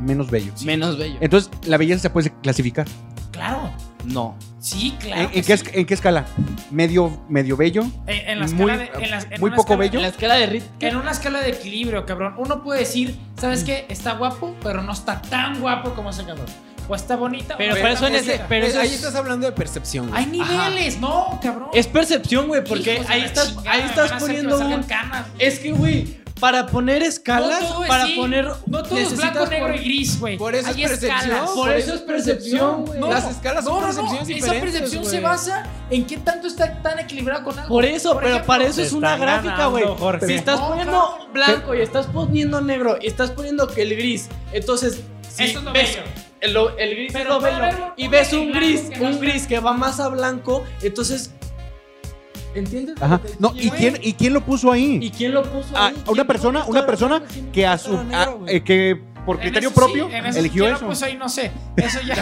[SPEAKER 4] Menos bello.
[SPEAKER 5] menos bello.
[SPEAKER 4] Entonces, la belleza se puede clasificar.
[SPEAKER 3] Claro,
[SPEAKER 5] No.
[SPEAKER 3] sí, claro.
[SPEAKER 4] ¿En,
[SPEAKER 3] que
[SPEAKER 4] en qué,
[SPEAKER 3] sí.
[SPEAKER 4] Eh, es- en qué escala? ¿Medio, medio bello?
[SPEAKER 3] En- en la
[SPEAKER 4] muy-
[SPEAKER 3] escala de- en la- en
[SPEAKER 4] muy
[SPEAKER 3] una
[SPEAKER 4] poco
[SPEAKER 3] escala-
[SPEAKER 4] bello?
[SPEAKER 5] En la escala de Ritke,
[SPEAKER 3] En una escala de equilibrio, cabrón. Uno puede decir, ¿sabes
[SPEAKER 4] Mm.
[SPEAKER 3] qué? Está guapo, pero no está tan guapo como ese cabrón. O está bonita, o
[SPEAKER 5] Pero
[SPEAKER 3] no
[SPEAKER 5] por
[SPEAKER 3] está
[SPEAKER 5] eso en
[SPEAKER 3] tan
[SPEAKER 5] ese-
[SPEAKER 3] bonita.
[SPEAKER 5] pero
[SPEAKER 7] Eh,
[SPEAKER 5] eso
[SPEAKER 7] ahí
[SPEAKER 5] es-
[SPEAKER 7] estás hablando de percepción. güey.
[SPEAKER 3] Hay niveles, no, cabrón.
[SPEAKER 5] es percepción, güey, porque
[SPEAKER 3] Hijos de
[SPEAKER 5] ahí
[SPEAKER 3] la
[SPEAKER 5] estás,
[SPEAKER 3] chingada,
[SPEAKER 5] ahí
[SPEAKER 3] me
[SPEAKER 5] estás
[SPEAKER 3] van a hacer que me
[SPEAKER 5] poniendo
[SPEAKER 3] salgan
[SPEAKER 5] un...
[SPEAKER 3] canas.
[SPEAKER 5] Es que, güey, para poner escalas,
[SPEAKER 3] No todo es
[SPEAKER 5] para
[SPEAKER 3] sí.
[SPEAKER 5] poner...
[SPEAKER 3] No todo es
[SPEAKER 5] necesitas
[SPEAKER 3] blanco, negro
[SPEAKER 5] por-
[SPEAKER 3] y gris, güey.
[SPEAKER 7] Por eso es
[SPEAKER 3] Hay
[SPEAKER 7] percepción,
[SPEAKER 3] escalas.
[SPEAKER 5] Por eso es percepción, güey.
[SPEAKER 3] No,
[SPEAKER 7] Las escalas son
[SPEAKER 3] no, no, no.
[SPEAKER 7] percepciones
[SPEAKER 3] Esa
[SPEAKER 7] diferentes,
[SPEAKER 3] percepción
[SPEAKER 7] güey.
[SPEAKER 3] se basa en qué tanto está tan equilibrado con algo.
[SPEAKER 5] Por eso, pero
[SPEAKER 3] ejemplo,
[SPEAKER 5] para eso
[SPEAKER 1] Te
[SPEAKER 5] es una
[SPEAKER 1] están
[SPEAKER 5] gráfica,
[SPEAKER 1] ganando,
[SPEAKER 5] güey.
[SPEAKER 1] Jorge.
[SPEAKER 5] Si estás
[SPEAKER 3] No,
[SPEAKER 5] poniendo
[SPEAKER 3] claro.
[SPEAKER 5] blanco y estás poniendo negro y estás poniendo que el gris, entonces si
[SPEAKER 3] Eso es lo
[SPEAKER 5] ves
[SPEAKER 3] bello.
[SPEAKER 5] el, lo- el gris
[SPEAKER 3] Pero
[SPEAKER 5] es lo
[SPEAKER 3] puede
[SPEAKER 5] bello
[SPEAKER 3] haber un-
[SPEAKER 5] y ves
[SPEAKER 3] un
[SPEAKER 5] un
[SPEAKER 3] blanco
[SPEAKER 5] gris,
[SPEAKER 3] que no
[SPEAKER 5] un
[SPEAKER 3] es
[SPEAKER 5] gris que va más a blanco, entonces ¿entiendes?
[SPEAKER 4] Ajá. No, ¿y
[SPEAKER 5] Güey,
[SPEAKER 4] quién, ¿y quién lo puso ahí?
[SPEAKER 5] ¿Y quién lo puso
[SPEAKER 4] Ah,
[SPEAKER 5] ahí?
[SPEAKER 4] a una
[SPEAKER 5] ¿Quién
[SPEAKER 4] persona,
[SPEAKER 5] puso
[SPEAKER 4] una
[SPEAKER 5] todo
[SPEAKER 4] persona
[SPEAKER 5] blanco sin
[SPEAKER 4] que a
[SPEAKER 5] todo
[SPEAKER 4] su
[SPEAKER 5] negro,
[SPEAKER 4] a-
[SPEAKER 5] güey?
[SPEAKER 4] eh, que por
[SPEAKER 3] En
[SPEAKER 4] criterio
[SPEAKER 3] eso sí,
[SPEAKER 4] propio
[SPEAKER 3] en eso
[SPEAKER 4] eligió
[SPEAKER 3] sí,
[SPEAKER 4] eso.
[SPEAKER 3] Pues ahí no sé. Eso ya.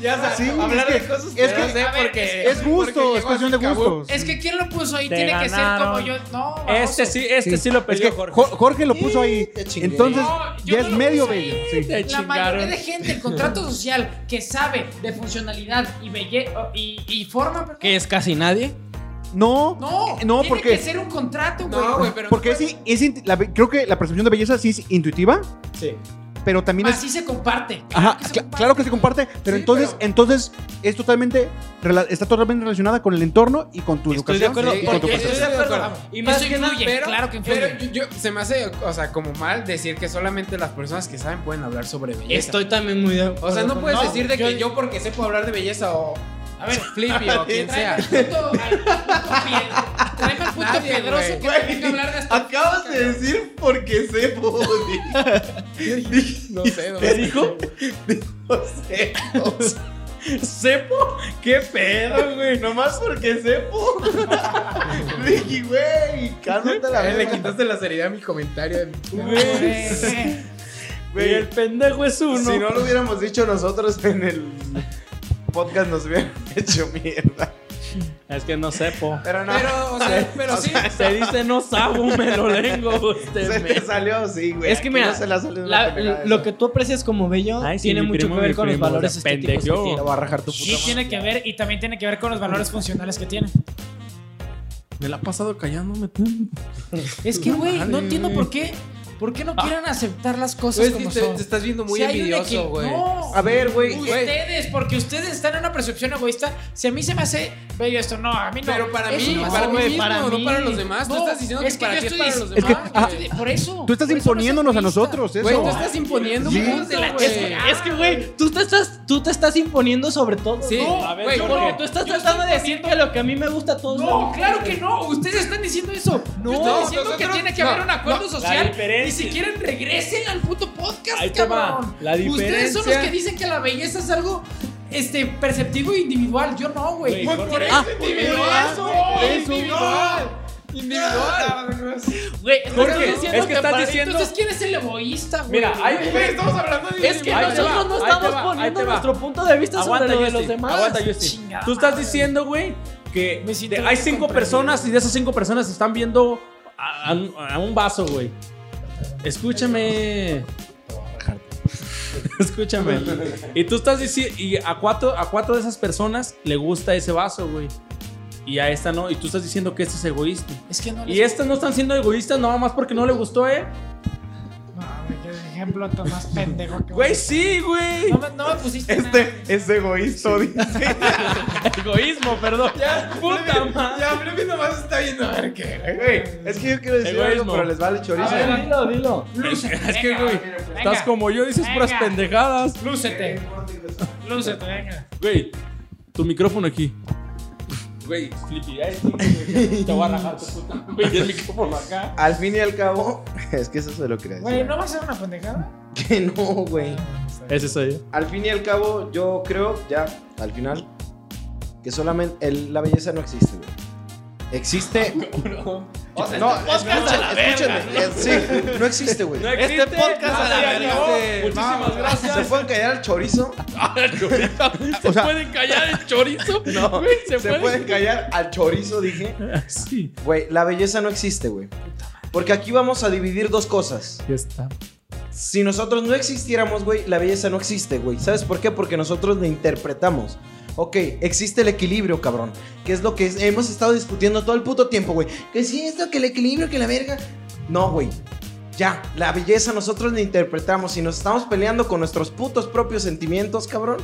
[SPEAKER 7] ya
[SPEAKER 4] Sí,
[SPEAKER 7] sabes, hablar de cosas
[SPEAKER 4] es
[SPEAKER 7] no
[SPEAKER 4] que-
[SPEAKER 7] sé
[SPEAKER 3] a ver,
[SPEAKER 7] porque
[SPEAKER 4] Es gusto,
[SPEAKER 7] porque
[SPEAKER 4] es
[SPEAKER 7] llegó
[SPEAKER 4] cuestión de
[SPEAKER 7] así, cabrón.
[SPEAKER 4] gustos.
[SPEAKER 3] es que quién lo puso ahí
[SPEAKER 1] Te
[SPEAKER 3] tiene que ser como
[SPEAKER 1] ganaron.
[SPEAKER 3] yo. No, baboso.
[SPEAKER 1] Este sí, este sí, lo
[SPEAKER 4] Es
[SPEAKER 1] peleó
[SPEAKER 4] que
[SPEAKER 1] Jorge.
[SPEAKER 4] Jo- Jorge lo puso ahí.
[SPEAKER 2] te chingué.
[SPEAKER 4] Entonces,
[SPEAKER 3] No, yo
[SPEAKER 4] ya
[SPEAKER 3] no
[SPEAKER 4] es
[SPEAKER 3] lo
[SPEAKER 4] medio
[SPEAKER 3] puse
[SPEAKER 4] bello.
[SPEAKER 3] ahí.
[SPEAKER 4] sí.
[SPEAKER 1] Te
[SPEAKER 3] La
[SPEAKER 1] chingaron.
[SPEAKER 3] mayoría de gente, el contrato social que sabe de funcionalidad y belleza y, y forma, perdón.
[SPEAKER 5] que es casi nadie.
[SPEAKER 4] No,
[SPEAKER 3] No,
[SPEAKER 4] no,
[SPEAKER 3] tiene
[SPEAKER 4] porque
[SPEAKER 3] que ser un contrato, güey.
[SPEAKER 7] No, güey, pero
[SPEAKER 4] Porque es, es in- la- creo que la percepción de belleza sí es intuitiva.
[SPEAKER 2] Sí.
[SPEAKER 4] pero también es
[SPEAKER 3] Así se comparte.
[SPEAKER 4] Ajá, cla- claro que se comparte, pero
[SPEAKER 3] Sí,
[SPEAKER 4] entonces,
[SPEAKER 3] pero-
[SPEAKER 4] entonces es totalmente rela- está totalmente relacionada con el entorno y con tu
[SPEAKER 5] Estoy de
[SPEAKER 4] educación.
[SPEAKER 7] eh,
[SPEAKER 5] acuerdo,
[SPEAKER 4] y con tu
[SPEAKER 5] porque-
[SPEAKER 4] preparación.
[SPEAKER 3] estoy de acuerdo.
[SPEAKER 7] acuerdo.
[SPEAKER 3] Vamos.
[SPEAKER 7] Y más
[SPEAKER 3] Eso
[SPEAKER 7] que nada,
[SPEAKER 3] influye,
[SPEAKER 7] pero,
[SPEAKER 3] claro que influye.
[SPEAKER 7] pero yo- yo- se me hace, o sea, como mal decir que solamente las personas que saben pueden hablar sobre belleza.
[SPEAKER 5] Estoy también muy de
[SPEAKER 7] O sea, no puedes
[SPEAKER 3] No,
[SPEAKER 7] decir de
[SPEAKER 3] yo-
[SPEAKER 7] que yo porque sé puedo hablar de belleza o
[SPEAKER 3] A ver,
[SPEAKER 7] Flippy o quien sea.
[SPEAKER 3] Tráeme al punto, al punto pie- tráeme al punto
[SPEAKER 7] Nadie,
[SPEAKER 3] piedroso
[SPEAKER 7] güey.
[SPEAKER 3] que tenga que hablar de esto.
[SPEAKER 2] Acabas de decir porque sepo.
[SPEAKER 7] No sé, no
[SPEAKER 2] ¿Qué
[SPEAKER 7] sé.
[SPEAKER 2] dijo? Dijo sepo. ¿Sepo? ¿Qué pedo, güey? Nomás porque sepo. Ricky, güey. Cálmate la
[SPEAKER 7] Le
[SPEAKER 2] verga.
[SPEAKER 7] quitaste la seriedad a mi comentario.
[SPEAKER 3] Güey.
[SPEAKER 2] Güey,
[SPEAKER 1] pendejo es
[SPEAKER 2] Si no lo hubiéramos dicho nosotros en el podcast, nos hubieran hecho mierda.
[SPEAKER 1] Es que no sepo.
[SPEAKER 2] Pero no.
[SPEAKER 7] Pero, o sea, pero sí.
[SPEAKER 1] Se dice no sabo, me lo lengo.
[SPEAKER 2] se
[SPEAKER 1] Usted
[SPEAKER 2] te salió así, güey.
[SPEAKER 5] Es que
[SPEAKER 2] Aquí
[SPEAKER 5] mira,
[SPEAKER 2] no se la salió
[SPEAKER 5] La- lo que tú aprecias como bello
[SPEAKER 1] Ay, sí,
[SPEAKER 5] tiene
[SPEAKER 1] mi
[SPEAKER 5] mucho
[SPEAKER 1] primo,
[SPEAKER 5] que ver
[SPEAKER 1] mi
[SPEAKER 5] con
[SPEAKER 1] primo,
[SPEAKER 5] los valores
[SPEAKER 1] este se
[SPEAKER 5] estéticos que
[SPEAKER 1] pendejeó.
[SPEAKER 5] tiene.
[SPEAKER 2] va a rajar tu
[SPEAKER 3] Sí tiene que ver y también tiene que ver con los valores funcionales que tiene.
[SPEAKER 7] Me la ha pasado callándome.
[SPEAKER 3] Es que, güey, no entiendo por qué. ¿Por qué no quieren aceptar las cosas
[SPEAKER 7] Pues,
[SPEAKER 3] como
[SPEAKER 7] te,
[SPEAKER 3] son?
[SPEAKER 7] te estás viendo muy
[SPEAKER 3] Si hay un
[SPEAKER 7] envidioso,
[SPEAKER 3] equipo-
[SPEAKER 7] güey.
[SPEAKER 3] No.
[SPEAKER 2] A ver, güey.
[SPEAKER 3] Ustedes, porque ustedes están en una percepción egoísta. Si a mí se me hace bello esto, no, a mí no.
[SPEAKER 7] Pero para
[SPEAKER 3] Eso
[SPEAKER 7] mí,
[SPEAKER 3] no,
[SPEAKER 7] para mí
[SPEAKER 3] güey,
[SPEAKER 7] mismo, no
[SPEAKER 3] mí.
[SPEAKER 7] para los demás. Tú
[SPEAKER 3] No,
[SPEAKER 7] estás diciendo
[SPEAKER 3] es
[SPEAKER 7] que
[SPEAKER 3] yo
[SPEAKER 7] para ti es
[SPEAKER 3] estoy
[SPEAKER 7] para los
[SPEAKER 3] dic-
[SPEAKER 7] demás.
[SPEAKER 3] yo
[SPEAKER 7] güey.
[SPEAKER 3] estoy di- por eso.
[SPEAKER 4] Tú
[SPEAKER 3] por
[SPEAKER 4] estás
[SPEAKER 3] eso no soy
[SPEAKER 4] imponiéndonos a
[SPEAKER 3] egoísta.
[SPEAKER 4] nosotros, eso.
[SPEAKER 7] Güey, tú estás imponiendo un
[SPEAKER 4] Sí.
[SPEAKER 7] punto,
[SPEAKER 3] la-
[SPEAKER 7] güey.
[SPEAKER 3] es que-
[SPEAKER 5] Es que, güey, tú te estás, tú te estás imponiendo sobre todo.
[SPEAKER 7] Sí,
[SPEAKER 5] güey.
[SPEAKER 3] No, a
[SPEAKER 1] ver,
[SPEAKER 7] güey,
[SPEAKER 1] yo
[SPEAKER 7] porque
[SPEAKER 5] Porque
[SPEAKER 1] no.
[SPEAKER 5] tú estás
[SPEAKER 3] Yo
[SPEAKER 5] tratando de
[SPEAKER 3] estoy
[SPEAKER 5] decir que lo que a mí me gusta a todos.
[SPEAKER 3] No, claro que no. Ustedes están diciendo eso. No,
[SPEAKER 7] No,
[SPEAKER 3] están diciendo que
[SPEAKER 7] nosotros-
[SPEAKER 3] tiene que
[SPEAKER 7] no,
[SPEAKER 3] haber un acuerdo social.
[SPEAKER 1] diferencia.
[SPEAKER 3] Y si quieren, regresen al puto podcast,
[SPEAKER 1] Ahí te va,
[SPEAKER 3] cabrón.
[SPEAKER 1] la
[SPEAKER 3] Ustedes son los
[SPEAKER 1] diferencia.
[SPEAKER 3] que dicen que la belleza es algo este, perceptivo e individual. Yo no, güey.
[SPEAKER 1] Güey, Por porque-
[SPEAKER 3] eso,
[SPEAKER 7] güey,
[SPEAKER 3] güey,
[SPEAKER 7] individual.
[SPEAKER 3] Güey,
[SPEAKER 1] Jorge,
[SPEAKER 3] estás diciendo
[SPEAKER 1] es que estás
[SPEAKER 3] para-
[SPEAKER 1] diciendo-
[SPEAKER 3] Entonces, ¿quién es el egoísta, güey?
[SPEAKER 1] Mira, hay-
[SPEAKER 7] Güey, estamos hablando de
[SPEAKER 5] Es que
[SPEAKER 1] Ahí te
[SPEAKER 5] nosotros
[SPEAKER 1] va, ahí
[SPEAKER 5] no
[SPEAKER 1] te
[SPEAKER 5] estamos
[SPEAKER 1] va, ahí
[SPEAKER 5] poniendo
[SPEAKER 1] te va.
[SPEAKER 5] nuestro punto de vista
[SPEAKER 1] Aguanta,
[SPEAKER 5] sobre lo de
[SPEAKER 1] Justin,
[SPEAKER 5] los demás.
[SPEAKER 1] Aguanta, Justin.
[SPEAKER 3] Chingada
[SPEAKER 1] Tú estás
[SPEAKER 3] madre.
[SPEAKER 1] diciendo, güey, que
[SPEAKER 3] Me siento
[SPEAKER 1] de- hay cinco
[SPEAKER 3] comprendido.
[SPEAKER 1] personas y de esas cinco personas están viendo a, a- a un vaso, güey. Escúchame. Escúchame. Y tú estás diciendo, y a cuatro, a cuatro de esas personas le gusta ese vaso, güey. Y a esta no, y tú estás diciendo que este es egoísta.
[SPEAKER 3] Es que no les-
[SPEAKER 1] Y estas no están siendo egoístas nada más porque no le gustó, eh.
[SPEAKER 3] No, güey, qué ejemplo tan más pendejo que
[SPEAKER 1] Güey, sí, güey.
[SPEAKER 3] No me, no me pusiste nada.
[SPEAKER 2] Este es egoísta, dice.
[SPEAKER 1] Egoísmo, perdón. Puta madre.
[SPEAKER 7] Ya, Flippy nomás está viendo a ver qué, güey.
[SPEAKER 2] Güey, es que yo quiero decir algo,
[SPEAKER 1] Egoísmo.
[SPEAKER 2] pero les vale chorizo.
[SPEAKER 3] A ver,
[SPEAKER 5] Dilo, dilo.
[SPEAKER 3] Lúcete,
[SPEAKER 1] Es que,
[SPEAKER 3] venga,
[SPEAKER 1] güey,
[SPEAKER 3] venga.
[SPEAKER 1] estás como yo, dices puras
[SPEAKER 3] Venga.
[SPEAKER 1] pendejadas.
[SPEAKER 3] Lúcete. Lúcete, venga.
[SPEAKER 1] Güey, tu micrófono aquí. Güey, Flippy, ahí está, güey. te voy a rajar tu puta. Güey, el micrófono acá.
[SPEAKER 2] Al fin y al cabo, es que eso se lo crees.
[SPEAKER 3] Güey, ¿no va a ser una pendejada?
[SPEAKER 2] Que no, güey.
[SPEAKER 1] Ese soy yo.
[SPEAKER 2] Al fin y al cabo, yo creo, ya, al final, que solamente el- la belleza no existe, güey. Existe. O sea, no, escúchenme, escúchenme. Eh, Sí, no existe, güey.
[SPEAKER 1] Este podcast
[SPEAKER 7] a la verga.
[SPEAKER 1] Muchísimas gracias. Ah,
[SPEAKER 2] ¿Se pueden callar el chorizo?
[SPEAKER 1] ¿Se pueden callar el chorizo?
[SPEAKER 2] No,
[SPEAKER 1] Güey, ¿se,
[SPEAKER 2] ¿Se pueden callar al chorizo? Dije.
[SPEAKER 1] Sí.
[SPEAKER 2] Güey, la belleza no existe, güey. Porque aquí vamos a dividir dos cosas.
[SPEAKER 1] Ya está.
[SPEAKER 2] Si nosotros no existiéramos, güey, la belleza no existe, güey. ¿Sabes por qué? Porque nosotros la interpretamos. Ok, existe el equilibrio, cabrón. Que es lo que es- hemos estado discutiendo todo el puto tiempo, güey. Que si esto, que el equilibrio, que la verga. No, güey. Ya, la belleza nosotros la interpretamos y nos estamos peleando con nuestros putos propios sentimientos, cabrón.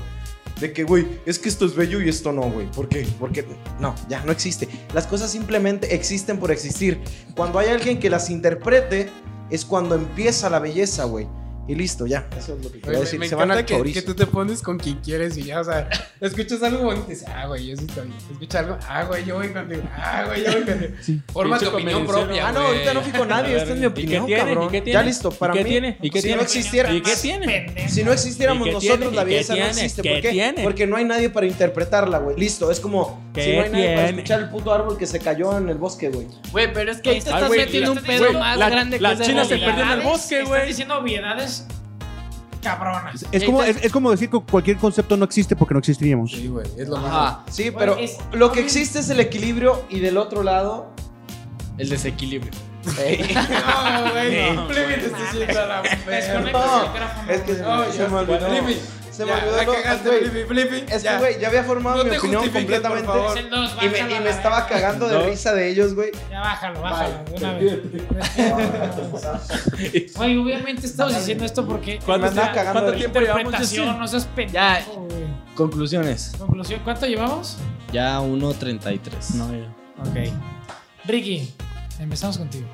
[SPEAKER 2] De que, güey, es que esto es bello y esto no, güey. ¿Por qué? Porque no, ya no existe. Las cosas simplemente existen por existir. Cuando hay alguien que las interprete, es cuando empieza la belleza, güey. Y listo, ya. Eso es lo que quería
[SPEAKER 7] Güey,
[SPEAKER 2] decir.
[SPEAKER 7] me
[SPEAKER 2] Se van
[SPEAKER 7] encanta
[SPEAKER 2] al
[SPEAKER 7] que,
[SPEAKER 2] chorizo.
[SPEAKER 7] que tú te pones con quien quieres y ya, o sea, escuchas algo bonito y dices, ah, güey, yo sí estoy. Escuchas algo, ah, güey, yo voy contigo, ah, güey, yo voy contigo. Forma tu
[SPEAKER 1] Pinche
[SPEAKER 7] opinión
[SPEAKER 1] convenciero.
[SPEAKER 7] propia.
[SPEAKER 2] Ah, no,
[SPEAKER 7] güey.
[SPEAKER 2] ahorita no fui con nadie. Esta es mi
[SPEAKER 1] ¿Y
[SPEAKER 2] opinión,
[SPEAKER 1] qué tiene?
[SPEAKER 2] cabrón.
[SPEAKER 1] ¿Y qué tiene?
[SPEAKER 2] Ya listo, para
[SPEAKER 1] ¿Y qué
[SPEAKER 2] mí.
[SPEAKER 1] tiene? ¿Y qué
[SPEAKER 2] si
[SPEAKER 1] tiene?
[SPEAKER 2] no existiera,
[SPEAKER 1] ¿Y qué tiene?
[SPEAKER 2] Si no existiéramos
[SPEAKER 1] ¿Y qué
[SPEAKER 2] nosotros,
[SPEAKER 1] tiene?
[SPEAKER 2] la
[SPEAKER 1] ¿Y qué
[SPEAKER 2] belleza no
[SPEAKER 1] tiene?
[SPEAKER 2] existe.
[SPEAKER 1] ¿Qué
[SPEAKER 2] ¿Por qué?
[SPEAKER 1] tiene?
[SPEAKER 2] Porque no hay nadie para interpretarla, güey. Listo, es como
[SPEAKER 1] ¿Qué
[SPEAKER 2] si no hay nadie para
[SPEAKER 1] tiene?
[SPEAKER 2] escuchar el puto árbol que se cayó en el bosque, güey.
[SPEAKER 6] Güey, pero es que ahí te
[SPEAKER 3] Ay,
[SPEAKER 6] estás
[SPEAKER 1] güey,
[SPEAKER 6] metiendo
[SPEAKER 1] la-
[SPEAKER 6] un pedo
[SPEAKER 1] güey,
[SPEAKER 6] más
[SPEAKER 1] la-
[SPEAKER 6] grande que
[SPEAKER 1] la
[SPEAKER 6] es de
[SPEAKER 1] China se
[SPEAKER 6] realidad.
[SPEAKER 1] perdió en el bosque, güey.
[SPEAKER 3] Estás diciendo obviedades cabronas.
[SPEAKER 4] Es como, es, es como decir que cualquier concepto no existe porque no existiríamos.
[SPEAKER 7] Sí, güey, es lo más.
[SPEAKER 6] Ajá,
[SPEAKER 2] Sí,
[SPEAKER 3] Güey,
[SPEAKER 2] pero
[SPEAKER 3] es-
[SPEAKER 2] lo que existe es el equilibrio y del otro lado.
[SPEAKER 6] el desequilibrio.
[SPEAKER 7] No, güey, no. Flippy, te
[SPEAKER 3] Mames.
[SPEAKER 7] estoy yendo a la
[SPEAKER 3] Desconecta
[SPEAKER 7] verga.
[SPEAKER 2] No,
[SPEAKER 3] el micrófono,
[SPEAKER 2] es que
[SPEAKER 3] güey.
[SPEAKER 2] se me- se me olvidó.
[SPEAKER 7] Flippy,
[SPEAKER 2] Se me
[SPEAKER 7] Ya,
[SPEAKER 2] olvidó
[SPEAKER 7] la
[SPEAKER 2] lo-
[SPEAKER 7] cagaste,
[SPEAKER 2] güey.
[SPEAKER 7] Flippy, Flippy,
[SPEAKER 2] Es que,
[SPEAKER 7] ya.
[SPEAKER 2] güey, ya había formado
[SPEAKER 7] No
[SPEAKER 2] mi
[SPEAKER 7] te
[SPEAKER 2] opinión
[SPEAKER 7] justifiques, por
[SPEAKER 2] completamente.
[SPEAKER 7] favor.
[SPEAKER 3] Es el 2,
[SPEAKER 2] Y me, y me estaba cagando de
[SPEAKER 5] No.
[SPEAKER 2] risa de ellos, güey.
[SPEAKER 3] Ya bájalo, bájalo. de una vez. Güey, obviamente estamos diciendo esto porque.
[SPEAKER 1] ¿Cuánto
[SPEAKER 3] o sea,
[SPEAKER 2] tiempo- cuánto
[SPEAKER 1] cuánto tiempo llevamos,
[SPEAKER 3] Interpretación,
[SPEAKER 1] Justin?
[SPEAKER 3] no seas pendejo.
[SPEAKER 6] Ya.
[SPEAKER 3] güey.
[SPEAKER 5] Conclusiones.
[SPEAKER 3] Conclusión, ¿cuánto llevamos?
[SPEAKER 5] Ya 1.33.
[SPEAKER 1] No, ya.
[SPEAKER 3] Ok. Ricky, empezamos contigo.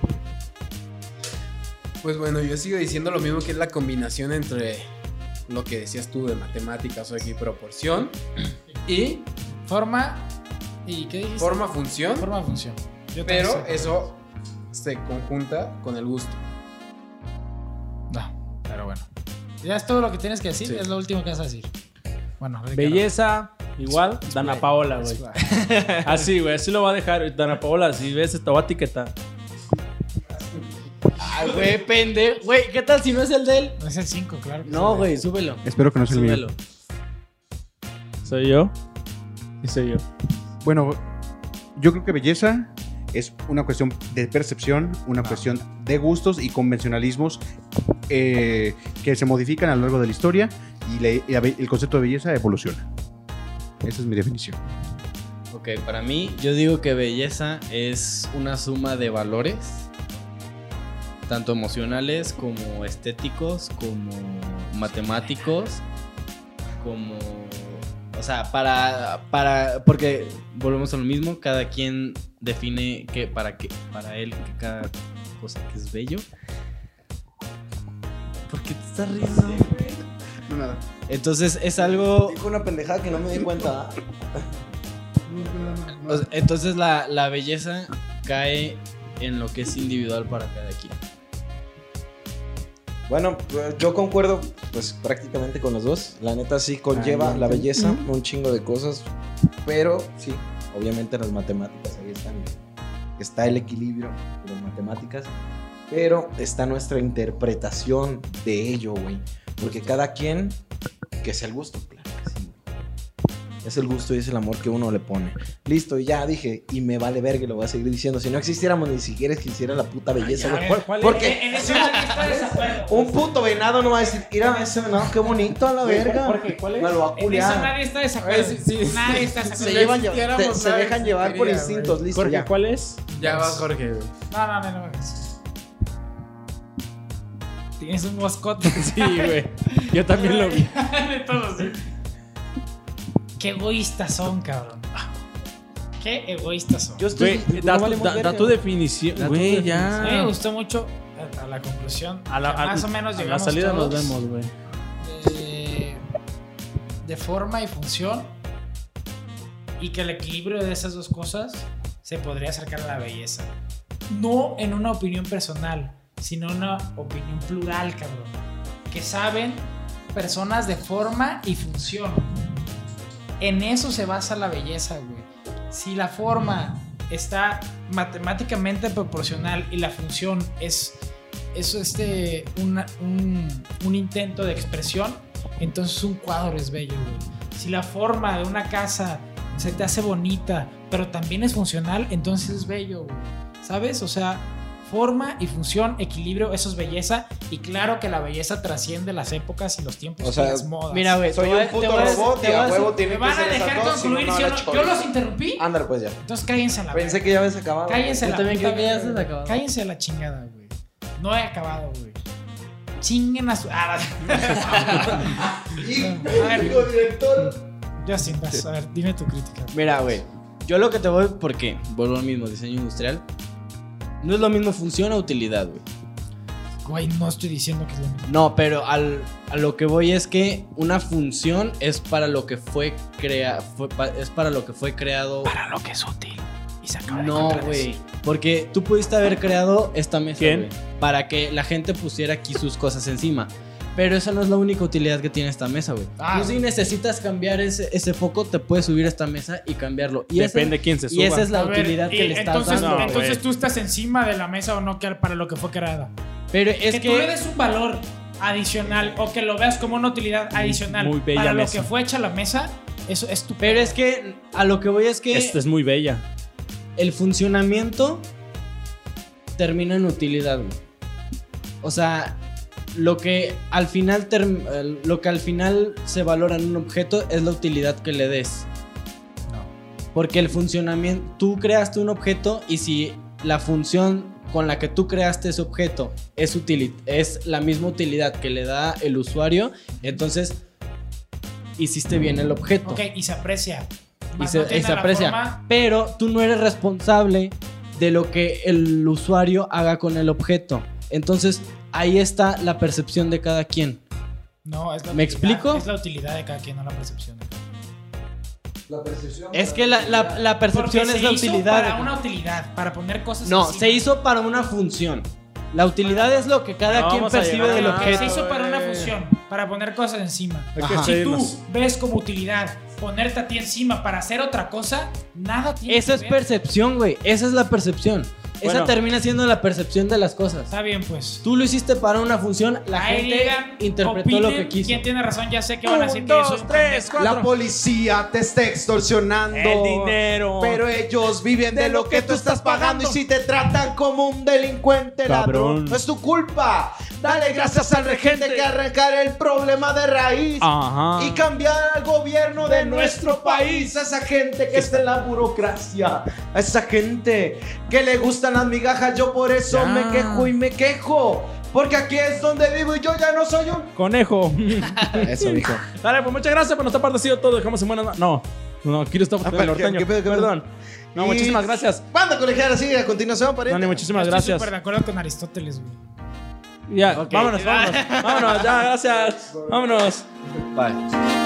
[SPEAKER 7] Pues bueno, yo sigo diciendo lo mismo que es la combinación entre lo que decías tú de matemáticas o equiproporción y
[SPEAKER 3] Forma y ¿qué dijiste?
[SPEAKER 7] forma función,
[SPEAKER 3] Forma función. Yo también
[SPEAKER 7] pero
[SPEAKER 3] sé.
[SPEAKER 7] eso se conjunta con el gusto.
[SPEAKER 3] No, pero bueno. Ya es todo lo que tienes que decir,
[SPEAKER 7] Sí.
[SPEAKER 3] es lo último que vas a decir. Bueno, Ricardo.
[SPEAKER 1] Belleza, igual, Dana Paola, güey. Así, güey, así lo va a dejar. Dana Paola, si ves, te va a etiquetar.
[SPEAKER 5] Ay, güey, pende. Güey, ¿qué tal si no es el de él?
[SPEAKER 3] No es el 5, claro. que
[SPEAKER 5] No,
[SPEAKER 3] sí.
[SPEAKER 5] güey, súbelo.
[SPEAKER 4] Espero que no sea el mío.
[SPEAKER 5] Súbelo.
[SPEAKER 1] Soy yo. Y soy yo.
[SPEAKER 4] Bueno, yo creo que belleza es una cuestión de percepción, una cuestión de gustos y convencionalismos eh, que se modifican a lo largo de la historia y, la- y la be- el concepto de belleza evoluciona. Esa es mi definición.
[SPEAKER 5] Ok, para mí, yo digo que belleza es una suma de valores, tanto emocionales como estéticos, como matemáticos, como... O sea, para, para... Porque volvemos a lo mismo, cada quien define que para, que, para él que cada cosa que es bello. ¿Por qué te estás riendo? Entonces es algo...
[SPEAKER 2] Dijo una pendejada que no me di cuenta. ¿ah?
[SPEAKER 5] O sea, Entonces la, la belleza cae en lo que es individual para cada quien.
[SPEAKER 2] Bueno, pues, yo concuerdo pues prácticamente con los dos. La neta sí conlleva la belleza, un chingo de cosas, pero sí, obviamente las matemáticas ahí están. Está el equilibrio de las matemáticas, pero está nuestra interpretación de ello, güey. Porque cada quien, que es el gusto, claro que sí, güey. Es el gusto y es el amor que uno le pone. Listo, ya dije, y me vale verga, y lo voy a seguir diciendo. Si no existiéramos ni siquiera existiera la puta belleza, güey.
[SPEAKER 1] ¿Cuál- cuál
[SPEAKER 2] Porque
[SPEAKER 1] es?
[SPEAKER 3] En ese momento está desacuerdo.
[SPEAKER 2] un puto venado no va a decir, mira ese venado, qué bonito a la verga.
[SPEAKER 1] ¿cuál
[SPEAKER 2] Me lo va a
[SPEAKER 3] En eso
[SPEAKER 2] culiar.
[SPEAKER 3] nadie está desacuerdo.
[SPEAKER 7] Eh, sí, sí,
[SPEAKER 3] nadie
[SPEAKER 7] sí.
[SPEAKER 3] está
[SPEAKER 2] Se,
[SPEAKER 7] Si
[SPEAKER 3] desacuerdo.
[SPEAKER 2] llevan,
[SPEAKER 7] existiéramos,
[SPEAKER 2] se- se
[SPEAKER 7] nada
[SPEAKER 2] dejan llevar por
[SPEAKER 7] existiría,
[SPEAKER 2] instintos, listo.
[SPEAKER 1] Jorge,
[SPEAKER 2] ya.
[SPEAKER 1] ¿cuál es?
[SPEAKER 7] Ya vas, Jorge. güey.
[SPEAKER 3] No, no, no, no. no. Tienes un moscote.
[SPEAKER 1] Sí, güey. Yo también lo vi.
[SPEAKER 3] De todos, sí. Qué egoístas son, cabrón. Qué egoístas son.
[SPEAKER 2] Yo
[SPEAKER 1] Güey,
[SPEAKER 2] estoy. no
[SPEAKER 1] da, tu-
[SPEAKER 2] valemos
[SPEAKER 1] da-
[SPEAKER 2] verga.
[SPEAKER 1] da tu definición.
[SPEAKER 5] Da tu
[SPEAKER 1] Güey,
[SPEAKER 5] definición.
[SPEAKER 3] A mí me
[SPEAKER 1] ya.
[SPEAKER 3] gustó mucho eh, a- a la conclusión.
[SPEAKER 1] A la,
[SPEAKER 3] que
[SPEAKER 1] a-
[SPEAKER 3] más o menos
[SPEAKER 1] a la
[SPEAKER 3] llegamos
[SPEAKER 1] salida nos
[SPEAKER 3] todos
[SPEAKER 1] vemos, güey.
[SPEAKER 3] De, de forma y función. Y que el equilibrio de esas dos cosas se podría acercar a la belleza. No en una opinión personal, sino en una opinión plural, cabrón. Que saben personas de forma y función. En eso se basa la belleza, güey. Si la forma está matemáticamente proporcional y la función es, es este, una- un, un intento de expresión, entonces un cuadro es bello, güey. Si la forma de una casa se te hace bonita, pero también es funcional, entonces es bello, güey. ¿Sabes? O sea, forma y función, equilibrio, eso es belleza. Y claro que la belleza trasciende las épocas y los tiempos
[SPEAKER 2] O sea,
[SPEAKER 3] y las modas.
[SPEAKER 5] Mira, güey.
[SPEAKER 2] Soy
[SPEAKER 5] te voy a-
[SPEAKER 2] un
[SPEAKER 5] te
[SPEAKER 2] puto
[SPEAKER 5] voy a-
[SPEAKER 2] robot y
[SPEAKER 5] te voy
[SPEAKER 2] a huevo
[SPEAKER 5] decir-
[SPEAKER 2] tiene
[SPEAKER 3] Me
[SPEAKER 2] que
[SPEAKER 3] van a
[SPEAKER 2] ser esas
[SPEAKER 3] dejar
[SPEAKER 2] dos, si no,
[SPEAKER 3] concluir,
[SPEAKER 2] no
[SPEAKER 3] ¿sí o
[SPEAKER 2] la
[SPEAKER 3] no?
[SPEAKER 2] cholo.
[SPEAKER 3] Yo los interrumpí.
[SPEAKER 2] Ándale, pues ya.
[SPEAKER 3] Entonces cállense a la
[SPEAKER 2] Pensé
[SPEAKER 3] verga.
[SPEAKER 2] que ya habías acabado.
[SPEAKER 3] Cállense a la
[SPEAKER 5] Yo también
[SPEAKER 3] puta
[SPEAKER 5] creo que ya
[SPEAKER 3] verga,
[SPEAKER 5] se
[SPEAKER 3] güey.
[SPEAKER 5] acabó.
[SPEAKER 3] Cállense a la chingada, güey. No he acabado, güey. Chinguen a su. Ah, a ver. Justin, vas, a ver, dime tu crítica.
[SPEAKER 5] Mira, güey. Yo lo que te voy, porque vuelvo al mismo diseño industrial. No es lo mismo función o utilidad, güey.
[SPEAKER 3] Güey, no estoy diciendo que es lo mismo.
[SPEAKER 5] No, pero al, a lo que voy es que una función es para lo que fue crea, fue pa- es para lo que fue creado.
[SPEAKER 3] Para lo que es útil. Y se acaba de
[SPEAKER 5] No,
[SPEAKER 3] contradecir.
[SPEAKER 5] güey. Porque tú pudiste haber creado esta mesa
[SPEAKER 1] ¿Quién?
[SPEAKER 5] güey, para que la gente pusiera aquí sus cosas encima. Pero esa no es la única utilidad que tiene esta mesa, güey.
[SPEAKER 3] Ah.
[SPEAKER 5] Tú si necesitas cambiar ese, ese foco, te puedes subir a esta mesa y cambiarlo. Y esa-
[SPEAKER 1] Depende quién se
[SPEAKER 5] y
[SPEAKER 1] suba.
[SPEAKER 5] esa es la
[SPEAKER 3] A ver,
[SPEAKER 5] utilidad
[SPEAKER 3] y
[SPEAKER 5] que le estás
[SPEAKER 3] entonces,
[SPEAKER 5] dando.
[SPEAKER 1] No,
[SPEAKER 5] güey.
[SPEAKER 3] entonces
[SPEAKER 1] güey.
[SPEAKER 3] tú estás encima de la mesa o no que- para lo que fue creada.
[SPEAKER 5] Pero es
[SPEAKER 3] que,
[SPEAKER 5] que,
[SPEAKER 3] tú le des un valor adicional o que lo veas como una utilidad adicional
[SPEAKER 1] muy bella
[SPEAKER 3] para lo
[SPEAKER 1] mesa.
[SPEAKER 3] que fue hecha la mesa, eso es tu
[SPEAKER 5] pero es que a lo que voy es que
[SPEAKER 1] Esta Este es muy bella.
[SPEAKER 5] el funcionamiento termina en utilidad, güey. O sea, lo que al final term- eh, lo que al final se valora en un objeto es la utilidad que le des. Porque el funcionamiento, tú creaste un objeto y si la función con la que tú creaste ese objeto es utili- es la misma utilidad que le da el usuario, entonces hiciste bien el objeto
[SPEAKER 3] Ok, y se aprecia.
[SPEAKER 5] y
[SPEAKER 3] Más
[SPEAKER 5] se,
[SPEAKER 3] no tiene
[SPEAKER 5] y se
[SPEAKER 3] la
[SPEAKER 5] aprecia.
[SPEAKER 3] forma-
[SPEAKER 5] Pero tú no eres responsable de lo que el usuario haga con el objeto. Entonces, ahí está la percepción de cada quien.
[SPEAKER 3] No, es la
[SPEAKER 5] ¿Me
[SPEAKER 3] utilidad-
[SPEAKER 5] explico?
[SPEAKER 3] Es la utilidad de cada quien, no la percepción. de cada quien.
[SPEAKER 2] La percepción.
[SPEAKER 5] Es que la, la- la percepción
[SPEAKER 3] Porque se
[SPEAKER 5] es la
[SPEAKER 3] hizo
[SPEAKER 5] utilidad.
[SPEAKER 3] Para una utilidad, para poner cosas.
[SPEAKER 5] No,
[SPEAKER 3] encima.
[SPEAKER 5] se hizo para una función. La utilidad es lo que cada
[SPEAKER 1] No,
[SPEAKER 5] quien
[SPEAKER 1] vamos a
[SPEAKER 5] percibe
[SPEAKER 1] llegar
[SPEAKER 5] del
[SPEAKER 1] a-
[SPEAKER 3] Ok,
[SPEAKER 5] objeto. Ah,
[SPEAKER 3] Se hizo para una
[SPEAKER 7] eh.
[SPEAKER 3] función, para poner cosas encima.
[SPEAKER 7] Hay que
[SPEAKER 5] Ajá.
[SPEAKER 3] Si tú
[SPEAKER 7] seguirnos.
[SPEAKER 3] ves como utilidad ponerte a ti encima para hacer otra cosa, nada tiene
[SPEAKER 5] Esa
[SPEAKER 3] que
[SPEAKER 5] es
[SPEAKER 3] ver.
[SPEAKER 5] percepción, güey. Esa es la percepción. Esa
[SPEAKER 1] Bueno.
[SPEAKER 5] termina siendo la percepción de las cosas.
[SPEAKER 3] Está bien, pues.
[SPEAKER 5] Tú lo hiciste para una función, la
[SPEAKER 3] Ahí
[SPEAKER 5] gente
[SPEAKER 3] digan,
[SPEAKER 5] interpretó lo que
[SPEAKER 3] opinen,
[SPEAKER 5] quiso.
[SPEAKER 3] ¿Quién tiene razón? Ya sé que van a decir
[SPEAKER 1] Un,
[SPEAKER 3] que
[SPEAKER 1] dos,
[SPEAKER 3] yo soy un
[SPEAKER 1] tres,
[SPEAKER 3] pendejo.
[SPEAKER 2] La policía te está extorsionando.
[SPEAKER 1] El dinero.
[SPEAKER 2] Pero ellos viven de,
[SPEAKER 1] De
[SPEAKER 2] lo que, tú estás pagando. Y si te tratan como un delincuente, ladrón,
[SPEAKER 1] Cabrón.
[SPEAKER 2] no es tu culpa. Dale gracias al regente que arrancar el problema de raíz.
[SPEAKER 1] Ajá.
[SPEAKER 2] Y cambiar al gobierno de nuestro país, a esa gente que está en la burocracia, a esa gente que le gustan las migajas, yo por eso
[SPEAKER 1] Ya.
[SPEAKER 2] me quejo y me quejo, porque aquí es donde vivo y yo ya no soy un...
[SPEAKER 1] Conejo.
[SPEAKER 2] Eso dijo.
[SPEAKER 1] Dale, pues muchas gracias por nuestra parte. Ha sido todo. Dejamos en buenas. No, no, aquí lo estamos
[SPEAKER 2] Ah,
[SPEAKER 1] con
[SPEAKER 2] pero
[SPEAKER 1] el
[SPEAKER 2] ¿qué-
[SPEAKER 1] norteño.
[SPEAKER 2] qué pedo, qué pedo?
[SPEAKER 1] Perdón. No,
[SPEAKER 2] Y-
[SPEAKER 1] muchísimas gracias.
[SPEAKER 2] Banda colegiada sigue a continuación, pariente.
[SPEAKER 1] Dani, muchísimas
[SPEAKER 3] Estoy
[SPEAKER 1] gracias.
[SPEAKER 3] súper de acuerdo con Aristóteles, güey.
[SPEAKER 1] Ya, vámonos, vámonos. Vámonos, ya, gracias. Vámonos.
[SPEAKER 2] Bye.